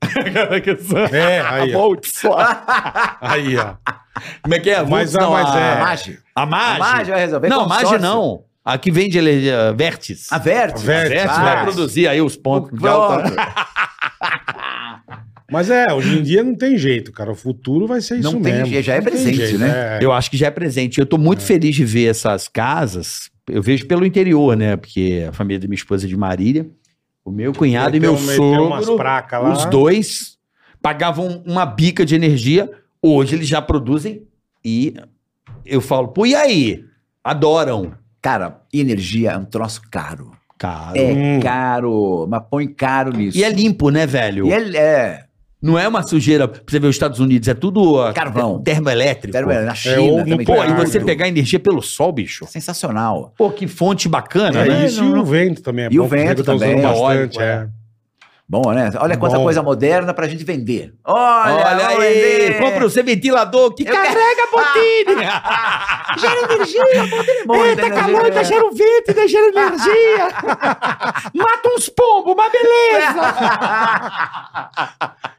C: É, aí,
D: a
C: ó.
D: Volts. lá.
C: Aí, ó.
D: Como é que é? A
C: Mas
D: Volts,
C: a-
D: não,
C: mas
A: A
C: é.
A: Mage.
D: A Mage.
A: A Mage vai resolver.
D: Não, a
A: consórcio.
D: Mage não. A que vende energia Vertis.
A: A Vértice.
C: A Vértice,
D: Vertis
A: vai.
D: vai produzir aí os pontos né? de alta.
A: Pronto.
C: Mas é, hoje em dia não tem jeito, cara. O futuro vai ser isso
A: Não tem
C: mesmo.
A: jeito, já é
C: Não tem
A: presente, né?
C: é.
D: Eu acho que já é presente. Eu tô muito feliz de ver essas casas. Eu vejo pelo interior, né? Porque a família da minha esposa é de Marília, o meu cunhado
C: Meteu-
D: e meu
C: meteu umas
D: sogro,
C: placas lá.
D: os dois pagavam uma bica de energia. Hoje eles já produzem e eu falo, pô, e aí? Adoram.
A: Cara, energia é um troço caro.
D: Cara.
A: É
C: Hum.
A: caro, mas põe caro nisso.
D: E é limpo, né, velho?
A: E é, é
D: Não é uma sujeira. pra Você vê os Estados Unidos, é tudo ó,
A: Carvão.
D: termoelétrico.
A: zero- na China
C: ou no
A: também.
C: pó,
D: É Pô,
A: tem
D: e você
A: tudo.
D: pegar energia pelo sol, bicho.
A: Sensacional.
D: Pô, que fonte bacana, né?
C: É isso e o vento também. É
A: E o
C: bom, porque
A: vento
C: tá usando
A: também, é
C: bastante,
D: ótimo,
C: é.
A: Bom, né? Olha quanta
C: Bom.
A: coisa moderna pra gente vender. Olha,
D: Olha
A: vamos
D: aí,
A: vender.
D: compra o seu ventilador que
A: Eu
D: carrega botine.
A: Gera energia,
D: Bom, Eita, calor, tá cheiro vento, tá cheiro energia. Mata uns pombos, mas beleza.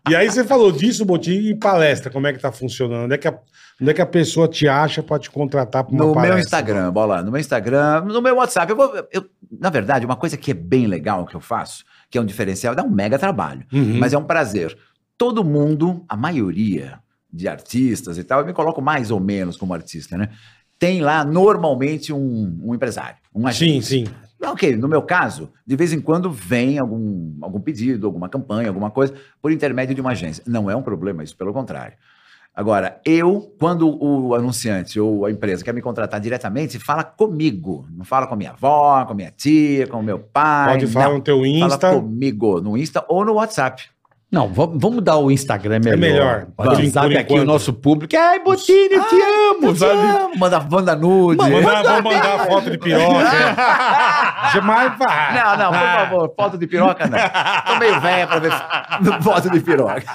C: E aí você falou disso, Botinho, e palestra, como é que tá funcionando? Onde é que a, onde é que a pessoa te acha pra te contratar pra uma
A: No
C: palestra?
A: meu Instagram, bola, no meu Instagram, no meu WhatsApp. Eu vou, eu- na verdade, uma coisa que é bem legal que eu faço, que é um diferencial, dá um mega trabalho,
C: Uhum.
A: mas é um prazer. Todo mundo, a maioria de artistas e tal, eu me coloco mais ou menos como artista, né? Tem lá normalmente um, um empresário, um agente.
C: Sim, sim.
A: Ok, no meu caso, de vez em quando vem algum, algum pedido, alguma campanha, alguma coisa, por intermédio de uma agência. Não é um problema isso, pelo contrário. Agora, eu, quando o anunciante ou a empresa quer me contratar diretamente, fala comigo. Não fala com a minha avó, com a minha tia, com o meu pai.
C: Pode falar
A: não.
C: no teu Insta.
A: Fala comigo, no Insta ou no WhatsApp.
D: Não, va- vamos dar o Instagram é melhor.
C: melhor.
D: O WhatsApp
C: Por
D: aqui, o
C: enquanto.
D: nosso público. é, Ai, Botini, eu te amo. sabe?
A: Ah, Manda, manda nude.
C: Mandar, vou Ah, mandar a foto de piroca. Jamais vai.
A: Não, não, por favor, foto de piroca não. Tô meio velha pra ver foto de piroca.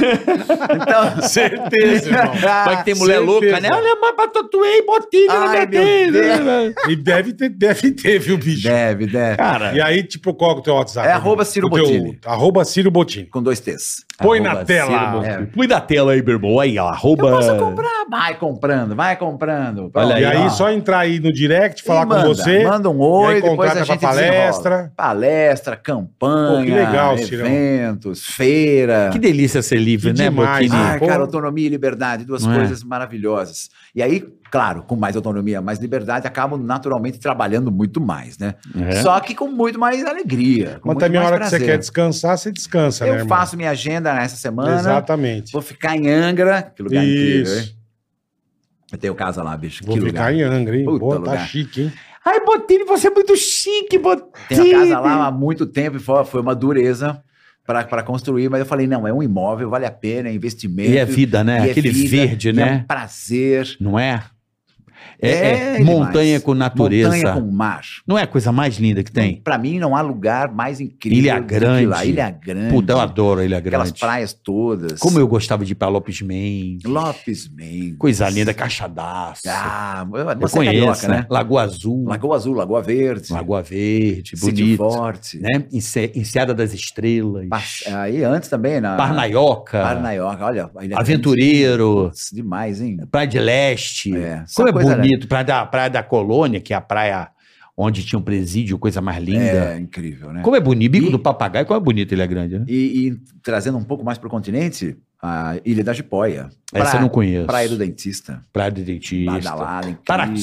A: Então,
C: Certeza, irmão.
D: Vai que tem mulher
C: certeza.
D: louca, né? Olha, mas mas tatuei botinha na
A: Ai,
D: minha
A: meu Deus.
D: testa.
C: E deve ter, deve ter, viu, bicho?
A: deve, deve.
E: Cara,
C: E aí, tipo, qual que é o teu WhatsApp?
A: É arroba Ciro
C: O teu-
A: Bottini.
C: Arroba Ciro Botini.
A: Com dois T's.
C: Põe
D: Arroba
C: na tela. É.
D: Ciro
A: É.
E: põe na tela aí, meu irmão. Aí, ó, arroba.
A: comprar? Vai comprando, vai comprando.
D: Olha
C: E aí,
A: ó.
C: só entrar aí no direct,
A: E
C: falar
A: manda,
C: com você.
A: Manda um
C: e
A: oi,
C: aí
A: depois
C: contrata
A: a
C: pra
A: gente
C: palestra.
A: desenrola. Palestra, campanha,
C: Pô, que legal, Cirão.
A: eventos, feira.
D: Que delícia ser livre,
C: Que
D: né,
C: demais,
D: Boquini?
C: né?
A: Ai,
C: Pô.
A: Ah, cara, autonomia e liberdade, duas
D: Não é?
A: coisas maravilhosas. E aí, claro, com mais autonomia, mais liberdade, acabo naturalmente trabalhando muito mais, né?
E: É.
A: Só que com muito mais alegria. Com
C: Mas
A: muito
C: também a
A: mais
C: hora que
A: prazer.
C: você quer descansar, você descansa, né,
A: Eu
C: irmão?
A: faço minha agenda nessa semana.
C: Exatamente.
A: Vou ficar em Angra, que lugar incrível, hein?
C: Isso.
A: Eu tenho casa lá, bicho.
C: Vou
A: que
C: ficar
A: lugar.
C: em Angra, hein?
A: Puta
C: Pô, tá
A: lugar.
C: chique, hein?
D: Ai, Botini, você é muito chique, Botini.
A: Tenho a casa lá há muito tempo e foi foi uma dureza para construir, mas eu falei, não, é um imóvel, vale a pena, é investimento.
D: E é vida, né?
A: e é
D: Aquele
A: vida,
D: verde,
A: e É um
D: né?
A: prazer.
D: Não é? É, é
A: É
D: montanha
A: demais.
D: com natureza.
A: Montanha com mar.
D: Não é a coisa mais linda que tem?
A: Pra mim, não há lugar mais incrível. do
D: Ilha
A: que
D: Grande.
A: lá. Ilha Grande.
D: Puta, eu adoro a Ilha
A: É, Aquelas
D: Grande.
A: praias todas.
D: Como eu gostava de ir pra Lopes Man.
A: Lopes Mendes.
D: Coisa linda, caixadaço.
A: Ah, eu,
D: eu
A: você Ah, é
D: conheço,
A: carioca,
D: né?
A: né?
D: Lagoa Azul,
A: Lagoa Azul, Lagoa Verde.
D: Lagoa Verde,
A: Sítio
D: bonito.
A: Forte.
D: Né? Ence- Enseada das Estrelas,
A: Pa- Aí antes também, na.
D: Parnaioca,
A: é, Parnaioca, olha. a Ilha Grande.
D: Aventureiro,
A: Putz, demais, hein?
D: Praia de Leste.
A: É, só
D: Como é
A: coisa, né?
D: bonito, praia, da, praia da Colônia, que é a praia onde tinha um presídio, coisa mais linda.
A: É incrível, né?
D: Como é bonito, bico
A: E-
D: do papagaio, como é bonito ele é grande, né?
A: E, e trazendo um pouco mais pro continente, a Ilha da Jipoia.
D: Essa eu não conheço.
A: Praia do Dentista.
D: Praia do Dentista.
A: Badalada, incrível.
D: Paraty.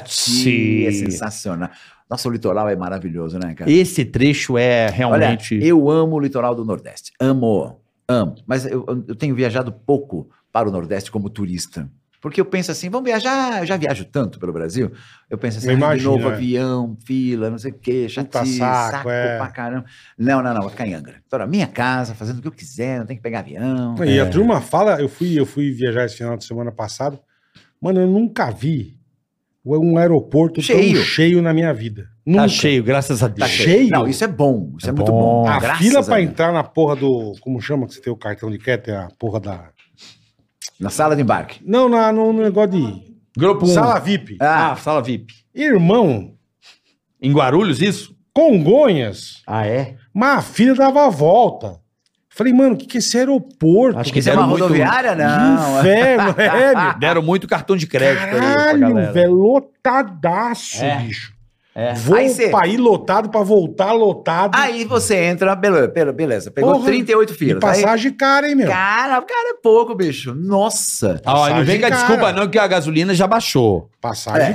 A: Paraty é
D: Paraty.
A: sensacional. Nossa, o litoral é maravilhoso, né, cara?
D: Esse trecho é
A: Olha,
D: realmente.
A: eu amo o litoral do Nordeste. Amo, amo. Mas eu, eu tenho viajado pouco para o Nordeste como turista. Porque eu penso assim, vamos viajar, eu já viajo tanto pelo Brasil. Eu penso assim,
C: Eu
A: ah, de
C: imagino,
A: novo
C: é.
A: avião, fila, não sei o quê, chatice,
C: saco,
A: saco,
C: é.
A: pra caramba. Não, não, não, vou ficar em Angra. Tô na minha casa, fazendo o que eu quiser, não tem que pegar avião. É.
C: E
D: É.
C: a turma fala, eu fui, eu fui viajar esse final de semana passado. Mano, eu nunca vi um aeroporto
A: Cheio.
C: tão cheio na minha vida. Nunca.
D: Tá cheio, graças a Deus.
A: Tá
C: cheio?
A: Não, isso é bom, isso é,
D: É
A: muito
D: bom.
A: bom.
C: A
A: Graças
C: fila pra
A: Deus.
C: entrar na porra do. Como chama que você tem o cartão de crédito? É a porra da.
A: Na sala de embarque.
C: Não, na, no, no negócio de.
D: Grupo 1.
C: Sala VIP.
D: Ah,
A: Ah,
D: sala VIP.
C: Irmão,
D: Em Guarulhos, isso?
C: Congonhas.
D: Ah, é?
C: Mas a fila dava a volta. Falei, mano, o que, que é esse aeroporto?
D: Acho que
A: isso é uma
D: deram muito-
A: rodoviária? Não.
C: Inferno, é, meu.
D: Deram muito cartão de crédito aí pra
C: Caralho,
D: galera.
C: velho, lotadaço,
D: É.
C: bicho.
D: É.
C: Vou
A: Aí cê-
C: pra ir lotado pra voltar lotado.
A: Aí você entra, beleza, beleza pegou
C: Porra,
A: 38 filas.
C: e
A: Aí-
C: passagem cara, hein, meu?
A: Cara, cara é pouco, bicho. Nossa.
D: Ah, ó, não vem com a
C: Passagem,
D: desculpa
C: cara.
D: não que a gasolina já baixou.
C: Passagem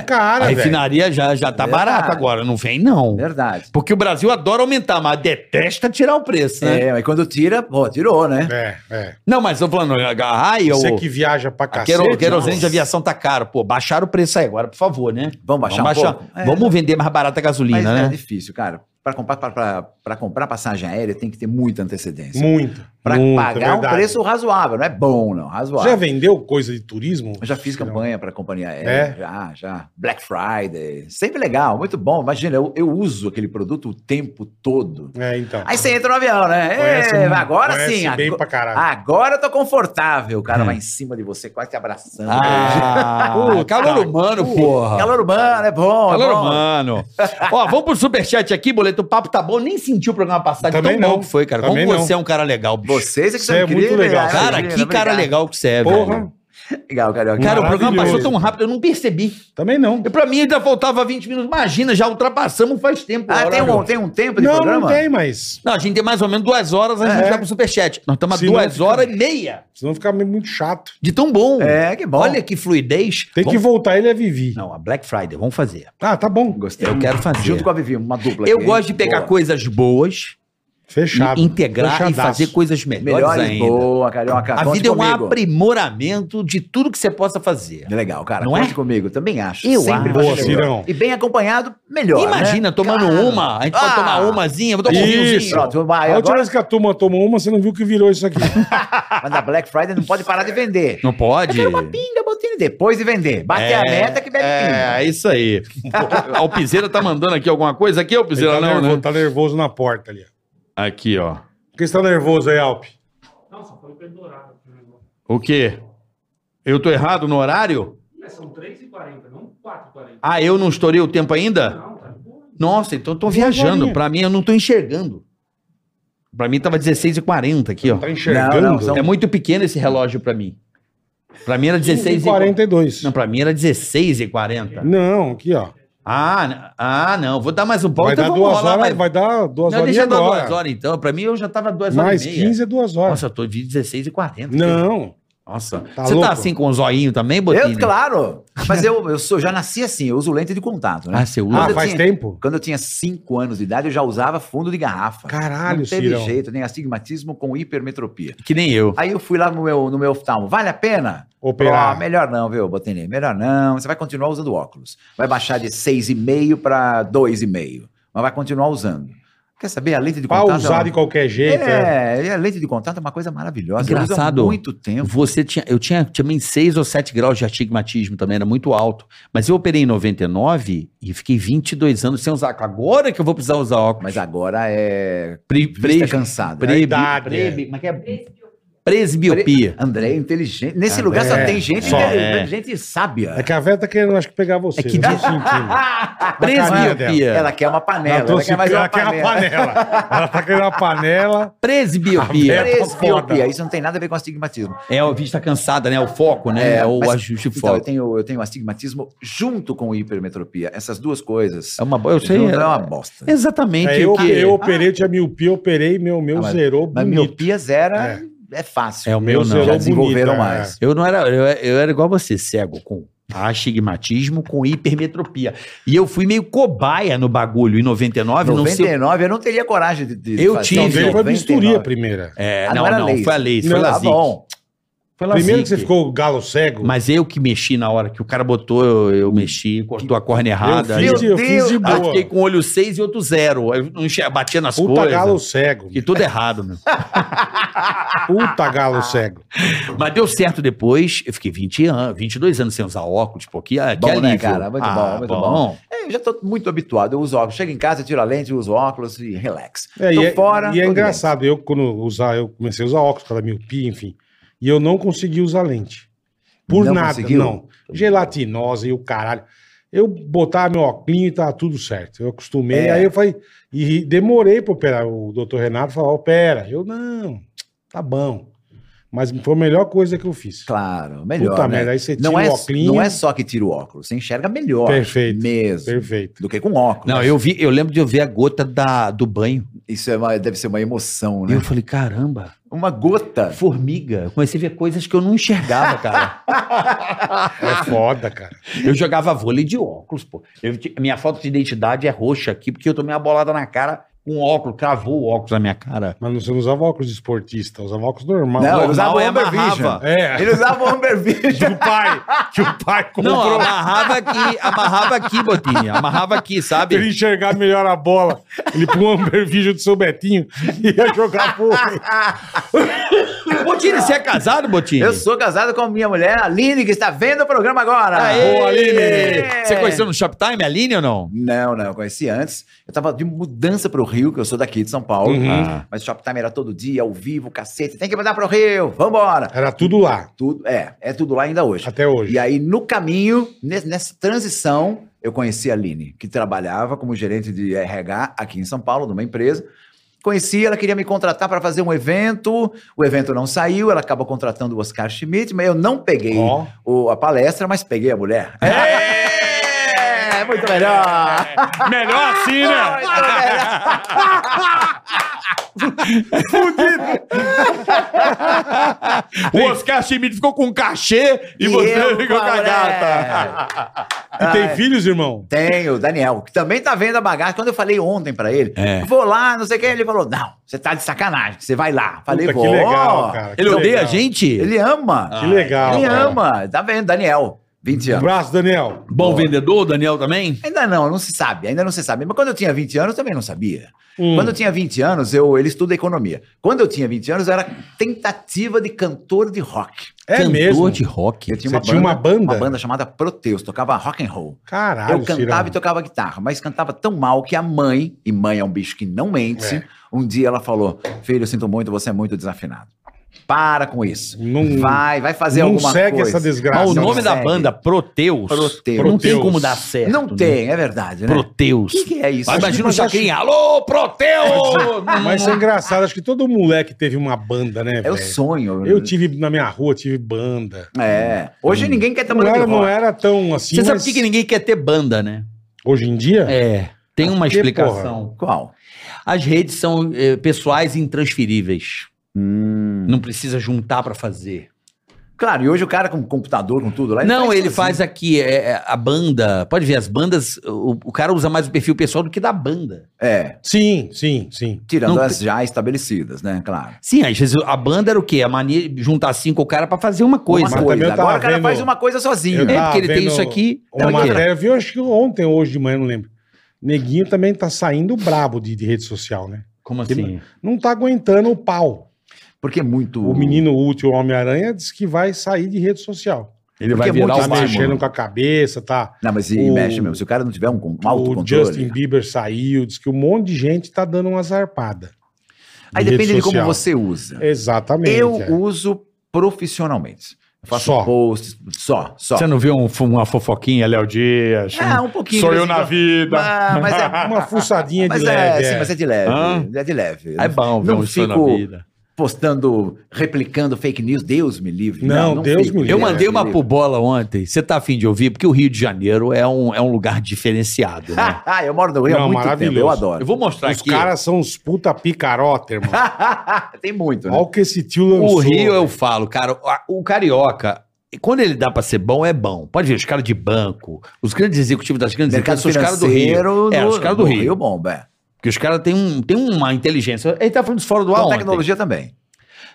A: É.
C: cara,
D: a
C: velho. É
D: refinaria já, já tá
A: Verdade.
D: barata agora, não vem não.
A: é Verdade.
D: Porque o Brasil adora aumentar, mas detesta tirar o preço, né?
A: É, mas quando tira, pô, tirou, né?
C: É, é.
D: Não, mas eu tô falando, ai, eu,
C: Você que viaja pra
D: a
C: cacete.
D: quero- querosene
C: nossa.
D: de aviação tá caro. Pô, baixaram o preço aí agora, por favor, né?
A: Vamos baixar
D: Vamos
A: um
D: baixar.
A: pouco? É,
D: Vamos vender mais barata a
A: mas
D: gasolina,
A: é
D: né?
A: difícil, cara. Pra comprar, pra, pra- pra comprar passagem aérea tem que ter muita antecedência.
C: Muito.
A: Pra
C: muito, é
A: pagar um
C: verdade.
A: preço razoável, não é bom, não,
C: Você Já
A: razoável.
C: vendeu coisa de turismo?
A: Eu já fiz
C: Não.
A: campanha pra companhia aérea,
C: É?
A: já, já. Black Friday, sempre legal, muito bom. Imagina, eu, eu uso aquele produto o tempo todo.
C: É, então.
A: Aí você entra no avião, né?
C: Conhece
A: Ê,
C: mu-
A: agora
C: conhece
A: sim,
C: bem
A: ago- Ah,
C: pra caralho. Hum.
A: agora eu tô confortável. O cara
D: É.
A: vai em cima de você, quase te abraçando.
D: Ah,
C: Puta,
D: calor humano,
C: puta.
D: porra.
A: Calor urbano, é bom,
D: Calor
A: é bom.
D: humano. Ó, vamos pro superchat aqui, boleto. O papo tá bom. Nem senti o programa passar de
C: Também
D: tão bom
C: não.
D: que foi, cara.
C: Também
D: Como
C: não.
D: você é um cara legal, bicho.
A: Vocês é que
C: Você
A: são
C: é
A: incríveis.
C: muito legal,
A: né?
D: Cara,
A: Imagina,
D: que cara
A: obrigado.
D: legal que você é, velho.
C: Porra,
A: Legal, Carioca.
D: Cara, o programa
C: Maravilhoso.
D: passou tão rápido, eu não percebi.
C: também não.
D: E Pra mim ainda faltava 20 minutos. Imagina, já ultrapassamos faz tempo. a
A: Ah,
D: hora,
A: tem
D: meu.
A: um, tem um tempo de
C: Não,
A: programa?
C: não tem, mas.
D: Não, a gente tem mais ou menos duas horas, a gente
C: É.
D: vai pro superchat. Nós estamos a
C: Se não,
D: duas
C: fica-
D: horas e meia
C: Senão fica muito chato.
D: de tão bom.
A: É, que bom.
D: Olha que fluidez.
C: Tem que
D: Vamos-
C: voltar ele a Vivi.
D: Não, a Black Friday, vamos fazer.
C: Ah, tá bom.
A: Gostei.
D: Eu quero fazer.
A: Junto com a Vivi, uma dupla
D: eu
A: aqui,
D: gosto de
A: hein?
D: pegar
A: Boa.
D: coisas boas,
C: Fechado.
D: e integrar e
C: Fechadaço.
D: fazer coisas melhores
A: Melhores,
D: ainda.
A: boa, Carioca.
D: A
A: Conte
D: vida é um
A: comigo.
D: aprimoramento de tudo que você possa fazer.
A: Legal, cara.
D: Não
A: conte
D: é?
A: comigo. Também acho.
D: Eu
A: Sempre
D: acho.
A: vai
C: Boa,
A: ser
C: Cirão.
A: melhor. E bem acompanhado, melhor.
D: Imagina,
A: né?
D: tomando
A: Cara.
D: uma, a gente pode
A: Ah.
D: tomar umazinha, vou tomar um
C: Isso.
D: vinhozinho.
A: Pronto, vai,
C: A última
A: agora,
C: vez que a turma tomou uma, você não viu que virou isso aqui.
A: mas na Black Friday não pode parar de vender.
D: Não pode?
A: É Pinga, botei depois de vender. Bater a meta que bebe pinga.
D: É, isso aí. A Alpizeira tá mandando aqui alguma coisa? Aqui,
C: Ele
D: Alpizeira,
C: tá,
D: não,
C: nervoso,
D: né?
C: tá nervoso na porta ali. ó.
E: Aqui, ó.
C: Por que você tá nervoso aí, Alpe?
F: Não, só foi pendurado.
E: O quê? Eu tô errado no horário?
F: É, são 3h40, não 4h40.
D: Ah, eu não estourei o tempo ainda?
F: Não, tá de boa.
D: Nossa, então eu tô
C: bolinha.
D: viajando. Pra mim, eu não tô enxergando. Pra mim, tava 16h40 aqui, ó.
C: Tá enxergando?
A: Não, não, são-
D: É muito pequeno esse relógio pra mim. Pra mim era 16 h
C: 42.
D: Não, pra mim era 16 e 40.
C: Não, aqui, ó.
D: Ah, n- ah, não. Vou dar mais um pouco.
C: Vai dar,
D: então vamos
C: duas
D: rolar
C: horas,
D: mais-
C: vai dar duas
D: Não,
C: horas.
D: deixa
C: Deixa
D: eu dar
C: agora.
D: duas horas, então. Pra mim, eu já tava duas
C: Mais
D: horas e meia.
C: 15 é duas horas.
D: Nossa, eu tô de 16 e 40.
C: não.
D: Nossa.
C: Tá
D: Você
C: louco?
D: tá assim com o zoinho também, Botinho?
A: Eu, claro. Mas eu, eu sou, já nasci assim, eu uso lente de contato, né?
D: Ah, você usa?
A: Quando
C: Ah,
A: eu
C: faz
A: tinha-
C: tempo?
A: Quando eu tinha 5 anos de idade, eu já usava fundo de garrafa.
C: Caralho,
A: Não teve
C: Cirão.
A: jeito, nem astigmatismo com hipermetropia.
D: Que nem eu.
A: Aí eu fui lá no meu, no meu oftalmo. Vale a pena? Ó,
C: Operar.
A: melhor não, viu, Botenê? Melhor não. Você vai continuar usando óculos. Vai baixar de 6,5 para 2,5. Mas vai continuar usando. Quer saber? A lente de
C: Pra
A: contato.
C: usar de qualquer jeito. é.
A: tá é, é, a lente de contato é uma coisa maravilhosa. Eu uso há
D: Engraçado.
A: muito tempo.
D: Você tinha, eu tinha também 6 ou 7 graus de astigmatismo também, era muito alto. Mas eu operei em 99 e fiquei 22 anos sem usar. Agora que eu vou precisar usar óculos.
A: Mas agora é.
D: Pre,
A: Vista
D: pre,
A: cansada.
D: pre,
C: idade,
D: pre- como é que é? Presbiopia.
A: André é inteligente. Nesse
D: André,
A: lugar só tem gente
C: só.
A: inteligente, gente sábia.
C: É que a velha tá querendo, acho que, pegar você.
D: É que
C: eu tô
D: diz-
C: sentindo.
D: Presbiopia.
A: é Ela quer uma panela.
C: Ela,
A: Ela,
C: tô
A: quer mais
C: sentindo-
A: uma
C: ela
D: é
C: quer
A: panela.
C: uma panela. Ela tá querendo uma panela.
D: Presbiopia.
C: É, tá foda.
A: Presbiopia. Isso não tem nada a ver com astigmatismo.
D: É a vista cansada, né? O foco, né? É, o
A: mas-
D: ajuste de
A: Então, eu
D: foco.
A: tenho, eu tenho astigmatismo junto com hipermetropia. Essas duas coisas.
D: É uma bo- eu sei,
A: junto
D: é-
A: é uma bosta.
D: Exatamente.
C: É, eu,
D: porque-
C: eu operei, eu tinha miopia, eu operei, meu, meu
A: Ah, mas-
C: zerou
A: Mas
C: bonito.
A: miopia zero é, é fácil.
D: É, o meu não.
A: Já
C: zerou
A: desenvolveram
C: bonito, é.
A: mais.
D: Eu não era, eu, eu era igual você, cego, com astigmatismo, com hipermetropia. E eu fui meio cobaia no bagulho em 99, não sei.
A: 99, eu não teria coragem de, de
D: Eu tive.
C: Não,
A: Talvez
C: veio foi
A: 99.
C: bisturi a primeira.
D: É,
A: Ah,
D: não,
A: não era
D: não,
A: laser.
D: foi a lei, foi
A: Não,
D: a
A: tá bom.
D: Foi a
C: Primeiro que você
D: Lazic.
C: ficou galo cego.
D: Mas eu que mexi na hora que o cara botou, eu, eu mexi, cortou a corna errada.
C: eu
A: Meu
C: fiz, de- eu fiz de
A: Deus,
D: Aí eu
C: boa.
D: fiquei com o olho 6 e outro zero. Aí Eu não enxerga, batia nas
C: Puta
D: coisas.
C: galo cego.
D: E tudo errado, meu.
C: Puta galo cego.
D: Mas deu certo depois. Eu fiquei 20 anos, 22 anos sem usar óculos, pô. Que, ah, que
A: Bom, né,
D: alívio. Ah,
A: cara? Muito bom, muito bom. É, eu já tô muito habituado. Eu uso óculos. Chego em casa, tiro a lente, uso óculos e relax.
C: É, e é, e é
A: tô
C: engraçado, eu quando usar, eu comecei a usar óculos pela miopia, enfim. E eu não consegui usar lente. Por
A: Não
C: nada,
A: conseguiu?
C: não. Gelatinosa e o caralho. Eu botava meu óculos e tava tudo certo. Eu acostumei,
A: É.
C: aí eu falei. E demorei pra operar. O doutor Renato falou: opera. Eu, não, tá bom. Mas foi a melhor coisa que eu fiz.
A: bem. Claro, Tá melhor.
C: Puta
A: né?
C: merda, aí você tira
A: não, é,
C: o óculos.
A: não é só que tira o óculos, você enxerga melhor.
C: Perfeito,
A: Mesmo.
C: Perfeito.
A: Do que com óculos.
D: Não, eu vi, eu lembro de eu ver a gota da, do banho.
A: Isso é uma- deve ser uma emoção,
D: E
A: né?
D: eu falei, caramba,
A: Uma gota.
D: formiga. Eu comecei a ver coisas que eu não enxergava, cara.
C: É foda, cara.
D: eu jogava vôlei de óculos, pô. Eu ti- minha foto de identidade é roxa aqui, porque eu tomei uma bolada na cara com um óculos, cravou o óculos na minha cara.
C: Mas não- você não usava óculos de esportista, usava óculos normal.
A: Não,
D: normal
A: ele usava
D: é
A: o Amber Vision.
D: amarrava.
C: É.
A: Ele usava o Amber Vision.
C: do pai, que o pai comprou
D: Não, amarrava aqui, amarrava aqui, Botinha. Amarrava aqui,
C: pra ele
D: sabe?
C: enxergar melhor a bola. Ele pôr um Amber Vision do seu Betinho e ia jogar por
D: Botinha, você é casado, Botinha?
A: Eu sou casado com minha mulher, Aline, que está vendo o programa agora.
D: Aê!
C: Boa, Aline!
D: Você conheceu no Shoptime, a Aline, ou não?
A: Não, não, eu conheci antes. Eu tava de mudança pro Rio, que eu sou daqui de São Paulo.
C: Uhum.
A: Ah. Mas o Shoptime era todo dia, ao vivo, cacete. Tem que mudar pro Rio, vambora.
C: Era tudo lá,
A: Tudo, é, é tudo lá ainda hoje.
C: até hoje.
A: E aí, no caminho, ne- nessa transição, eu conheci a Aline, que trabalhava como gerente de RH aqui em São Paulo, numa empresa. Conheci, ela queria me contratar para fazer um evento, o evento não saiu, ela acabou contratando o Oscar Schmidt, mas eu não peguei
C: Ó.
A: o- a palestra, mas peguei a mulher. É, muito melhor!
C: É.
E: Melhor assim, né? o Oscar Schmidt ficou com cachê e,
A: E
E: você
A: eu
E: ficou com
A: com
E: a
A: a
D: é.
E: gata.
C: E
A: Ah, é.
C: tem filhos, irmão?
A: Tenho, Daniel, que também tá vendo a bagagem. Quando eu falei ontem pra ele,
D: É.
A: vou lá, não sei o que, ele falou: não, você tá de sacanagem, você vai lá. Falei,
C: Puta,
A: vou.
C: que legal, cara.
D: Ele é
C: que
D: odeia
C: legal.
D: a gente?
A: Ele ama.
C: Que legal.
A: Ele
C: cara.
A: ama, tá vendo, Daniel, 20
C: Um
A: anos.
C: abraço, Daniel.
D: Bom vendedor, Daniel também?
A: Ainda não, não se sabe, ainda não se sabe. Mas quando eu tinha 20 anos, eu também não sabia.
C: Hum.
A: Quando eu tinha 20 anos, eu, ele estuda economia. Quando eu tinha 20 anos, eu era tentativa de cantor de rock.
C: É
D: Cantor
C: mesmo?
D: de rock.
A: Eu tinha,
C: Você
A: uma,
C: tinha
A: banda,
C: uma banda?
A: Uma banda chamada Proteus, tocava rock and roll.
C: Caralho,
A: eu cantava e
C: Cirão.
A: tocava guitarra, mas cantava tão mal que a mãe, e mãe é um bicho que não mente,
C: É.
A: um dia ela falou: Filho, eu sinto muito, você é muito desafinado. Para com isso.
C: Não-
A: Vai, vai fazer
C: não
A: alguma
C: segue
A: coisa.
C: essa desgraça.
D: Mas o
A: não
D: nome da
A: segue.
D: banda, Proteus,
A: Proteus.
D: não tem
E: Proteus.
D: como dar certo.
A: não
D: né?
A: tem, é verdade, né? O
D: Proteus.
A: que, que é isso?
D: Mas imagina o
C: mas acho-
D: Chacrinha. Alô, Proteus!
C: Mas isso é engraçado, acho que todo moleque teve uma banda, né,
A: É o
C: velho?
A: sonho.
C: Eu tive na minha rua, tive banda.
A: É. Hoje ninguém quer ter
C: Não
A: banda de
C: era, não
A: rock.
C: era tão assim.
D: Você sabe
C: mas
D: por que que ninguém quer ter banda, né?
C: Hoje em dia?
D: É. Tem uma
C: Porque,
D: explicação.
A: Qual?
D: As redes são eh, pessoais e intransferíveis.
A: Hum.
D: Não precisa juntar pra fazer.
A: Claro, e hoje o cara com computador, com tudo lá.
D: não, ele
A: sozinho.
D: faz aqui é, é, a banda. Pode ver, as bandas. O, o cara usa mais o perfil pessoal do que da banda.
A: É,
C: Sim, sim, sim.
A: tirando
D: Não
A: as já estabelecidas, né? Claro.
D: Sim, às vezes a banda era o quê? A mania de juntar cinco caras pra fazer uma coisa.
A: uma
C: mas também eu
A: coisa.
C: tava
A: Agora o cara
C: vendo-
A: faz uma coisa sozinho.
C: Eu
D: É,
A: né?
C: tava-
D: porque ele tem
C: vendo
D: isso aqui.
C: Uma
A: Então,
D: aqui.
C: matéria, eu vi acho que ontem, hoje de manhã, não lembro. Neguinho também tá saindo brabo de, de rede social, né?
D: Como
C: Que
D: assim?
C: Não tá aguentando o pau.
A: Porque é muito.
C: O menino útil, o Homem-Aranha, diz que vai sair de rede social.
D: Ele
A: vai virar
C: Tá
A: Tá mesmo.
C: mexendo com a cabeça, tá?
A: Não, mas e, e
C: o-
A: mexe mesmo. Se o cara não tiver um, con- um
C: O Justin
A: autocontrole.
C: Bieber saiu, diz que um monte de gente tá dando uma zarpada.
A: Aí
C: de
A: depende
C: rede
A: de como
C: social.
A: você usa.
C: Exatamente.
A: Eu
C: é.
A: uso profissionalmente. Eu faço
C: Só.
A: posts, só, só.
E: Você não viu um- uma fofoquinha, Léo Dias?
A: É, um pouquinho.
E: Sou
A: de
E: eu
A: vez em
E: na
A: quando.
E: vida.
A: Ah, mas é,
C: Uma fuçadinha
A: mas
C: de
A: é,
C: leve.
A: sim,
C: é.
A: mas é de leve.
E: Hã?
A: É de leve.
D: É bom ver
A: Não
D: um show na
A: fico-
D: vida.
A: Postando, replicando fake news, Deus me livre.
C: Não, Deus
A: fico.
C: me livre.
D: Eu mandei uma
A: me livre.
D: pubola ontem. Você tá afim de ouvir? Porque o Rio de Janeiro é um, é um lugar diferenciado, né?
A: Ah, eu moro no Rio
C: Não,
A: há muito tempo,
C: maravilhoso.
A: eu
D: Eu
A: adoro.
D: vou mostrar
C: Os
D: aqui.
C: caras são uns puta picarota, irmão.
A: Tem muito, né?
C: Olha o que esse tio lançou.
D: O
A: é
D: Rio,
C: velho.
D: eu falo, cara, a- o carioca, quando ele dá pra ser bom, é bom. Pode ver, os caras de banco, os grandes executivos das grandes
A: Mercado
D: empresas são os caras do Rio.
A: financeiro
D: É,
A: no-
D: os caras do
A: no
D: Rio.
A: bom, bem.
D: Porque os caras têm, um, têm uma inteligência. Ele tá falando isso fora do ar
A: Com
D: ontem.
A: Então, tecnologia também.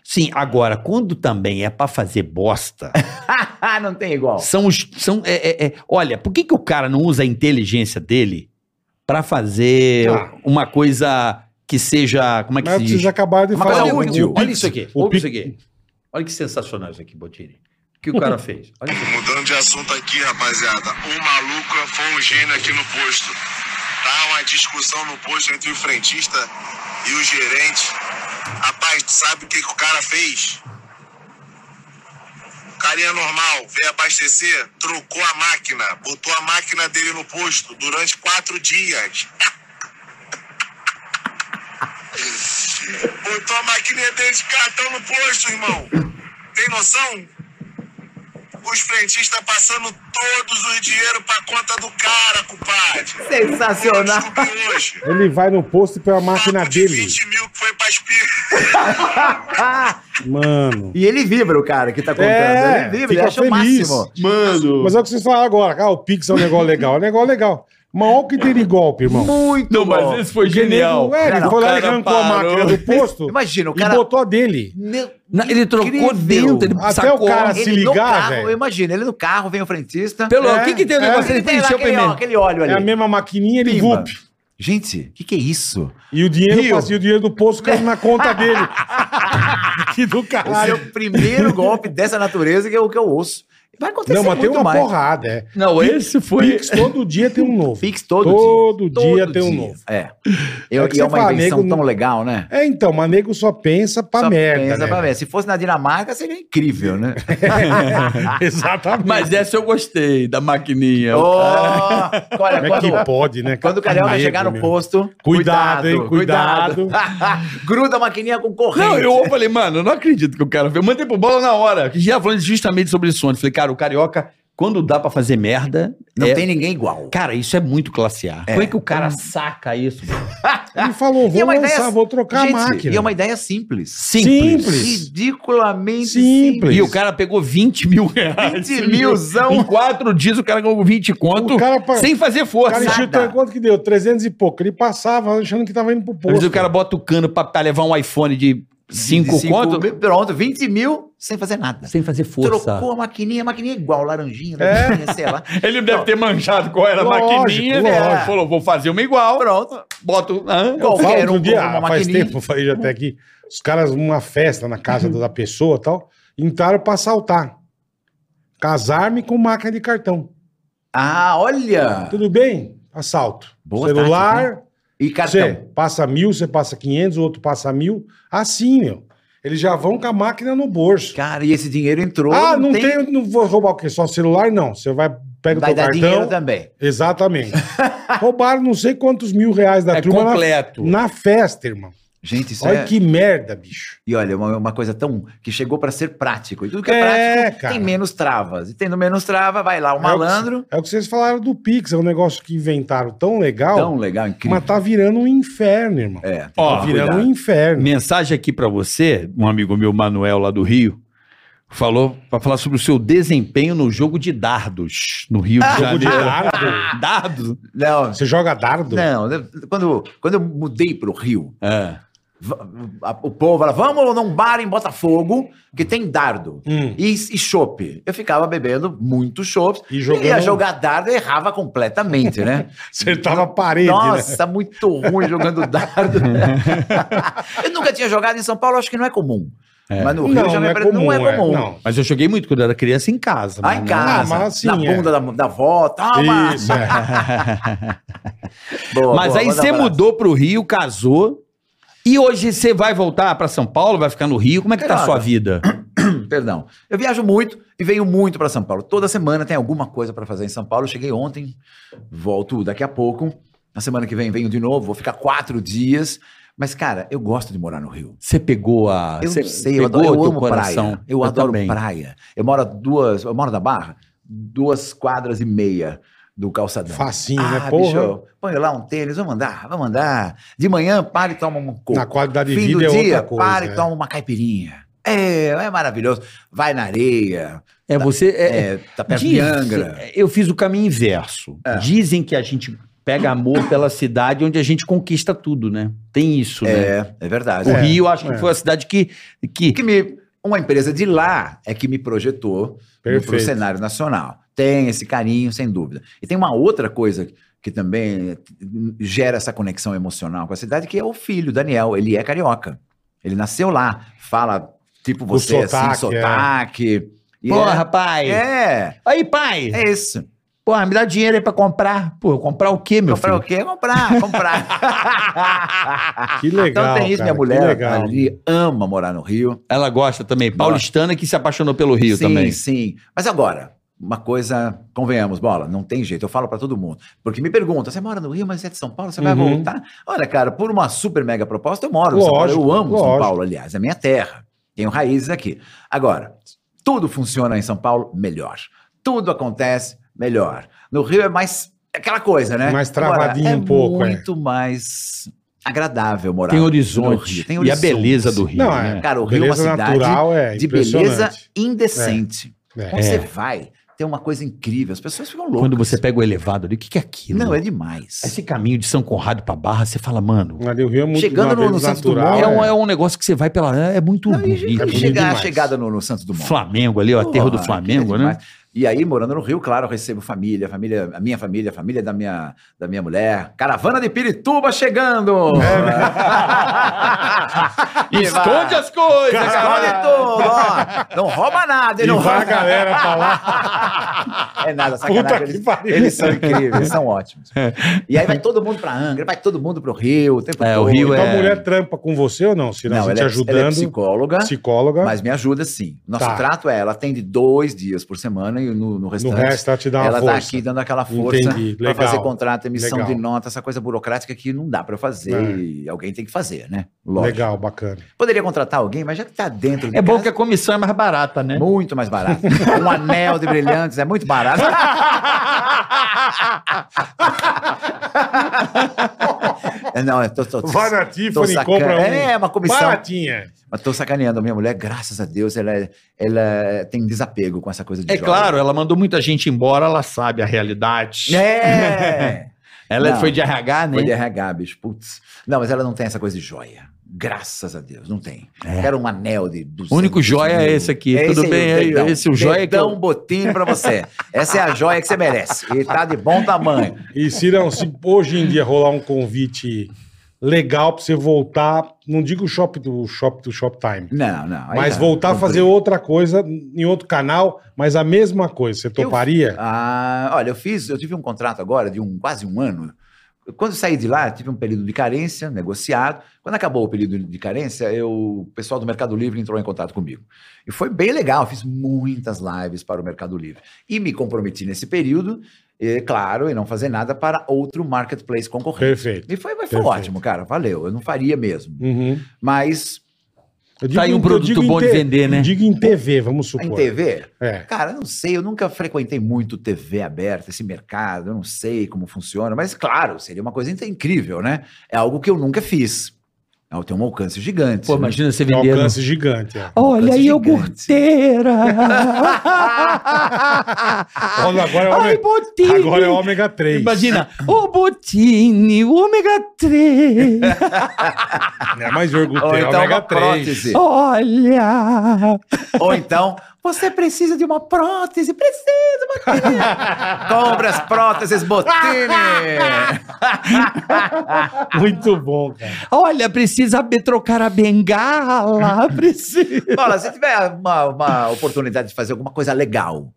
D: Sim, agora, quando também é pra fazer bosta,
A: não tem igual.
D: são os. São, é, é, é- Olha, por que, que o cara não usa a inteligência dele pra fazer
C: Tá.
D: uma coisa que seja. Como é que
C: Mas
D: se
C: vocês
D: diz?
C: acabaram de
A: Mas
C: falar.
A: olha o
C: o
A: útil,
C: Pix-
D: Olha isso aqui.
C: O
D: Olha
C: Pix-
D: isso aqui. Olha que sensacional isso aqui, Botini. O que o cara fez? Olha isso aqui.
G: Mudando de assunto aqui, rapaziada. O maluco foi um gênio aqui no posto. Tá uma discussão no posto entre o frentista e o gerente. Rapaz, tu sabe o que, que o cara fez? Carinha normal, veio abastecer, trocou a máquina, botou a máquina dele no posto durante quatro dias. botou a maquininha dele de cartão no posto, irmão. Tem noção? os frentistas passando todos os dinheiro pra conta do cara, compadre. Eu
A: Sensacional.
G: descobri hoje.
C: Ele vai no posto e põe a máquina
G: Papo de
C: dele.
G: 20 mil que foi pra espirra.
C: Mano.
A: E ele vibra, o cara que tá contando.
C: É,
A: ele vibra, ele
C: fica
A: acha
C: feliz.
A: o máximo.
E: Mano.
C: Mas é o que vocês falaram agora. Ah, o Pix é um negócio legal. É um negócio legal. Mas olha o que tem de golpe, irmão.
A: Muito
E: Não,
A: bom.
E: mas esse foi
C: Porque
E: genial.
C: nego- É, ele
A: Cara,
C: foi
E: o
C: lá e
E: cara
C: arrancou a
E: parou.
C: máquina do posto
A: Imagina, o
C: e
A: cara...
C: botou a dele.
A: Meu-
D: Na- ele trocou dentro, ele
C: Até
D: sacou.
C: o cara- pra se
A: Ele no
C: ligar,
A: carro,
C: velho.
A: eu imagino, ele no carro, vem o frentista.
D: Pelo,
C: É,
D: o que que tem o
C: é.
D: negócio? assim?
A: Ele
D: Ele
A: tem lá
D: preencheu o
A: aquele, ó,
D: primeiro.
A: aquele óleo ali.
C: É a mesma maquininha, ele
A: Pimba.
C: vup.
A: Gente, o que, que é isso?
C: E o dinheiro,
A: Rio.
C: passa- e o dinheiro do posto caiu na conta dele. que do
A: Esse é
C: caralho.
A: o primeiro golpe dessa natureza que eu, que eu ouço. Vai acontecer
C: Não, mas
A: muito
C: tem uma
A: mais.
C: porrada, é.
D: Não, esse foi.
C: Pix todo dia tem um novo.
A: Pix todo,
C: Todo
A: dia.
C: dia tem um novo.
A: É. Eu-
C: É que
A: e é
C: você
A: uma
C: fala,
A: invenção
C: nego,
A: tão
C: não-
A: legal, né?
C: É, então, mas nego só pensa pra
A: Só
C: merda.
A: pensa
C: né?
A: pra ver. Se fosse na Dinamarca, seria incrível, né?
C: Exatamente.
D: Mas essa eu gostei, da maquininha.
A: Ô, olha,
C: Como é
A: quando,
C: que pode, né?
A: quando o carioca
C: Nego,
A: chegar no
C: meu.
A: posto.
C: Cuidado, hein?
A: Gruda a maquininha com corrente.
D: Não, eu falei, mano, eu não acredito que o cara fez. Eu mandei pro bola na hora. que Já falando justamente sobre isso ontem. Falei, cara, o carioca, quando dá pra fazer merda.
A: Não
D: é-
A: tem Hum. ninguém igual.
D: Cara, isso é muito classe A. Como é que o cara saca isso? mano?
C: Ele falou,
A: E é
C: vou
A: uma
C: lançar,
A: ideia-
C: vou trocar
A: Gente,
C: a máquina.
A: E é uma ideia simples.
D: Simples.
C: Simples.
A: Ridiculamente
C: Simples.
D: E o cara pegou 20 mil reais.
A: 20 milzão.
D: Em quatro dias o cara ganhou 20 conto
C: O cara pa-
D: sem fazer
C: O
D: força.
C: cara encheu o
A: Nada.
C: tanque, quanto que deu? 300 e pouco. Ele passava achando que tava indo pro
D: Às
C: posto.
D: vezes o cara bota o cano pra tá, levar um iPhone de
A: De
D: 5
A: cinco
D: conto
A: mil- Pronto, 20 mil sem fazer nada.
D: sem fazer força.
A: Trocou a maquininha, a maquininha é igual, laranjinha, laranjinha, sei lá.
E: Ele deve ter manjado qual era a
C: Lógico,
E: maquininha. né?
C: lógico.
E: Falou, vou fazer uma igual.
A: Pronto.
D: Boto. Hã?
C: Eu falo
A: Qualquer
C: outro
A: um
C: dia,
A: compra uma
C: faz
A: maquininha.
C: tempo, eu falei até aqui, os caras numa festa na casa da pessoa e tal, entraram pra assaltar. Casar-me com máquina de cartão.
A: Ah, olha!
C: Tudo bem? Assalto.
A: Boa
C: Celular,
A: E
C: você
A: cartão.
C: passa mil, você passa 500, o outro passa mil. Assim, meu. Eles já vão com a máquina no bolso.
A: Cara, e esse dinheiro entrou.
C: ah, não, tenho, não vou roubar o quê? Só celular? Não. Você vai, pega
A: Vai
C: o teu
A: dar dinheiro
C: cartão.
A: também.
C: Exatamente. Roubaram não sei quantos mil reais da
D: É
C: turma na-
D: completo.
C: Na, festa, irmão.
A: Gente, isso
C: Olha
A: é...
C: que merda, bicho.
A: E olha, é uma, uma coisa tão... que chegou pra ser prático. E tudo que é,
C: É,
A: prático
C: cara.
A: tem menos travas. E tendo menos trava, vai lá o
C: É o que-
A: malandro.
C: É o que vocês falaram do Pix, é um negócio que inventaram tão legal,
A: Tão legal, incrível.
C: mas tá virando um inferno, irmão.
A: É, tem que
E: Ó,
C: tá virando
A: cuidar.
C: um inferno.
D: Mensagem aqui pra você, um amigo meu, Manuel, lá do Rio, falou pra falar sobre o seu desempenho no jogo de dardos no
A: Ah.
D: Rio de
C: Jogo de
D: Janeiro.
C: dardo.
D: Dardos?
A: Não,
C: Você joga dardo?
A: não. eu- Quando, quando eu mudei pro Rio,
D: É.
A: va- a- o povo fala, vamos num bar em Botafogo, que tem dardo.
C: Hum.
A: E, e chope. Eu ficava bebendo muito chope.
C: E jogando- um-
A: Ia jogar dardo e errava completamente, né?
C: Acertava a tá parede, né?
A: Nossa, muito ruim jogando dardo. né? eu nunca tinha jogado em São Paulo, acho que não é comum. Mas no Rio
C: Não,
A: já
C: não
A: me
C: é
A: apare-
C: comum.
A: não é comum.
C: não.
D: Mas eu joguei muito quando eu era criança em casa.
A: Lá em
D: mano.
A: casa,
C: Ah, mas assim,
A: na
C: é.
A: bunda da, da avó, toma!
C: Isso, é.
A: Boa,
D: Mas
A: boa,
D: aí
A: manda
D: você
A: um abraço.
D: mudou pro Rio, casou. E hoje você vai voltar pra São Paulo, vai ficar no Rio? Como é que tá a sua
A: Cara,
D: vida?
A: Perdão. Eu viajo muito e venho muito para São Paulo. Toda semana tem alguma coisa para fazer em São Paulo. Eu Cheguei ontem, volto daqui a pouco. Na semana que vem venho de novo, vou ficar quatro dias. Mas, cara, eu gosto de morar no Rio.
D: Você pegou a.
A: Eu
D: você
A: não sei, eu
D: pegou
A: adoro, eu
D: o teu
A: amo
D: coração.
A: praia. Eu, adoro
D: também.
A: praia. Eu moro a duas, eu moro na Barra, duas quadras e meia do calçadão.
C: Facinho,
A: ah,
C: né? Porra.
A: bicho, põe lá um tênis, vamos andar, vamos andar. De manhã, para e toma um coco.
C: Na qualidade de
A: Fim do
C: vida é
A: dia,
C: outra coisa.
A: para e
C: é.
A: toma uma caipirinha. É, é maravilhoso. Vai na areia,
D: É, você. É, né?
A: é, tá perto de
D: Diz-
A: Angra. É.
D: Eu fiz o caminho inverso. Dizem que a gente pega amor pela cidade onde a gente conquista tudo, né? Tem isso, né?
A: É, é verdade.
D: O
A: É.
D: Rio, acho que
C: é.
D: foi a cidade que. que
A: Que me, uma empresa de lá é que me projetou para o
C: Perfeito.
A: cenário nacional. Tem esse carinho, sem dúvida. E tem uma outra coisa que também eh, gera essa conexão emocional com a cidade, que é o filho, Daniel. Ele é carioca. Ele nasceu lá, fala tipo você, assim,
C: sotaque, é.
A: sotaque. E
D: Porra, pai!
A: é, é,
D: Aí, pai!
A: é isso.
D: Porra, me dá dinheiro aí pra comprar. Pô, comprar o quê, meu
A: comprar
D: filho?
A: o quê? Comprar, comprar.
C: Que legal,
A: Então tem isso, minha
C: cara, que
A: mulher
C: legal.
A: ali ama morar no Rio.
D: Ela gosta também. Paulistana que se apaixonou pelo Rio
A: sim,
D: também.
A: Sim, Mas agora, uma coisa, convenhamos, bola, não tem jeito, eu falo pra todo mundo. Porque me perguntam, você mora no Rio, mas é de São Paulo, você vai
C: Uhum.
A: voltar? Olha, cara, por uma super mega proposta, eu moro em São Paulo,
C: Lógico,
A: eu amo São
C: lógico.
A: Paulo, aliás, é minha terra. Tenho raízes aqui. Agora, tudo funciona em São Paulo melhor. Tudo acontece melhor. No Rio é mais aquela coisa, né?
C: Mais
A: Agora,
C: travadinho
A: é
C: um pouco, é.
A: muito mais agradável morar.
D: Tem
A: no
D: horizonte.
A: Rio, tem
D: e a
A: horizonte.
D: beleza do Rio.
C: Não,
D: né?
C: é.
A: Cara, o Rio é uma
C: beleza
A: cidade
C: natural é
A: de beleza
C: impressionante.
A: indecente.
C: É.
A: Quando você vai, tem uma coisa incrível. As pessoas ficam loucas.
D: Quando você pega o elevado ali, o que, que é aquilo?
A: assim. Não, é demais.
D: Esse caminho de São Conrado pra Barra, você fala, mano.
C: Ali o Rio é muito
A: Chegando
C: uma
A: no-
C: beleza
A: no Santos
C: natural,
A: Dumont,
D: É um,
C: é.
D: é um negócio que você vai pela. É muito
A: Não, e- e
D: bonito.
C: bonito
A: chega- a
C: É demais.
A: chegada no, no Santos Dumont.
D: Flamengo ali, o aterro do
A: Porra,
D: Flamengo,
A: é
D: né?
A: demais. E aí, morando no Rio, claro, eu recebo família, família, a minha família, a família da minha, da minha mulher. Caravana de Pirituba chegando!
C: É, né?
D: Esconde as coisas,
A: Esconde
D: cara.
A: tudo, ó. Não rouba nada,
C: E
A: ele não
C: vai
A: rouba
C: a galera pra lá.
A: É nada,
C: né? Puta
A: sacanagem.
C: que
A: Eles,
C: pariu.
A: eles são incríveis, são ótimos. E aí vai todo mundo pra Angra, vai todo mundo pro Rio. O tempo
D: É, o
A: todo.
D: Rio
C: Então
D: é-
C: a mulher trampa com você ou não? Se não,
A: Não,
C: você
A: ela
C: te
A: é,
C: ajudando.
A: ela é psicóloga,
C: psicóloga.
A: mas me ajuda sim. Nosso
C: Tá.
A: trato é, ela atende dois dias por semana e no, no
C: no
A: restante...
C: resto ela te dá uma
A: ela tá
C: força.
A: aqui dando aquela força
C: Entendi,
A: pra
C: legal.
A: fazer contrato, emissão de
C: Legal.
A: nota, essa coisa burocrática que não dá pra eu fazer
C: É.
A: e alguém tem que fazer, né? Lógico.
C: Legal, bacana.
A: Poderia contratar alguém, mas já que tá dentro de
D: É bom
A: casa,
D: que a comissão é mais barata, né?
A: Muito mais barato. Um anel de brilhantes é muito barato. É, Não, eu tô, tô, tô,
C: Vai na Tiffany,
A: sacan-
C: compra um.
A: É, uma comissão.
C: Baratinha.
A: Mas tô sacaneando. Minha mulher, graças a Deus, ela, é- ela tem desapego com essa coisa de
D: É
A: jovem.
D: claro, ela mandou muita gente embora, ela sabe a realidade.
A: É!
D: Ela
A: Não.
D: foi de RH, né?
A: Foi de RH, bicho, putz. Não, mas ela não tem essa coisa de joia. Graças a Deus, não tem.
C: É.
A: Quero um anel de...
D: O único joia é esse aqui. Tudo bem, é esse o joia que
A: Então,
D: eu-
A: botinho pra você. Essa é a joia que você merece. E tá de bom tamanho.
C: E Cirão, se hoje em dia rolar um convite legal pra você voltar, não digo o shop do shop do Shoptime,
A: Não, não. aí tá,
C: mas
A: não,
C: voltar a
A: não
C: fazer outra coisa em outro canal, mas a mesma coisa, você toparia?
A: Ah, olha, eu fiz, eu tive um contrato agora de um quase um ano Quando eu saí de lá, tive um período de carência, negociado. Quando acabou o período de carência, eu, o pessoal do Mercado Livre entrou em contato comigo. E foi bem legal, fiz muitas lives para o Mercado Livre. E me comprometi nesse período, eh, claro, em não fazer nada para outro marketplace concorrente.
C: Perfeito.
A: E foi, mas foi
C: Perfeito.
A: ótimo, cara, valeu. Eu não faria mesmo.
C: Uhum.
A: Mas
C: Eu
D: Tá aí um
C: em- eu
D: produto
C: digo em
D: bom de
C: te-
D: vender, né?
C: Digo em TV, vamos supor.
A: Tá em TV,
C: É.
A: Cara, eu não sei, eu nunca frequentei muito TV aberta, esse mercado, eu não sei como funciona, mas claro, seria uma coisa in- incrível, né? É algo que eu nunca fiz. Ah, Tem um alcance gigante.
D: Pô,
A: né?
D: imagina você
C: Um
D: vendendo.
C: alcance gigante.
A: Tá.
C: É.
D: Olha aí,
A: Alcance gigante.
D: iogurteira!
C: Olha, agora é
D: Ai,
C: ômega,
D: Botini!
C: agora é ômega 3.
D: Imagina, ô Botini, o ômega 3,
C: É mais iogurte,
A: Ou
C: é
A: então
C: ômega
A: uma
C: 3.
A: prótese.
D: olha!
A: Ou então, você precisa de uma prótese, precisa, Botini. Compre as próteses, Botini.
C: Muito bom, cara.
D: Olha, precisa be- trocar a bengala, precisa.
A: Fala, se tiver uma, uma oportunidade de fazer alguma coisa legal,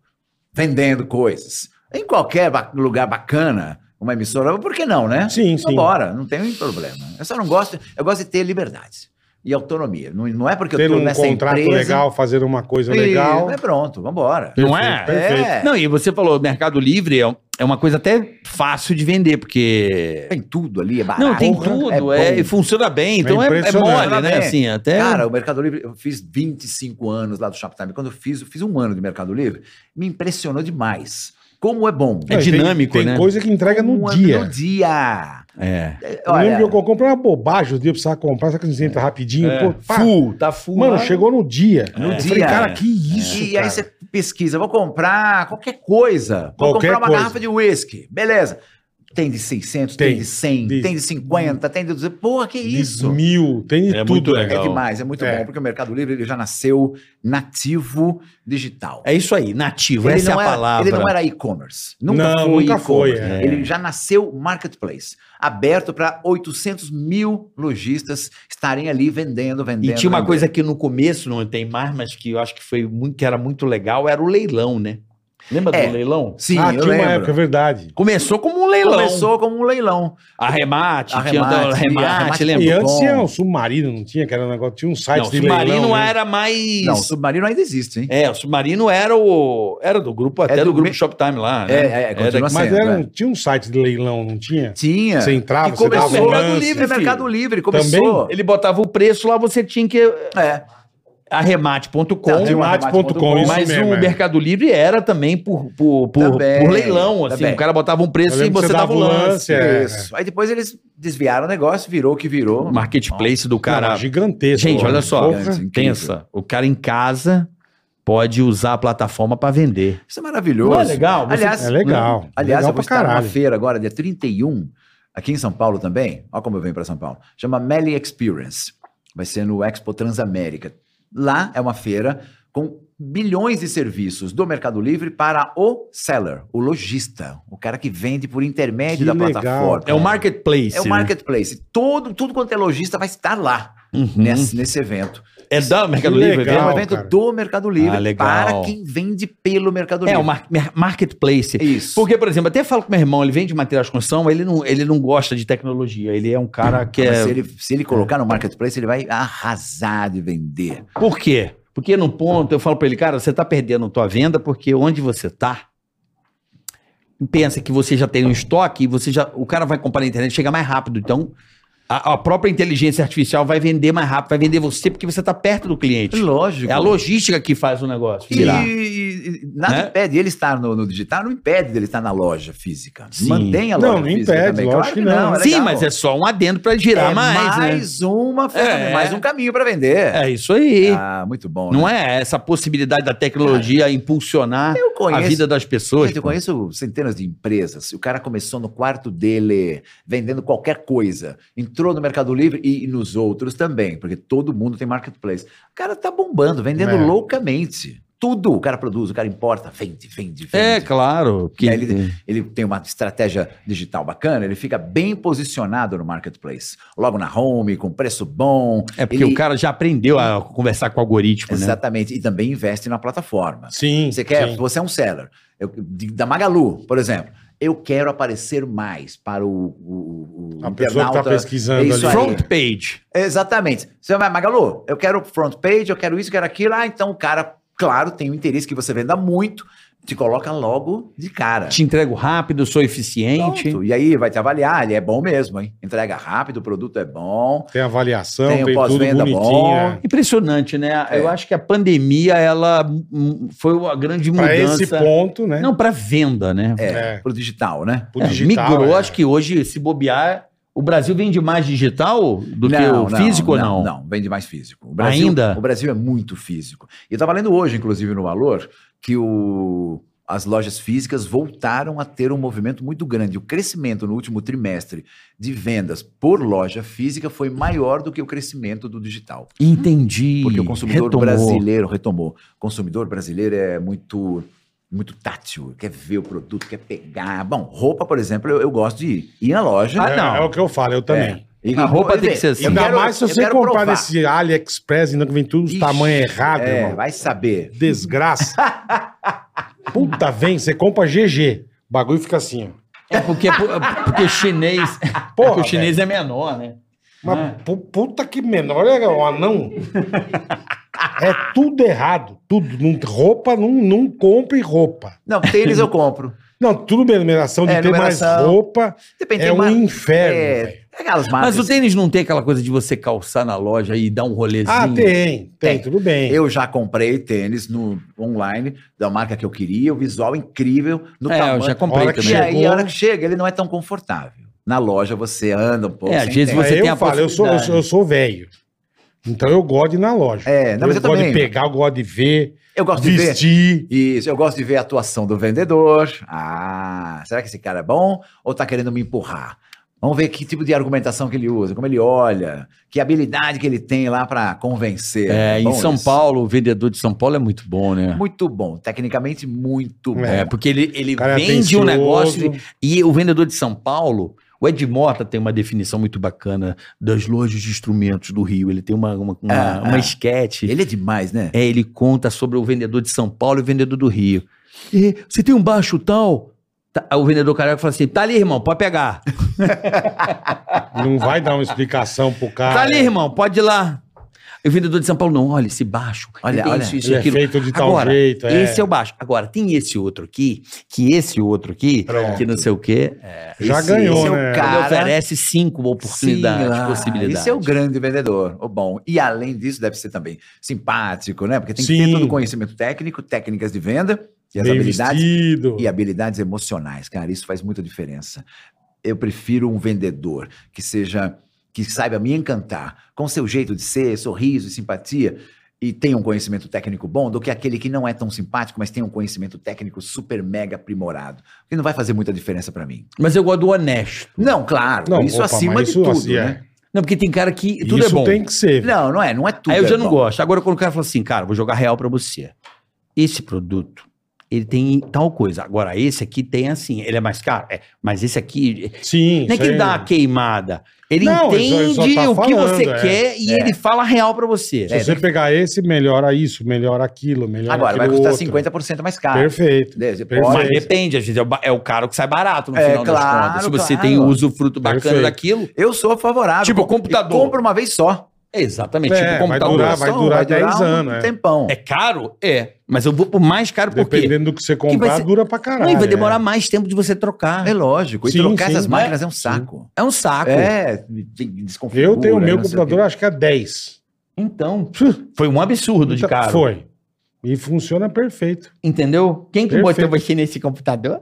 A: vendendo coisas, em qualquer ba- lugar bacana, uma emissora, por que não, né?
C: Sim, sim.
A: Vambora, não tem nenhum problema. Eu só não gosto, eu gosto de ter liberdade e autonomia. Não, não é porque eu
C: Tendo
A: tô
C: um
A: nessa
C: contrato
A: empresa...
C: legal, fazendo uma coisa
A: e-
C: legal.
A: É pronto, vambora.
E: Não é?
C: Perfeito.
A: É,
D: Não, e você falou, Mercado Livre é um- é uma coisa até fácil de vender, porque...
A: tem tudo ali, é barato.
D: Não, tem tudo, é,
A: bom.
D: e funciona bem, então é, é
C: impressionante.
D: mole, né?
A: É.
D: Assim, até...
A: Cara, o Mercado Livre, eu fiz 25 anos lá do Shoptime. Quando eu fiz, eu fiz um ano de Mercado Livre, me impressionou demais. Como é bom.
D: É
C: Não, e tem-
D: dinâmico,
C: tem,
D: né?
C: coisa que entrega no
A: Um ano
C: dia.
A: No dia.
D: é.
A: É,
C: Eu lembro
A: Olha,
C: que eu co- comprei uma bobagem, os dias eu precisava comprar, sabe que você
D: É.
C: entra rapidinho? Pô, pá,
D: Full, tá full.
C: mano,
D: lá.
C: chegou no dia.
A: No
C: Eu falei,
A: dia.
C: cara, que isso,
A: É. e
C: cara.
A: aí você pesquisa, vou comprar qualquer coisa. Vou
C: Qualquer
A: comprar uma
C: coisa.
A: garrafa de uísque. Beleza. Tem de 600, tem,
C: Tem.
A: de 100,
C: De-
A: tem de 50, tem de 200. Porra, que isso?
C: Mil, tem de
E: É
C: tudo.
E: muito
C: né?
E: legal.
A: É demais, é muito
C: É.
A: bom, porque o Mercado Livre ele já nasceu nativo digital.
D: É isso aí, nativo,
A: Ele
D: essa é a
A: não era-
D: palavra.
A: Ele não era e-commerce. Nunca
C: Não,
A: foi
C: nunca foi,
A: e-commerce.
C: é.
A: Ele já nasceu marketplace, aberto para 800 mil lojistas estarem ali vendendo, vendendo.
D: E tinha uma
A: vendendo.
D: coisa que no começo não tem mais, mas que eu acho que foi muito, que era muito legal, era o leilão, né? Lembra
A: É.
D: do leilão?
A: Sim,
C: ah,
A: eu
C: tinha uma época, é
A: lembro.
C: verdade.
D: Começou como um leilão.
A: Começou como um leilão.
D: Arremate, tinha
A: Arremate,
D: arremate,
A: arremate.
D: arremate lembra?
C: E antes
A: bom.
C: tinha um submarino, não tinha? Que era um negócio, tinha um site
D: Não, o
C: de
D: submarino
C: leilão. né?
D: era mais.
A: Não, o submarino ainda existe, hein?
D: É, o submarino era o. Era do grupo, até
A: É
D: do,
A: do
D: grupo
A: me-
D: Shoptime lá.
A: É,
D: Né?
A: é, é, continua
D: Era-
C: Mas
A: sendo,
C: era,
A: é.
C: um- tinha um site de leilão, não tinha?
A: Tinha.
C: Você entrava,
A: que
C: você dava
A: começou
C: um
A: o Mercado
C: lance.
A: Livre,
D: filho.
A: É, Mercado Livre, começou.
D: Ele botava o preço lá, você tinha que.
A: É. Tá,
D: arremate.com.
A: tinha um
C: Arremate.com, isso
D: Mas
C: mesmo.
D: o
C: é.
D: Mercado Livre era também por, por, por,
A: Também,
D: por leilão, assim.
A: também.
D: O cara botava um
C: Eu
D: preço e
C: lembro que
D: você dava o lance.
C: é.
A: Isso. Aí depois eles desviaram o negócio, virou o que virou.
D: O marketplace do
C: Cara,
D: cara.
C: gigantesco.
D: Gente, olha só,
A: Porra, incrível.
D: pensa. O cara em casa pode usar a plataforma pra vender.
A: Isso é maravilhoso.
D: Não é legal? Você-
A: Aliás, hum,
C: É legal.
A: aliás
C: legal
A: eu vou
C: pra
A: estar numa
C: caralho.
A: feira agora, dia 31, aqui em São Paulo também. Olha como eu venho para São Paulo. Chama Melly Experience. Vai ser no Expo Transamérica. Lá é uma feira com bilhões de serviços do Mercado Livre para o seller, o lojista, o cara que vende por intermédio
C: Que
A: da
C: legal, um
A: plataforma.
D: É o marketplace.
A: É o
D: né?
A: marketplace. Todo, tudo quanto é lojista vai estar lá nesse, nesse evento.
D: É da Mercado
C: Que
D: Livre,
C: Uhum. legal.
A: é um
D: né?
A: evento
C: cara.
A: do Mercado
D: Ah,
A: Livre
D: legal.
A: para quem vende pelo Mercado
D: É
C: um
A: Livre.
D: o mar- mer- marketplace.
A: Isso.
D: Porque, por exemplo, até falo com meu irmão, ele vende materiais de construção, ele não, ele não gosta de tecnologia. Ele é um cara que
A: Ah, Mas
D: é.
A: se, ele, se ele colocar no marketplace, ele vai arrasar de vender.
D: Por quê? Porque num ponto eu falo pra ele, cara, você tá perdendo tua venda porque onde você tá, pensa que você já tem um estoque e você já, o cara vai comprar na internet, chega mais rápido. Então, a, a própria inteligência artificial vai vender mais rápido, vai vender você porque você tá perto do cliente.
A: Lógico.
D: É a logística que faz o negócio.
A: E,
D: virar.
A: e- e nada
D: Né?
A: impede ele estar no, no digital, não impede dele estar na loja física.
D: Sim.
A: Mantém a
C: Não,
A: loja
C: não
A: física
C: impede,
A: também.
C: lógico
A: Claro
C: que não.
A: legal.
D: Sim, mas é só um adendo pra girar
A: É
D: mais, né?
A: mais uma ferramenta,
D: É.
A: mais um caminho para vender.
D: É isso aí.
A: Ah, muito bom.
D: Não
A: né?
D: é essa possibilidade da tecnologia impulsionar
A: Eu
D: a
A: conheço
D: vida das pessoas.
A: Gente, eu
D: pô.
A: conheço centenas de empresas. O cara começou no quarto dele vendendo qualquer coisa. Entrou no Mercado Livre e, e nos outros também, porque todo mundo tem marketplace. O cara tá bombando, vendendo
C: É.
A: loucamente. Tudo o cara produz, o cara importa, vende, vende, vende.
D: É, claro. Que... é.
A: E aí ele, ele tem uma estratégia digital bacana, ele fica bem posicionado no marketplace. Logo na home, com preço bom.
D: É porque
A: ele-
D: o cara já aprendeu a conversar com o algoritmo, né?
A: Exatamente. E também investe na plataforma.
C: Sim.
A: Você quer,
C: sim.
A: você é um seller. Eu- de- da Magalu, por exemplo. Eu quero aparecer mais para o, o, o
C: A pessoa que tá pesquisando
A: um É isso
C: ali.
A: aí.
D: Front page.
A: Exatamente. Você vai, Magalu, eu quero front page, eu quero isso, eu quero aquilo. Ah, então o cara, claro, tem um interesse que você venda muito, te coloca logo de cara.
D: Te entrego rápido, sou eficiente.
A: Pronto. E aí vai te avaliar, ele é bom mesmo, hein? Entrega rápido, o produto é bom.
C: Tem avaliação,
A: Tem
C: tem,
A: o
C: tudo
A: pós-venda
C: bonitinho.
A: bom.
C: é.
D: Impressionante, né?
A: É.
D: Eu acho que a pandemia ela hum, foi uma grande
C: Pra
D: mudança.
C: esse ponto, né?
D: Não, para venda, né?
A: É,
C: É.
A: pro digital, né?
C: o
D: É,
C: digital,
D: migrou,
C: é.
D: acho que hoje, se bobear, o Brasil vende mais digital do que o físico ou não?
A: Não, vende mais físico. O Brasil,
D: Ainda?
A: O Brasil é muito físico. E eu estava lendo hoje, inclusive, no Valor, que o- as lojas físicas voltaram a ter um movimento muito grande. O crescimento no último trimestre de vendas por loja física foi maior do que o crescimento do digital.
D: Entendi.
A: Porque o consumidor
D: Retomou.
A: brasileiro retomou. O consumidor brasileiro é muito muito tátil, quer ver o produto, quer pegar. Bom, roupa, por exemplo, eu, eu gosto de ir na loja.
D: Ah,
C: É-
D: não.
C: É, o que eu falo, eu também.
A: E,
D: A roupa tem que ser assim.
A: eu
C: Ainda
A: quero-
C: mais se
A: eu
C: você
A: quero
C: comprar
A: provar.
C: nesse AliExpress, ainda que vem tudo os
A: Ixi,
C: tamanhos errados,
A: É,
C: irmão.
A: vai saber.
C: Desgraça. Puta, vem, você compra GG. O bagulho fica assim, ó.
D: É porque, porque chinês.
C: Porra,
D: porque o chinês é menor, né?
C: Mas
A: É.
C: pu- puta que menor é o anão. É tudo errado, tudo. Não- roupa, não, não compre roupa.
A: Não, tênis eu compro.
C: Não, tudo bem, numeração de
A: É,
C: ter mais
A: numeração.
C: roupa
A: Depende,
C: é
A: tem
C: um
A: uma-
C: inferno.
A: é,
C: velho.
A: tem aquelas
D: Mas
A: marcas.
D: o tênis não tem aquela coisa de você calçar na loja e dar um rolezinho.
C: Ah, tem, tem,
A: Tem.
C: tudo bem.
A: Eu já comprei tênis no online da marca que eu queria, o visual incrível, no
D: é,
A: tamanho.
D: eu já comprei
C: Hora que
D: também.
A: E aí,
C: Chegou.
A: a hora que chega, ele não é tão confortável. Na loja você anda um pouco.
D: É,
A: sem
D: às vezes
A: tênis.
C: Mas
D: você
C: eu
D: tem a
C: falo, eu sou, eu
D: possibilidade.
C: sou, eu sou velho. Então eu gosto de ir na loja.
A: É, não, mas eu
C: gosto
A: também.
C: de pegar, eu gosto de ver,
A: Eu gosto de ver.
C: vestir.
A: Isso, eu gosto de ver a atuação do vendedor. Ah, será que esse cara é bom ou tá querendo me empurrar? Vamos ver que tipo de argumentação que ele usa, como ele olha, que habilidade que ele tem lá pra convencer.
D: É, em
A: bom
D: São
A: isso?
D: Paulo, o vendedor de São Paulo é muito bom, né?
A: Muito bom, tecnicamente muito bom.
D: É, porque ele, ele
C: O cara é
D: vende um
C: atencioso.
D: negócio e o vendedor de São Paulo, o Ed Mota tem uma definição muito bacana das lojas de instrumentos do Rio. Ele tem uma, uma, uma,
A: Ah,
D: uma
A: ah.
D: esquete.
A: Ele é demais, né?
D: É, ele conta sobre o vendedor de São Paulo e o vendedor do Rio. E, você tem um baixo tal? Tá- o vendedor careca fala assim: tá ali, irmão, pode pegar.
C: Não vai dar uma explicação pro cara.
D: tá ali, irmão, pode ir lá. E o vendedor de São Paulo, não, olha esse baixo.
A: Olha,
D: ele tem
A: olha.
D: isso, isso,
C: Ele é
D: aquilo.
C: feito de tal
D: Agora,
C: jeito. É.
D: Esse é o baixo. Agora, tem esse outro aqui, que esse outro aqui,
C: Pronto.
D: que não sei o quê.
C: Já
A: Esse-
C: ganhou,
A: esse é o
C: né?
A: cara-
D: Ele oferece cinco oportunidades,
A: Sim, ah,
D: possibilidades.
A: Esse é o grande vendedor, o bom. E além disso, deve ser também simpático, né? Porque tem que
C: Sim.
A: ter todo o conhecimento técnico, técnicas de venda e as
C: Bem
A: habilidades.
C: vestido.
A: E habilidades emocionais, cara, isso faz muita diferença. Eu prefiro um vendedor que seja, que saiba me encantar com seu jeito de ser, sorriso e simpatia, e tenha um conhecimento técnico bom, do que aquele que não é tão simpático, mas tem um conhecimento técnico super mega aprimorado. Que não vai fazer muita diferença pra mim.
D: Mas eu gosto do honesto.
A: Não, claro,
C: Não,
A: isso
C: opa,
A: acima
C: mas
A: de
C: isso
A: tudo,
C: assim, é.
A: né?
D: Não, porque tem cara que tudo
C: Isso
D: é bom.
C: tem que ser. velho.
A: Não, não é, não é tudo.
D: Aí eu já
A: é
D: não
A: bom.
D: gosto. Agora, quando o cara fala assim, cara, vou jogar real pra você. Esse produto, ele tem tal coisa. Agora, esse aqui tem assim, ele é mais caro. É, mas esse aqui.
C: Sim.
D: Não é que
C: isso aí.
D: ele dá uma queimada. Ele
C: Não, ele só- ele
D: entende
C: só tá
D: o que
C: falando,
D: você
C: é.
D: quer e ele fala a real pra você.
C: Se você pegar esse, melhora isso, melhora aquilo, melhora
A: Agora, vai
C: aquilo
A: custar
C: outro.
A: 50% mais caro.
C: Perfeito.
A: Beleza,
C: Perfeito.
A: pode-
D: Mas depende, às vezes é o, ba- é o caro que sai barato no
A: É,
D: final
A: claro,
D: das contas. Se você
A: claro.
D: tem o usufruto bacana
C: Perfeito.
D: daquilo.
A: Eu sou favorável.
D: Tipo,
A: Com-
D: computador.
A: Compra uma vez só.
D: Exatamente,
C: É,
D: tipo
C: vai
D: computador.
C: durar, vai-
A: Só,
C: 10 anos,
A: Um
C: é.
A: tempão.
D: É caro? É. Mas eu vou por mais caro por quê?
C: Dependendo do que você
D: vai
C: comprar,
D: ser-
C: dura pra caralho.
D: Não, e vai
C: é.
D: demorar mais tempo de você trocar.
A: É lógico. E
C: Sim,
A: trocar
C: sim.
A: essas máquinas é um saco.
D: É um saco.
A: É, tem- desconfigura.
C: Eu tenho o meu
A: não sei
C: computador,
A: o quê.
C: acho que é 10.
D: Então, foi um absurdo de
C: Puta,
D: caro.
C: Então, Foi. E funciona perfeito.
D: Entendeu? Quem que
C: Perfeito.
D: botou você nesse computador?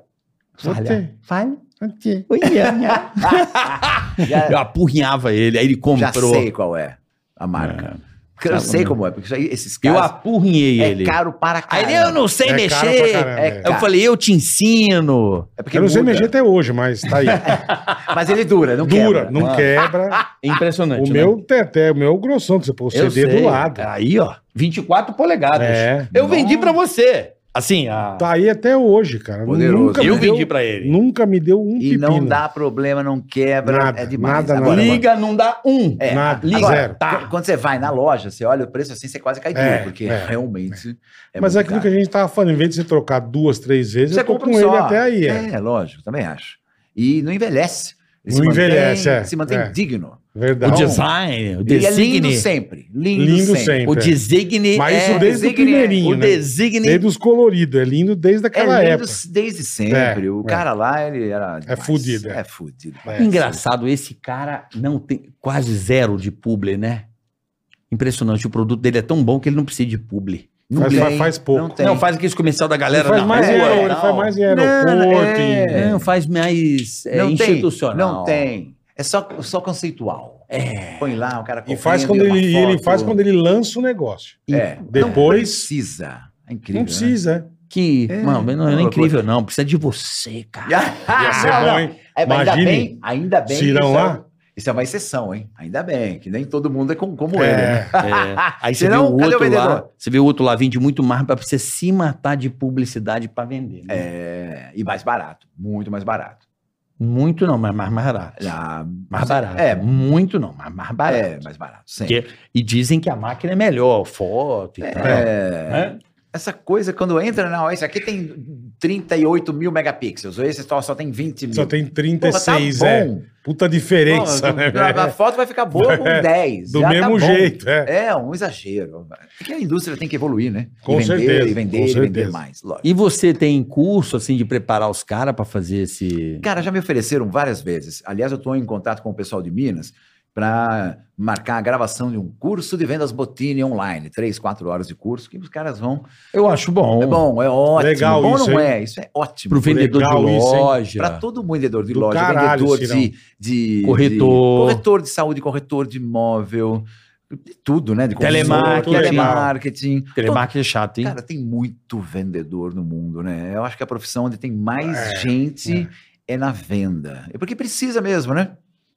C: Você.
D: Falha. Falha.
C: Aqui.
D: Oi, Ian. Eu
A: Já,
D: apurrinhava ele, aí ele
A: já
D: comprou.
A: sei qual é a marca. Porque Eu
D: Tá
A: sei
D: bom.
A: como é, porque isso aí, esses
D: Eu
A: caras
D: apurrinhei
A: é
D: ele.
A: caro para
D: Tá Aí
A: caramba.
D: ele, eu não sei
C: É caro pra
D: mexer.
C: caramba,
A: É
C: é.
D: Eu falei, eu te ensino.
A: É porque
C: Eu não sei
A: muda.
C: mexer até hoje, mas tá aí.
A: Mas ele dura, não
C: dura,
A: quebra.
C: não
D: Ah.
C: quebra.
D: É impressionante.
C: o
D: né?
C: meu tem até, o meu é grossão, que você põe o
D: eu
A: Ah,
C: CD
D: sei.
C: do lado.
D: Aí, ó, 24 polegadas.
C: É.
D: Eu vendi pra você. Assim, a...
C: Tá aí até hoje, cara.
A: Poderoso.
C: Nunca
D: eu
C: me deu,
D: vendi pra ele.
C: Nunca me deu um
A: E
C: pepino.
A: não dá problema, não quebra,
C: Nada,
A: é demais.
C: nada,
A: Agora,
C: nada.
D: Liga, não dá um.
A: É,
C: Nada,
A: liga.
C: zero.
A: Tá, Quando você vai na loja, você olha o preço assim, você quase cai duro,
C: É,
A: porque
C: é.
A: realmente é
C: Mas é
A: muito
C: aquilo
A: caro.
C: que a gente tava falando, em vez de você trocar duas, três vezes,
A: Você
C: eu tô
A: compra
C: com
A: um
C: ele
A: só.
C: até aí. É.
A: É, lógico, também acho. E não envelhece. Ele
C: Não
A: se mantém-
C: envelhece, é,
A: Se mantém
C: é.
A: digno.
D: O
C: Verdade.
D: design, o
A: E é lindo
D: designe.
A: sempre. Lindo,
C: lindo
A: sempre.
C: sempre.
D: o designe
C: Mas
D: é...
C: isso desde
A: design
C: o
A: é-
C: primeirinho,
D: o
C: né?
D: designe...
C: Desde os coloridos. É lindo desde
A: É
C: aquela
A: lindo
C: época.
A: desde sempre.
C: É,
A: o
C: é.
A: cara lá, ele era. demais.
C: fudido, é.
A: É fudido.
C: É.
D: Engraçado, esse cara não tem quase zero de publi, né? Impressionante, o produto dele é tão bom que ele não precisa de publi.
A: Não
C: Faz-
A: tem,
C: faz- faz pouco.
A: Não tem.
D: Não, faz aqueles comercial da
C: Ele
D: galera
C: faz,
D: na
C: mais
D: rua
C: em aer-
D: e
C: ele
D: tal.
C: faz mais em
A: né? Não,
C: aeroporto. em-
A: é.
D: Não, faz mais é,
A: não tem,
D: institucional.
A: Não tem. É só, só conceitual. É. Põe lá, o cara
C: E faz quando
A: comendo, uma
C: ele, e ele
A: foto.
C: faz quando ele lança o negócio.
A: É. Não
C: Depois,
A: precisa. É incrível.
C: não precisa. né?
D: Que, mano, não é
A: Não,
D: incrível, não. Precisa de você,
A: Né?
D: cara.
C: Ia ser
A: Não,
C: bom,
A: não.
C: hein?
A: É, mas ainda
C: Imagine
A: bem, ainda bem.
C: se irão
A: isso é-
C: lá.
A: Isso é uma exceção, hein? Ainda bem, que nem todo mundo é com- como ele. Né?
C: É,
D: É. Aí você
A: Senão,
D: vê o
A: cadê o
D: outro lá.
A: vendedor?
D: Você vê o outro lá vende muito mais pra você se matar de publicidade pra vender. né?
A: É, e mais barato, muito mais barato.
D: Muito não, mas mais barato.
A: Ah,
D: Mais barato.
A: É,
D: muito não, mas mais barato.
A: é mais barato, sempre.
D: E dizem que a máquina é melhor, foto e tal.
A: É.
D: né?
A: Essa coisa, quando entra, não, esse aqui tem 38 mil megapixels, ou esse só, só tem 20 mil.
C: só tem
A: Porra,
C: 36, é.
A: tá bom.
C: Puta diferença,
A: Porra,
C: né? É.
A: a, a foto vai ficar boa com 10.
C: Do
A: já tá
C: mesmo
A: bom.
C: jeito, é.
A: É, um exagero. É que a indústria tem que evoluir, né?
C: Com
A: e vender,
C: certeza,
A: e vender,
C: com
A: e
C: certeza.
A: vender mais, lógico.
D: E você tem curso, assim, de preparar os caras pra fazer esse...
A: Cara, já me ofereceram várias vezes. Aliás, eu estou em contato com o pessoal de Minas para marcar a gravação de um curso de vendas Botini online. Três, quatro horas de curso que os caras vão.
D: Eu acho bom.
A: É bom, é ótimo.
C: Legal
A: bom
C: isso,
A: não
C: hein?
A: é? Isso é
D: Pro
A: ótimo.
D: vendedor
C: Legal
D: de
C: isso, hein?
D: loja.
A: Para todo vendedor de
C: Do
A: loja,
C: caralho,
A: vendedor
C: Cirão.
A: de, de-
D: Corretor.
A: de- corretor de saúde, corretor de imóvel, de tudo, né? De consumo,
D: Telemarketing.
A: telemarketing.
D: Telemarketing é chato, hein?
A: Cara, tem muito vendedor no mundo, né? Eu acho que a profissão onde tem mais gente é. na venda. É Porque precisa mesmo, né?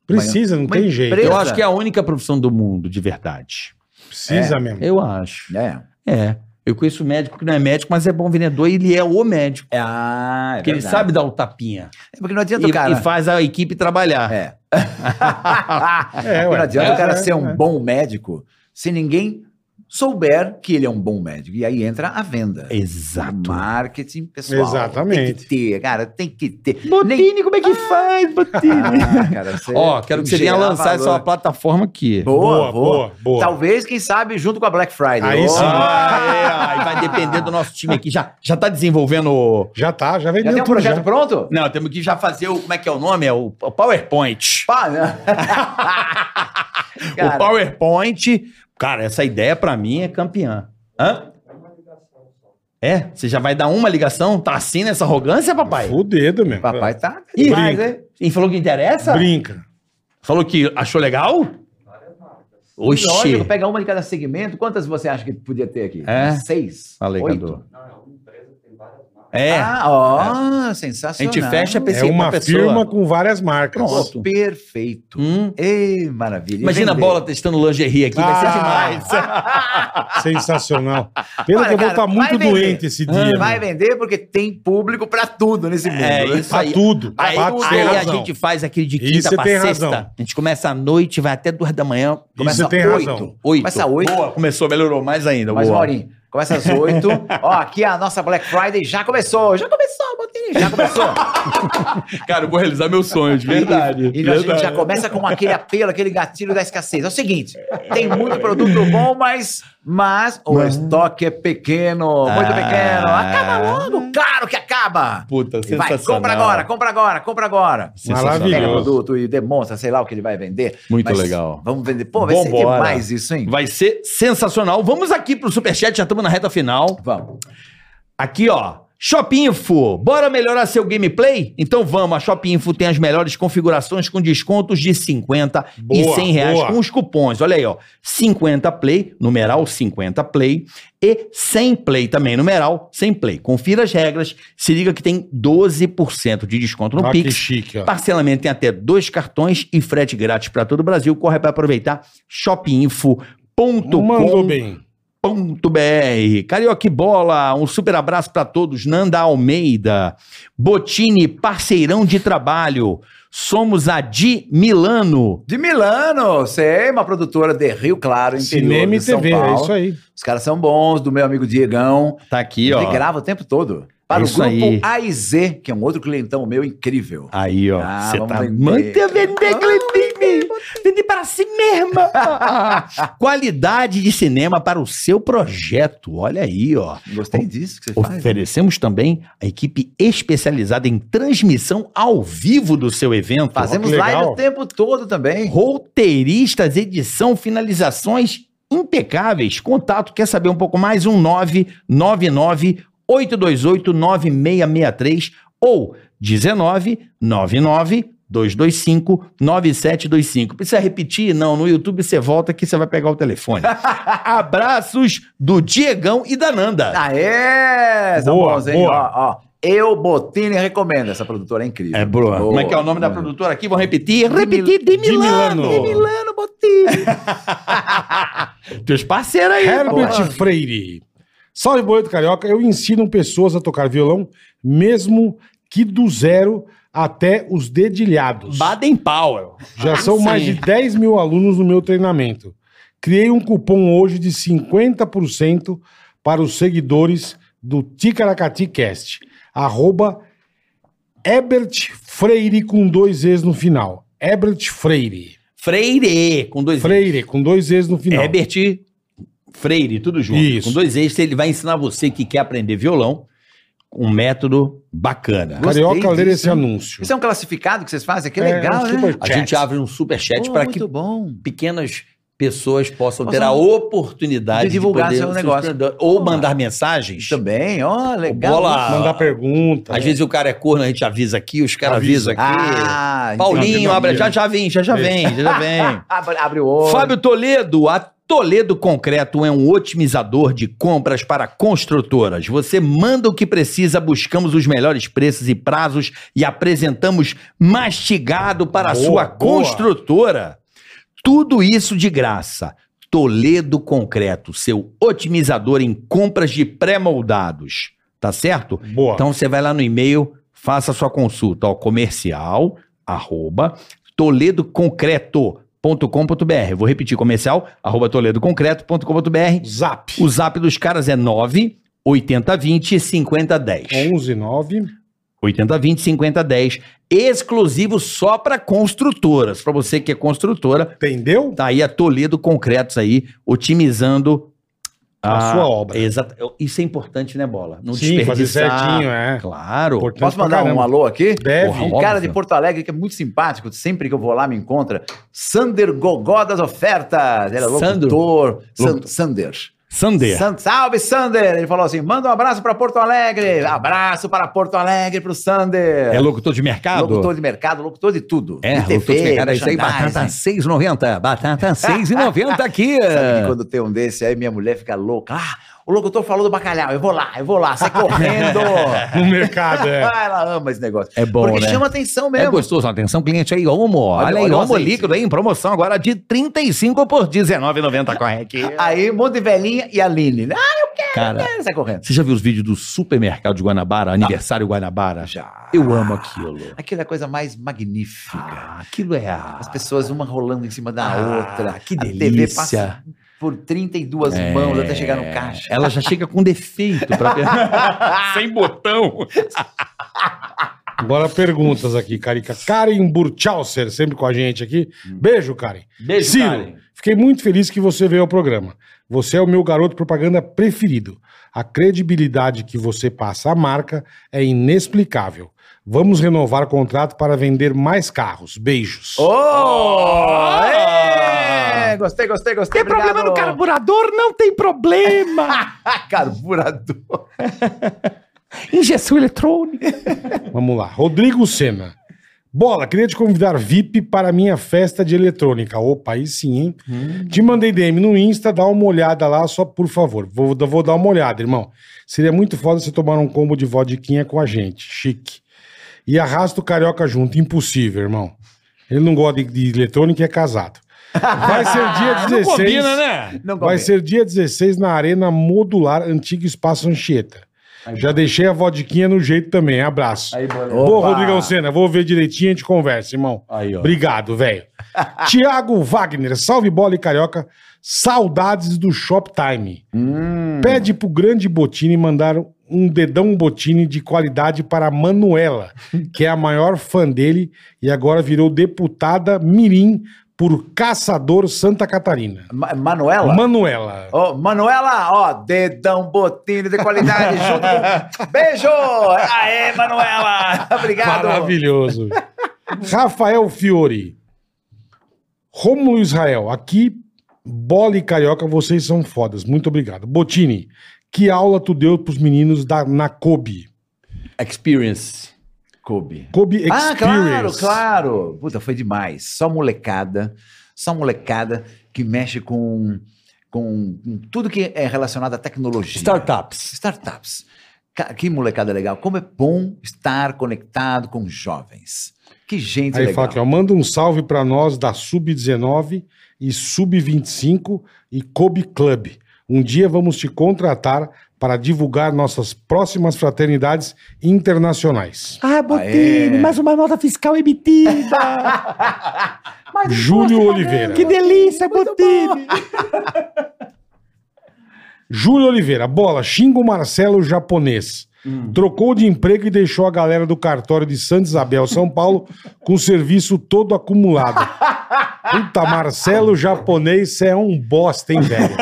C: Precisa, não
A: Mas-
C: tem
A: mas
C: jeito.
A: empresa-
D: eu acho que é a única profissão do mundo, de verdade.
C: Precisa mesmo.
D: Eu acho.
A: É.
D: É. Eu conheço médico que não é médico, mas é bom vendedor e ele é o médico.
A: É, ah, é
D: Porque ele
A: verdade.
D: sabe dar o tapinha.
A: É porque não adianta
D: E,
A: o cara.
D: e faz a equipe trabalhar.
A: É.
C: É,
A: não
C: ué.
A: adianta
C: É,
A: o cara
C: é,
A: ser um
C: é.
A: bom médico se ninguém souber que ele é um bom médico. E aí entra a venda.
D: Exato.
A: Marketing pessoal.
C: Exatamente.
A: Tem que ter, cara, tem que ter.
D: Botini, como é que faz, Botini?
A: Ah, cara, você-
D: Ó, quero que você venha
A: gerar
D: lançar essa
A: valor.
D: plataforma aqui.
A: Boa, boa, boa,
C: boa.
A: Talvez, quem sabe, junto com a Black Friday.
C: Aí
A: Ó,
C: sim.
D: Ah, é, aí vai depender do nosso time aqui. Já, já tá desenvolvendo.
C: Já tá, já
A: Já
C: vendeu
A: tem um
C: tudo.
A: projeto
C: Já.
A: pronto?
D: Não, temos que já fazer o. Como é que é o nome? É o, o PowerPoint.
A: Pá, né?
D: O
A: Cara,
D: PowerPoint. Cara, essa ideia pra mim é campeã. Hã? É? Você já vai dar uma ligação? Tá assim nessa arrogância, papai?
C: Fudido mesmo.
A: papai tá
D: Ih,
A: demais, hein?
D: E falou que interessa?
C: Brinca.
D: Falou que achou legal? Oxi.
A: Lógico, pega uma de cada segmento. Quantas você acha que podia ter aqui?
D: É?
A: Seis?
D: Alegador.
A: Oito?
D: É.
A: Ah, ó, sensacional.
D: a gente fecha a
C: É
D: pessoa.
C: uma firma com várias marcas.
A: Pô,
D: Pronto. Hum?
A: perfeito. Ei, maravilha.
D: Imagina a
A: Vender.
D: bola Ah, testando lingerie aqui, vai ser demais.
C: Ah, Sensacional. Pena
A: é Olha,
C: que eu vou
A: cara,
C: estar muito
A: vai vender.
C: doente esse dia. mano.
A: Vai vender porque tem público pra tudo nesse mundo.
D: Ah.
A: né?
D: É, isso
C: Pra
D: aí.
C: tudo.
D: Aí,
C: Pra-
D: tudo,
C: tem
D: aí a
C: razão.
D: gente faz aquele de
C: Isso
D: quinta
C: você
D: pra
C: tem
D: sexta.
C: razão.
D: A gente começa à noite, vai até duas da manhã.
C: Isso
D: Começa
C: tem
A: oito.
C: razão.
D: oito.
A: Começa oito.
D: Boa, começou, melhorou mais ainda.
A: Mas,
D: boa.
A: Maurinho, começa às oito. Ó, aqui a nossa Black Friday já começou. Já começou, Botini, já começou.
D: Cara, eu vou realizar meus sonhos, verdade.
A: E a gente já começa com aquele apelo, aquele gatilho da escassez. É o seguinte, tem muito produto bom, mas, mas o estoque é pequeno, muito
D: Ah.
A: pequeno. Acaba logo, claro que acaba.
D: Puta,
A: E vai,
D: sensacional.
A: compra agora, compra agora, compra agora.
D: Sensacional.
A: Pega o
C: Maravilhoso.
A: produto e demonstra, sei lá o que ele vai vender.
D: Muito legal.
A: Vamos vender. Pô, vai ser
D: Vambora.
A: demais isso, hein?
D: Vai ser sensacional. Vamos aqui pro Superchat, já estamos na reta final.
A: Vamos.
D: Aqui, ó. Shopinfo, bora melhorar seu gameplay? Então vamos, a Shopinfo tem as melhores configurações com descontos de 50 e
C: Boa,
D: 100 reais
C: boa.
D: com os cupons. Olha aí, ó, 50 play, numeral 50 play e 100 play também, numeral 100 play. Confira as regras, se liga que tem 12% de desconto no
C: Olha Ah, que
D: Pix.
C: chique, ó.
D: Parcelamento tem até dois cartões e frete grátis para todo o Brasil. Corre para aproveitar shopinfo.com.br
C: Mandou um bem.
D: Carioquibola.com.br. Carioca e Bola, um super abraço para todos. Nanda Almeida, Botini, parceirão de trabalho. Somos a de Milano.
A: De Milano, você é uma produtora de Rio Claro, interior
C: Cinema e
A: de São
C: TV,
A: Paulo.
C: é isso aí.
A: Os caras são bons, do meu amigo Diegão.
D: Tá aqui,
A: Ele
D: ó. é
A: grava o tempo todo. Para
D: Isso
A: o grupo
D: aí.
A: AIZ, que é um outro clientão meu incrível.
D: Aí, ó.
A: Ah,
D: Você
A: vamos
D: tá.
A: vender. Ah,
D: Manda vender, Glendine. Vender para si mesma. Qualidade de cinema para o seu projeto. Olha aí, ó.
A: Gostei disso que você faz.
D: Oferecemos também a equipe especializada em transmissão ao vivo do seu evento.
A: Fazemos
C: que
A: live
C: legal.
A: o tempo todo também.
D: Roteiristas, edição, finalizações impecáveis. Contato, quer saber um pouco mais? Um 999 828 9663 ou 19 99 225 9725. Precisa repetir? Não, no YouTube você volta que você vai pegar o telefone. Abraços do Diegão e da Nanda.
A: Aê! São
C: Boa,
A: bons, hein?
C: boa.
A: Ó, ó. Eu, Botini, recomendo. Essa produtora é incrível.
D: É boa. Como é que é o nome da
A: Boa.
D: produtora aqui? Vou repetir.
A: De Mil-
D: Repetir,
C: de
D: de Milano.
C: Milano.
D: Botini. Teus parceiros aí.
C: Herbert Freire. Salve, Boleto Carioca. Eu ensino pessoas a tocar violão, mesmo que do zero até os dedilhados.
D: Baden Powell.
C: Já são
D: sim.
C: mais de 10 mil alunos no meu treinamento. Criei um cupom hoje de 50% para os seguidores do Ticaracati Cast. Arroba Ebert Freire com dois E's no final. Ebert Freire.
D: Freire, com dois
C: Freire com dois E's no final.
D: Herbert Freire, tudo junto.
C: Isso.
D: Com dois ex, ele vai ensinar você que quer aprender violão um método bacana.
A: Gostei
C: Carioca, ler
A: disso,
C: esse
A: hein?
C: anúncio.
A: Isso é um classificado que vocês fazem? Que
C: É,
A: legal,
C: um
A: né?
C: super-
D: A
C: Chat.
D: gente abre um superchat
A: Pô,
D: para que
A: muito bom.
D: pequenas pessoas possam
A: Nossa,
D: ter a oportunidade
A: de divulgar seu
D: seus
A: negócio.
D: produtos, ou
A: Pô,
D: mandar mensagens.
A: é Também, ó, legal.
D: Bola.
C: Mandar pergunta.
D: Às vezes o cara é corno, a gente avisa aqui, os caras avisam
C: tá Avisa.
D: aqui.
A: Ah, entendi. Ah,
D: Paulinho, abre, já já vem, já já vem, já já vem.
A: Abre, abre o olho.
D: Fábio Toledo, a Toledo Concreto é um otimizador de compras para construtoras. Você manda o que precisa, buscamos os melhores preços e prazos e apresentamos mastigado para a
C: Boa,
D: sua
C: boa.
D: construtora. Tudo isso de graça. Toledo Concreto, seu otimizador em compras de pré-moldados. Tá certo?
C: Boa.
D: Então você vai lá no e-mail, faça a sua consulta, ó, comercial, arroba, toledoconcreto.com.br. Vou repetir, comercial, arroba, toledoconcreto.com.br.
C: Zap.
D: O zap dos caras é 9 80 20 50 10.
C: 11 9.
D: 80 20 50 10. Exclusivo só para construtoras. Para você que é construtora,
C: Entendeu?
D: tá aí a Toledo Concretos aí, otimizando
C: A
A: Ah,
C: sua obra.
D: Exato. Isso é importante, né, Bola? Não
C: Sim, fazer
D: desperdiçar.
C: certinho, é.
D: Claro.
C: Importante
A: Posso
C: pra
A: mandar um
C: caramba.
A: alô aqui?
C: Deve.
A: Um
D: Óbvio.
A: cara de Porto Alegre que é muito simpático, sempre que eu vou lá me encontra. Sander Gogó das Ofertas. Ele é
D: Sandro?
A: locutor. San- Sander.
D: Sander.
A: San- salve, Sander! Ele falou assim: manda um abraço para Porto Alegre. Abraço para Porto Alegre, para o Sander.
D: É locutor de mercado?
A: locutor de mercado, locutor de tudo.
D: É,
A: de TV,
D: locutor de mercado. É isso aí,
A: merchandising.
D: batata 6,90. Batata 6,90 aqui.
A: Sabe que quando tem um desse, aí minha mulher fica louca. Ah, o locutor falou do bacalhau, eu vou lá, eu vou lá, sai correndo.
C: No mercado, é.
A: Ah, ela ama esse negócio.
D: É bom,
A: Porque
D: né?
A: chama atenção
D: É
A: mesmo.
D: gostoso, atenção cliente aí, Omo. Olha,
A: Olha,
D: aí,
A: olha o
D: Omo
A: azeite.
D: líquido aí em promoção agora de 35 por 19,90. Corre aqui.
A: Aí, um monte de velhinha e a Aline. né? Ah,
D: Cara,
A: é, sai correndo.
D: você já viu os vídeos do supermercado de Guanabara, aniversário Guanabara?
A: Já.
D: Eu amo aquilo.
A: Aquilo é a coisa mais magnífica.
D: Ah, aquilo é a...
A: As pessoas uma rolando em cima da
D: Ah,
A: outra.
D: que
A: A TV
D: delícia.
A: passa por 32 mãos até chegar no
D: É,
A: caixa.
D: Ela já chega com defeito pra...
E: Sem botão.
C: Agora perguntas aqui, Carica. Karen Burchauser, sempre com a gente aqui. Beijo, Karen.
D: Beijo,
C: Ciro,
D: Karen.
C: fiquei muito feliz que você veio ao programa. Você é o meu garoto propaganda preferido. A credibilidade que você passa à marca é inexplicável. Vamos renovar o contrato para vender mais carros. Beijos.
A: Oh! É! Gostei, gostei, gostei.
D: Tem problema no
A: Obrigado. Ah,
D: carburador? Não tem problema.
A: carburador.
D: Injeção eletrônica.
C: Vamos lá. Rodrigo Sena. Bola, queria te convidar VIP para a minha festa de eletrônica. Opa, aí sim, hein?
E: Hum.
C: Te mandei DM no Insta, dá uma olhada lá, só por favor. Vou, vou dar uma olhada, irmão. Seria muito foda você tomar um combo de vodquinha com a gente. Chique. E arrasta o carioca junto. Impossível, irmão. Ele não gosta de, de eletrônica e é casado. Vai ser dia 16.
E: Não combina, né?
A: Não combina.
C: Vai ser dia 16 na Arena Modular Antigo Espaço Anchieta.
E: tá.
C: Já deixei a vodiquinha no jeito também. Abraço.
A: Aí, boa.
C: Ô,
A: Opa.
C: Rodrigão Senna, vou ver direitinho e a gente conversa, irmão.
D: Aí, ó.
C: Obrigado, velho. Tiago Wagner, salve bola e carioca. Saudades do Shoptime.
A: Hum,
C: Pede pro grande Botini mandar um dedão Botini de qualidade para a Manuela, que é a maior fã dele e agora virou deputada mirim por Caçador Santa Catarina.
A: Ma- Manuela?
C: Manuela.
A: Ô, Manuela, ó, dedão botino de qualidade junto com... Beijo! Aê, Manuela! Obrigado!
C: Maravilhoso. Rafael Fiore. Rômulo Israel, aqui, bola e carioca, vocês são fodas. Muito obrigado. Botini, que aula tu deu pros meninos da, na Kobe?
D: Experience.
A: Kobe.
C: Kobe
A: Ah,
C: Experience.
A: claro, claro. Puta, foi demais. Só molecada, só molecada que mexe com, com, com tudo que é relacionado à tecnologia.
D: Startups.
A: Startups. Ca- Que molecada legal. Como é bom estar conectado com jovens. Que gente
C: Aí
A: legal.
C: fala aqui, ó, manda um salve pra nós da Sub-19 e Sub-25 e Kobe Club. Um dia vamos te contratar para divulgar nossas próximas fraternidades internacionais.
D: Ah,
A: Botini, mais
D: uma nota fiscal emitida.
C: Júlio
D: É.
A: né?
C: Oliveira.
D: delícia, Botini.
C: Júlio Oliveira, bola, xinga o Marcelo japonês.
D: Hum.
C: Trocou de emprego e deixou a galera do cartório de Santa Isabel, São Paulo, com o serviço todo acumulado. Puta, Marcelo japonês, você é um bosta, hein, velho?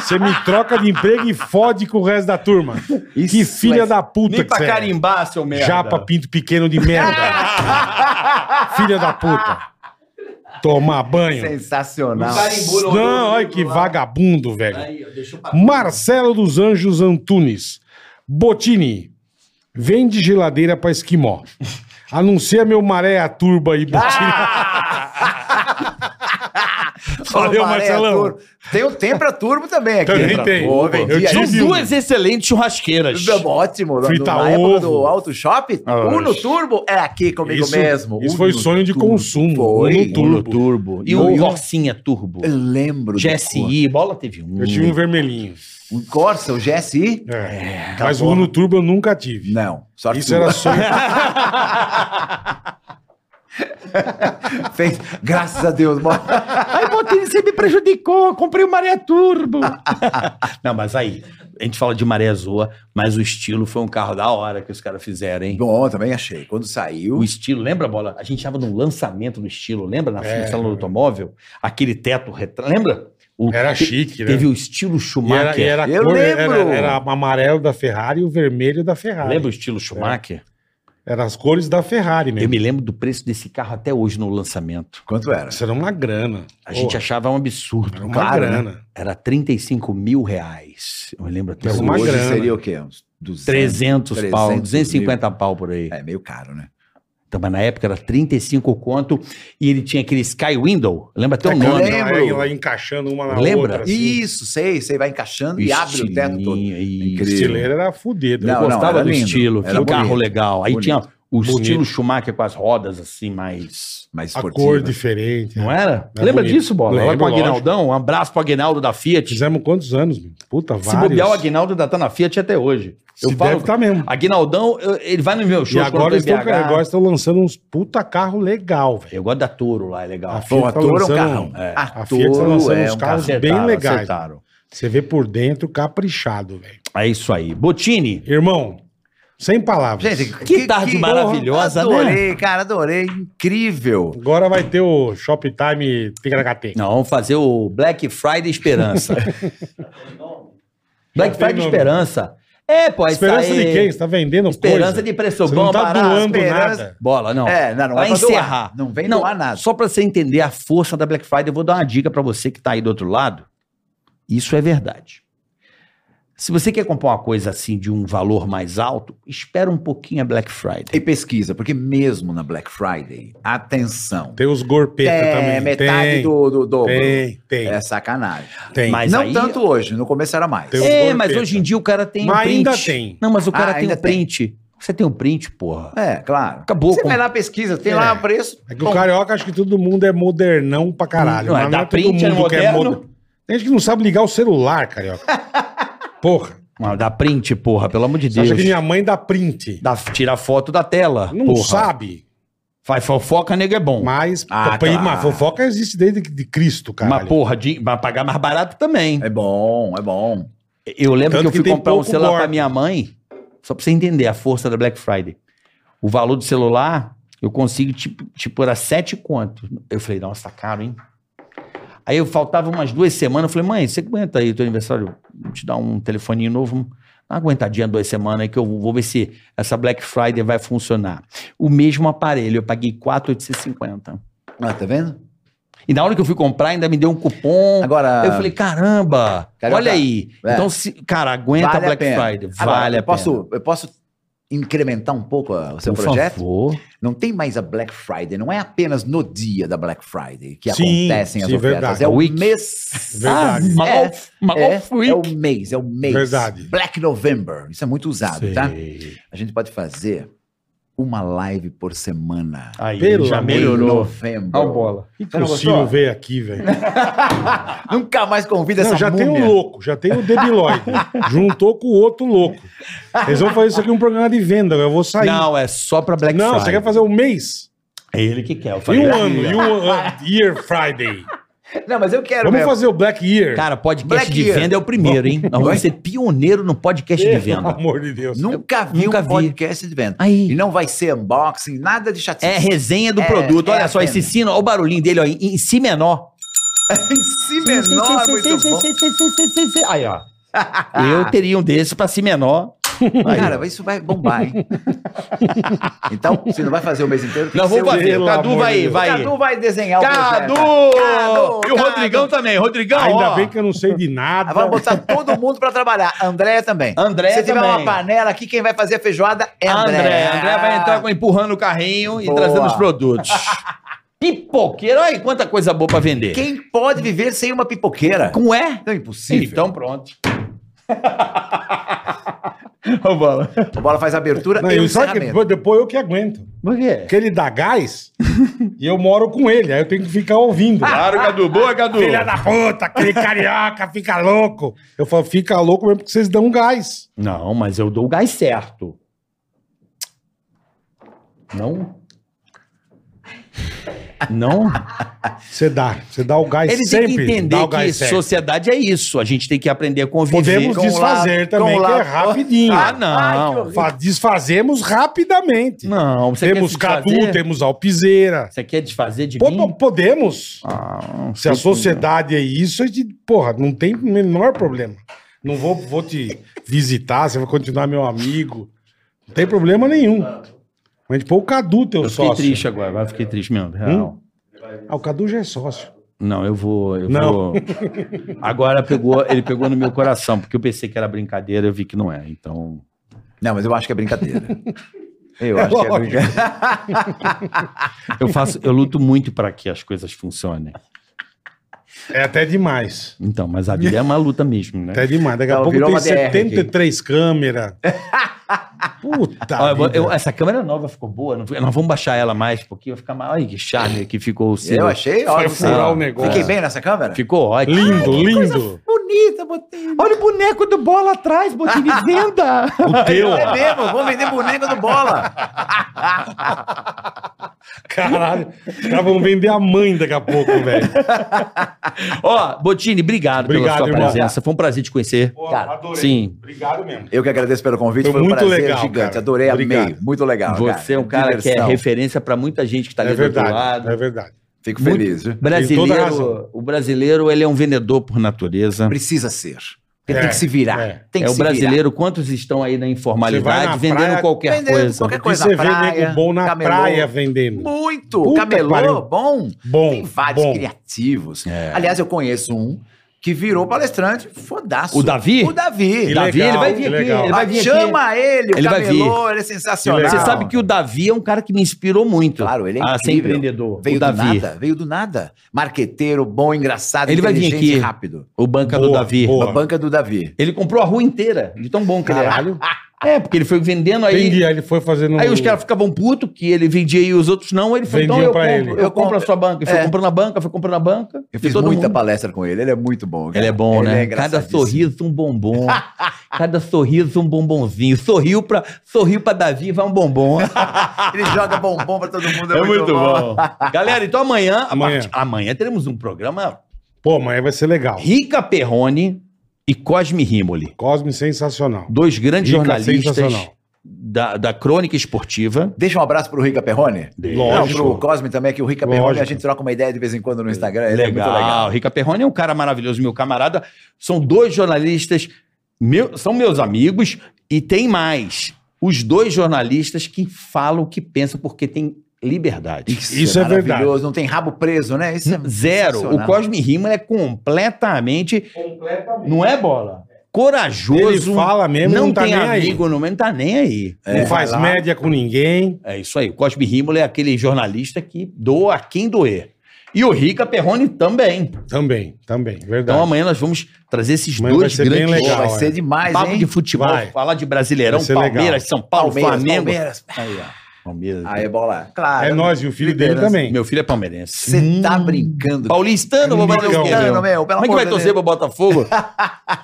C: Você me troca de emprego e fode com o resto da turma. que
D: Isso
C: filha
D: é-
C: da puta
D: Nem
C: que
D: pra
C: você é.
D: carimbar, seu merda.
C: Japa pinto pequeno de merda. filha da puta. Tomar banho.
A: Sensacional.
F: Carimbou no
C: Não,
F: olho
C: olha
F: do
C: que
F: lado.
C: vagabundo, velho.
F: Aí, ó, deixa eu parar.
C: Marcelo dos Anjos Antunes. Botini, vende geladeira pra esquimó. Anuncia meu maré a turba aí, Botini.
F: Ah!
E: Valeu,
A: Ô, Maré,
E: Marcelão.
A: turbo. Tem o Tempra Turbo também aqui.
C: Também tem.
A: Pô, vendi
C: Eu
A: aí.
D: São
C: tive um.
D: duas excelentes churrasqueiras.
A: Ótimo. no-
C: Frita
A: na época
C: ovo.
A: do Auto Shop,
C: Ah,
A: Uno Turbo é aqui comigo
C: Isso-
A: mesmo.
C: isso foi
A: Uno
C: sonho de consumo,
A: Foi.
C: Uno Turbo.
D: Uno Turbo. E
A: Não, e
D: o
A: o-
D: Corsinha Turbo.
A: Eu lembro. do Corsa.
D: GSI, bola teve um.
C: Eu tive um vermelhinho.
A: O Corsa, o GSI?
C: É.
F: tá
A: acabou.
C: Mas o Uno Turbo eu nunca tive.
A: Não. Sorte
C: Isso era sonho.
A: sua. Fez. Graças a Deus. mo-
D: Aí, Botini, você me prejudicou. Comprei o Maré Turbo. Não, mas aí, a gente fala de Maré Zoa, mas o estilo foi um carro da hora que os caras fizeram, hein?
A: Bom, também achei. Quando saiu.
D: O estilo, lembra, Bola? A gente tava num lançamento do estilo, lembra? Na
C: É.
D: salão do automóvel, aquele teto retra... Lembra? O-
C: Era
D: te-
C: chique, né?
D: Teve o estilo
C: E era,
D: Schumacher.
C: e era,
A: Eu
C: cor- era-
A: lembro.
C: era amarelo da Ferrari e o vermelho da Ferrari.
D: Lembra o estilo Schumacher?
C: Eram as cores da Ferrari
D: Eu
C: mesmo.
D: me lembro do preço desse carro até hoje no lançamento.
A: Quanto era?
C: Isso era uma grana.
D: A gente
C: Porra,
D: achava um absurdo.
C: era uma
D: Claro, né?
C: grana.
D: Era 35 mil reais. Eu me lembro até
C: Era
D: hoje.
C: É uma
A: Hoje
C: grana.
A: seria o quê? Uns 200,
D: 300 pau,
A: 300
D: 250 pau por aí.
A: mil. É meio caro, né?
D: Então, mas na época era 35 conto e ele tinha aquele Sky Window. Lembra até o
A: É,
D: nome?
A: lembro.
C: Ela ia lá encaixando uma na
D: Lembra?
C: outra. assim.
A: Isso, sei. Você vai encaixando e abre o teto todo.
D: Estilinho, isso.
A: Incrível.
C: Estileira era fudido.
D: Eu
A: Não,
D: gostava
A: era
D: do
A: lindo.
D: estilo,
A: Era
D: que carro
A: bonito.
D: legal. Aí
A: Bonito.
D: tinha o
C: Bonito.
D: estilo Schumacher com as rodas assim, mais.
A: Mas
C: A
A: esportiva.
C: cor diferente.
D: Não
C: né?
D: era?
C: É
D: Lembra
C: bonito.
D: disso, Bola? Lá
C: Lembro,
D: com o Aguinaldão, um abraço pro Aguinaldo da Fiat.
C: Fizemos quantos anos? meu? Puta,
D: Se
C: vários.
D: bobear, o Aguinaldo ainda tá na Fiat até hoje. Eu
C: Se
D: falo.
C: deve tá mesmo.
D: Aguinaldão, eu- ele vai no meu show.
C: E agora eles estão agora estão lançando uns puta carro legal, velho.
D: Eu gosto da Toro lá, é legal.
C: A
A: Pô, a
C: Fiat tá
A: Toro é um
C: lançando-
A: carrão.
D: é.
A: A
C: A Fiat tá
A: Toro
C: lançando
A: é
C: uns
A: um
C: carros
A: carro.
C: bem legais.
D: acertaram.
C: Você vê por dentro caprichado, velho.
D: É isso aí. Botini,
C: Irmão, sem palavras.
A: Gente,
D: Que tarde maravilhosa, né?
A: Adorei, cara, adorei. Incrível.
C: agora vai ter o Shoptime Tigracate.
D: Não, vamos fazer o Black Friday Esperança.
C: Já tem
D: Black Friday
C: nome.
D: Esperança. É, pô,
C: Esperança
D: aí-
C: de quem? Você tá vendendo
D: Esperança
C: coisa?
D: de preço
C: Você
D: bom,
C: não tá
D: barato,
C: doando
A: esperança.
C: nada.
D: Bola, não.
A: É, não, não
D: pra
A: é pra
D: encerrar.
A: doar. Não vem
D: não,
A: doar nada.
D: Só pra você entender a força da Black Friday, eu vou dar uma dica pra você que tá aí do outro lado. Isso é verdade. Se você quer comprar uma coisa assim de um valor mais alto, espera um pouquinho a Black Friday.
A: E pesquisa, porque mesmo na Black Friday, atenção.
C: Tem os gorpeta
A: é,
C: também.
A: metade
C: tem,
A: do, do dobro.
C: Tem, tem,
A: É sacanagem.
C: tem.
D: Mas
A: não
D: aí-
A: tanto hoje, no começo era mais.
C: Tem- os
D: É, mas
C: gorpeta.
D: hoje em dia o cara tem um
C: Mas
D: print.
C: ainda tem.
D: Não, mas o
A: Ah,
D: cara tem
A: ainda
D: o print. Você tem um print, porra.
A: É, claro.
D: Acabou
A: Você
D: com-
A: vai lá, pesquisa, tem lá um preço.
C: É que o carioca acha que todo mundo é modernão pra caralho.
D: Não,
C: mas
D: é dar print, é moderno.
C: moder- Tem gente que não sabe ligar o celular, carioca. Porra.
D: Mas dá print, porra, pelo amor de
C: Você
D: Deus.
C: acha que minha mãe dá print?
D: Dá, tira foto da tela.
C: Não
D: porra.
C: sabe.
D: Faz fofoca, nego é bom. Mas,
C: Mas,
A: Ah,
C: papai,
A: claro.
C: mas fofoca existe desde de Cristo, caralho.
D: porra, de, mas pagar mais barato também.
A: É bom, é bom.
D: Eu lembro
C: Tanto
D: que eu
C: que
D: fui
C: tem
D: comprar um
C: pouco
D: celular pra
C: golpe.
D: minha mãe, só pra você entender a força da Black Friday. O valor do celular, eu consigo, tipo, tipo era sete quanto. Eu falei, nossa, tá caro, hein? Aí eu faltava umas duas semanas, eu falei, mãe, você aguenta aí o teu aniversário? Vou te dar um telefoninho novo, um- uma aguentadinha duas semanas aí que eu vou ver se essa Black Friday vai funcionar. O mesmo aparelho, eu paguei 4,850.
A: Ah, tá vendo?
D: E na hora que eu fui comprar, ainda me deu um cupom.
A: Agora.
D: Eu falei, caramba,
A: Carioca,
D: olha aí.
A: é.
D: Então, se, cara, aguenta
A: Vale a
D: Black
A: pena.
D: Friday.
A: Agora,
D: Vale a
A: eu
D: pena.
A: posso, eu posso incrementar um pouco ah, o seu
D: Por
A: projeto?
D: favor.
A: Não tem mais a Black Friday, não é apenas no dia da Black Friday que
C: Sim,
A: acontecem as
C: sim,
A: ofertas,
C: verdade.
A: é o
D: Week.
A: mês.
C: Verdade.
D: Ah, mal,
A: É,
D: mal
A: É,
D: fui.
A: é o mês, é o mês.
C: Verdade.
A: Black November, isso é muito usado,
D: Sei.
A: tá? A gente pode fazer uma live por semana.
D: Aí,
C: Pelo
D: já
C: amor de
D: melhorou.
A: Novembro.
D: Dá uma bola.
A: Você não
C: o Ciro
A: gostou?
C: veio aqui, velho.
A: Nunca mais convida
C: Não,
A: essa
C: já tem um
A: múmia.
C: louco, já tem o debilóide. juntou com o outro louco. Eles vão fazer isso aqui um programa de venda, eu vou sair. Não,
D: Não, é só pra Black Friday.
C: você quer fazer um mês?
D: É ele que quer. Eu
C: E
D: falei,
C: um
D: "Ah,
C: ano, e um ano- Year Friday.
A: Não, mas eu quero
C: Vamos
A: mesmo.
C: fazer o Black Year.
D: Cara, podcast
A: Black
D: de
A: Year.
D: venda é o primeiro, hein? Nós vamos ser pioneiro no podcast de
C: Pelo
D: venda.
C: amor de Deus.
A: Nunca vi
D: Nunca
A: um
D: vi.
A: podcast de venda.
D: Aí.
A: E não vai ser unboxing, nada de chatice.
D: É resenha do
A: É,
D: produto.
A: é
D: Olha
A: a
D: só, esse
A: venda.
D: sino, olha o barulhinho dele, ó, em, em si menor.
A: em si menor, é muito bom.
D: Aí, ó.
A: Ah.
D: Eu teria um desses pra si menor. Aí,
A: Cara, isso vai bombar, hein? então, você não vai fazer o mês inteiro? tem
D: Não,
A: que
D: vamos
A: ser o-
D: fazer.
C: Pelo
D: Cadu
C: amor
D: vai
C: de
D: aí,
C: Deus.
D: vai aí.
A: Cadu vai desenhar
D: Cadu!
A: o projeto.
D: E o Rodrigão também, Rodrigão.
C: Ainda
D: ó.
C: bem que eu não sei de nada.
A: Ah, Vamos botar todo mundo pra trabalhar. André também.
D: André
A: Se tiver
D: também.
A: uma panela aqui, quem vai fazer a feijoada é
D: André.
A: André.
D: André, vai entrar com- empurrando o carrinho e
A: Boa.
D: trazendo os produtos. Pipoqueiro, olha aí quanta coisa boa pra vender.
A: Quem pode viver sem uma pipoqueira?
D: Com é?
A: Não é impossível.
D: Então pronto. Ô, bola.
A: O Bola faz a abertura
C: Não,
A: e o
C: eu- sabe que
A: encerramento.
C: depois, depois eu que aguento.
D: Por quê?
C: Porque ele dá gás e eu moro com ele. Aí eu tenho que ficar ouvindo.
D: Ah,
C: Ah,
E: Claro, Cadu. Boa, Cadu.
C: Filha da puta, aquele carioca fica louco. Eu falo, fica louco mesmo porque vocês dão um gás.
D: Não, mas eu dou o gás certo. Não? Não?
C: Você dá, você dá o gás
D: Ele tem
C: sempre.
D: que
C: dá
D: entender
C: o
D: que
C: gás certo.
D: sociedade é isso. A gente tem que aprender a conviver.
C: Podemos
D: com- um
C: desfazer
A: lado-
C: também,
A: com
C: que é
A: lado-
C: rapidinho.
D: Ah, não.
C: Fa- Desfazemos rapidamente.
D: Não, você
C: temos
D: quer
C: Cadu,
D: desfazer?
C: temos Alpizeira.
D: Você quer desfazer de
C: Po-
D: mim?
C: po- podemos.
D: Ah,
C: Se a sociedade é isso, a gente, porra, não tem o menor problema. Não vou, vou te visitar, você vai continuar meu amigo. Não tem problema nenhum. A gente põe o Cadu, teu
D: eu fiquei
C: sócio.
D: triste agora, agora eu fiquei triste mesmo. real.
C: Ah, o Cadu já é sócio.
D: Não, eu vou, eu
C: Não.
D: vou. Agora pegou, ele pegou no meu coração, porque eu pensei que era brincadeira, eu vi que não é. Então,
A: Não, mas eu acho que é brincadeira. Eu
C: É
A: acho que é
C: lógico.
A: brincadeira.
D: eu faço, eu luto muito para que as coisas funcionem.
C: É até demais.
D: Então, mas a vida é uma luta mesmo, né?
C: Até demais. Daqui a
A: Então,
C: pouco
A: virou
C: tem
A: uma DR aqui.
C: 73 câmeras. Puta.
D: Ó, eu vou-
C: vida.
D: eu- essa câmera nova ficou boa, não, foi- nós vamos baixar ela mais, porque vai ficar mais. Olha que charme que ficou o seu.
A: Eu achei
C: Vai
A: ótimo.
C: furar
A: Ah,
C: o negócio.
A: Fiquei bem nessa câmera?
D: Ficou ótimo.
C: Lindo, lindo.
A: bonita, botei.
D: Olha o boneco do bola atrás, botinho de venda.
C: O teu.
A: É mesmo, vou vender boneco do Bola.
C: Caralho. Os caras vão vender a mãe daqui a pouco, velho.
D: Ó, Botini, obrigado, pela
C: Obrigado,
D: sua
C: irmão.
D: presença. Foi um prazer te conhecer.
A: Cara,
C: adorei.
D: sim.
C: Obrigado mesmo.
A: Eu que agradeço pelo convite,
C: Foi
A: foi, um
C: muito
A: prazer
C: legal,
A: gigante.
C: cara.
A: Adorei, amei.
C: Obrigado.
A: Muito legal.
D: Você é um cara que é
A: Diversão.
D: referência pra muita gente que tá ali
C: É
D: do outro
C: verdade,
D: lado.
C: é verdade.
A: Fico
D: Muito-
A: feliz. viu?
C: Tem toda a
D: Brasileiro,
C: razão.
D: o brasileiro, ele é um vendedor por natureza.
A: Precisa ser. Ele
C: É,
A: tem que se virar.
C: é.
A: Tem que
D: é o
A: se
D: brasileiro, quantos estão aí na
C: Você vai
D: informalidade
C: na
D: vendendo
C: praia-
D: qualquer
A: Vendendo
D: coisa?
A: qualquer
C: E
A: coisa
C: você
A: na
C: vê
A: praia,
C: nego bom na
A: camelô.
C: praia
A: virar.
C: vendendo.
A: Muito.
C: Puta que
A: Camelô,
C: pariu.
A: bom.
C: Bom,
A: Tem vários
C: bom.
D: é.
A: criativos. Aliás, eu conheço um que virou palestrante fodaço.
D: O Davi?
A: O Davi.
C: Que
D: Davi,
C: legal,
D: ele vai vir
C: que
D: aqui,
C: legal.
D: ele vai vir aqui.
A: Chama ele, o
D: Ele vai
A: camelô, ele é sensacional.
D: Você sabe que o Davi é um cara que me inspirou muito
A: Claro, ele é
D: a ser
A: incrível.
D: Ah, empreendedor.
A: Veio
D: o Davi,
A: do nada, veio do nada. Marqueteiro, bom, engraçado,
D: Ele vai vir
A: inteligente
D: aqui.
A: e rápido.
D: o banca do
C: Boa,
D: Davi.
C: boa.
A: A banca do Davi.
D: Ele comprou a rua inteira de tão bom que ele é.
C: Caralho.
D: É, porque ele foi vendendo aí.
C: Entendi, aí ele foi fazendo...
D: Aí os caras ficavam putos que ele vendia e os outros não. Ele foi, então
C: Vendiam
D: eu
C: pra
D: compro,
C: ele.
D: eu compro a sua banca. E foi
A: É.
D: comprando a banca, foi comprando a banca.
A: Eu
D: E
A: fiz
D: todo
A: muita
D: mundo-
A: palestra com ele, ele é muito bom. cara.
D: Ele é bom, né? Cada
A: engraçadíssimo.
D: sorriso um bombom. Cada sorriso um bombonzinho. Sorriu pra, sorriu pra Davi, vai um bombom.
C: É
A: Ele joga bombom pra todo mundo, é,
D: É muito bom. Galera, então amanhã, amanhã.
C: Amanhã.
D: amanhã teremos um programa
C: Pô, amanhã vai ser legal.
D: Rica Perrone e Cosme Rimoli.
C: Cosme sensacional.
D: Dois grandes
C: Rica,
D: jornalistas
C: sensacional.
D: da, da crônica esportiva.
A: Deixa um abraço pro Rica Perrone.
C: Lógico.
A: Não, pro Cosme também, que o Rica Perrone,
C: Lógico.
A: a gente troca uma ideia de vez em quando no Instagram. Ele
D: legal.
A: é muito legal.
D: Rica Perrone é um cara maravilhoso, meu camarada. São dois jornalistas, meu- são meus amigos, e tem mais. Os dois jornalistas que falam o que pensam, porque tem liberdade.
C: Isso é
A: maravilhoso,
C: verdade.
A: Não tem rabo preso, né? Isso é
D: Hum, Zero. O
A: sensacional.
D: Cosme Rima é completamente.
F: Completamente.
D: Não é bola? Corajoso.
C: Ele fala mesmo,
D: não,
C: não, tá
D: tem
C: nem aí.
D: amigo, não, não tá nem aí.
C: Não faz
A: vai lá.
C: média com ninguém.
D: É isso aí. O Cosme Rímolo é aquele jornalista que doa a quem doer. E o Rica Perrone também.
C: Também, também. Verdade.
D: Então amanhã nós vamos trazer esses
C: Amanhã
D: dois
C: vai ser bem
D: grandes
A: Pô, vai
C: legal, é.
A: ser demais,
D: papo
A: hein?
D: de futebol,
C: Vai.
D: falar de Brasileirão,
C: Vai ser
D: Palmeiras,
C: legal.
D: São Paulo, Flamengo.
A: Palmeiras.
D: Aí, ó. Palmeiras.
A: Aí, bola. Claro.
C: é nós e o filho dele
A: liderança.
C: também.
D: Meu filho Hum, é palmeirense.
A: Você tá brincando.
D: Paulistano, vou fazer o quê?
A: Paulistano,
D: meu?
A: É meu, pelo
D: Como é que
A: amor
D: vai
A: de
D: torcer
A: Deus.
D: pro Botafogo?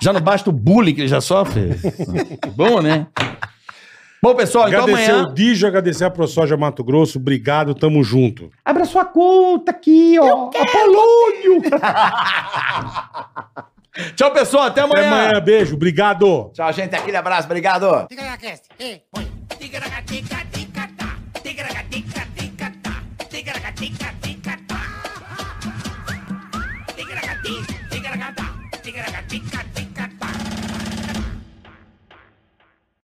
D: já não basta o bullying que ele já sofre? Bom, né? Bom, pessoal, então
C: agradecer
D: amanhã...
C: o Dijo, agradecer a ProSoja Mato Grosso. Obrigado, tamo junto.
D: Abra sua conta aqui, ó. Apolônio. Tchau, pessoal. Até
C: Até
D: amanhã.
C: amanhã, beijo. Obrigado.
A: Tchau, gente. Aquele abraço. Obrigado.
B: Tigra-ga-tica-tica-tica-tica-tica-tica-tica.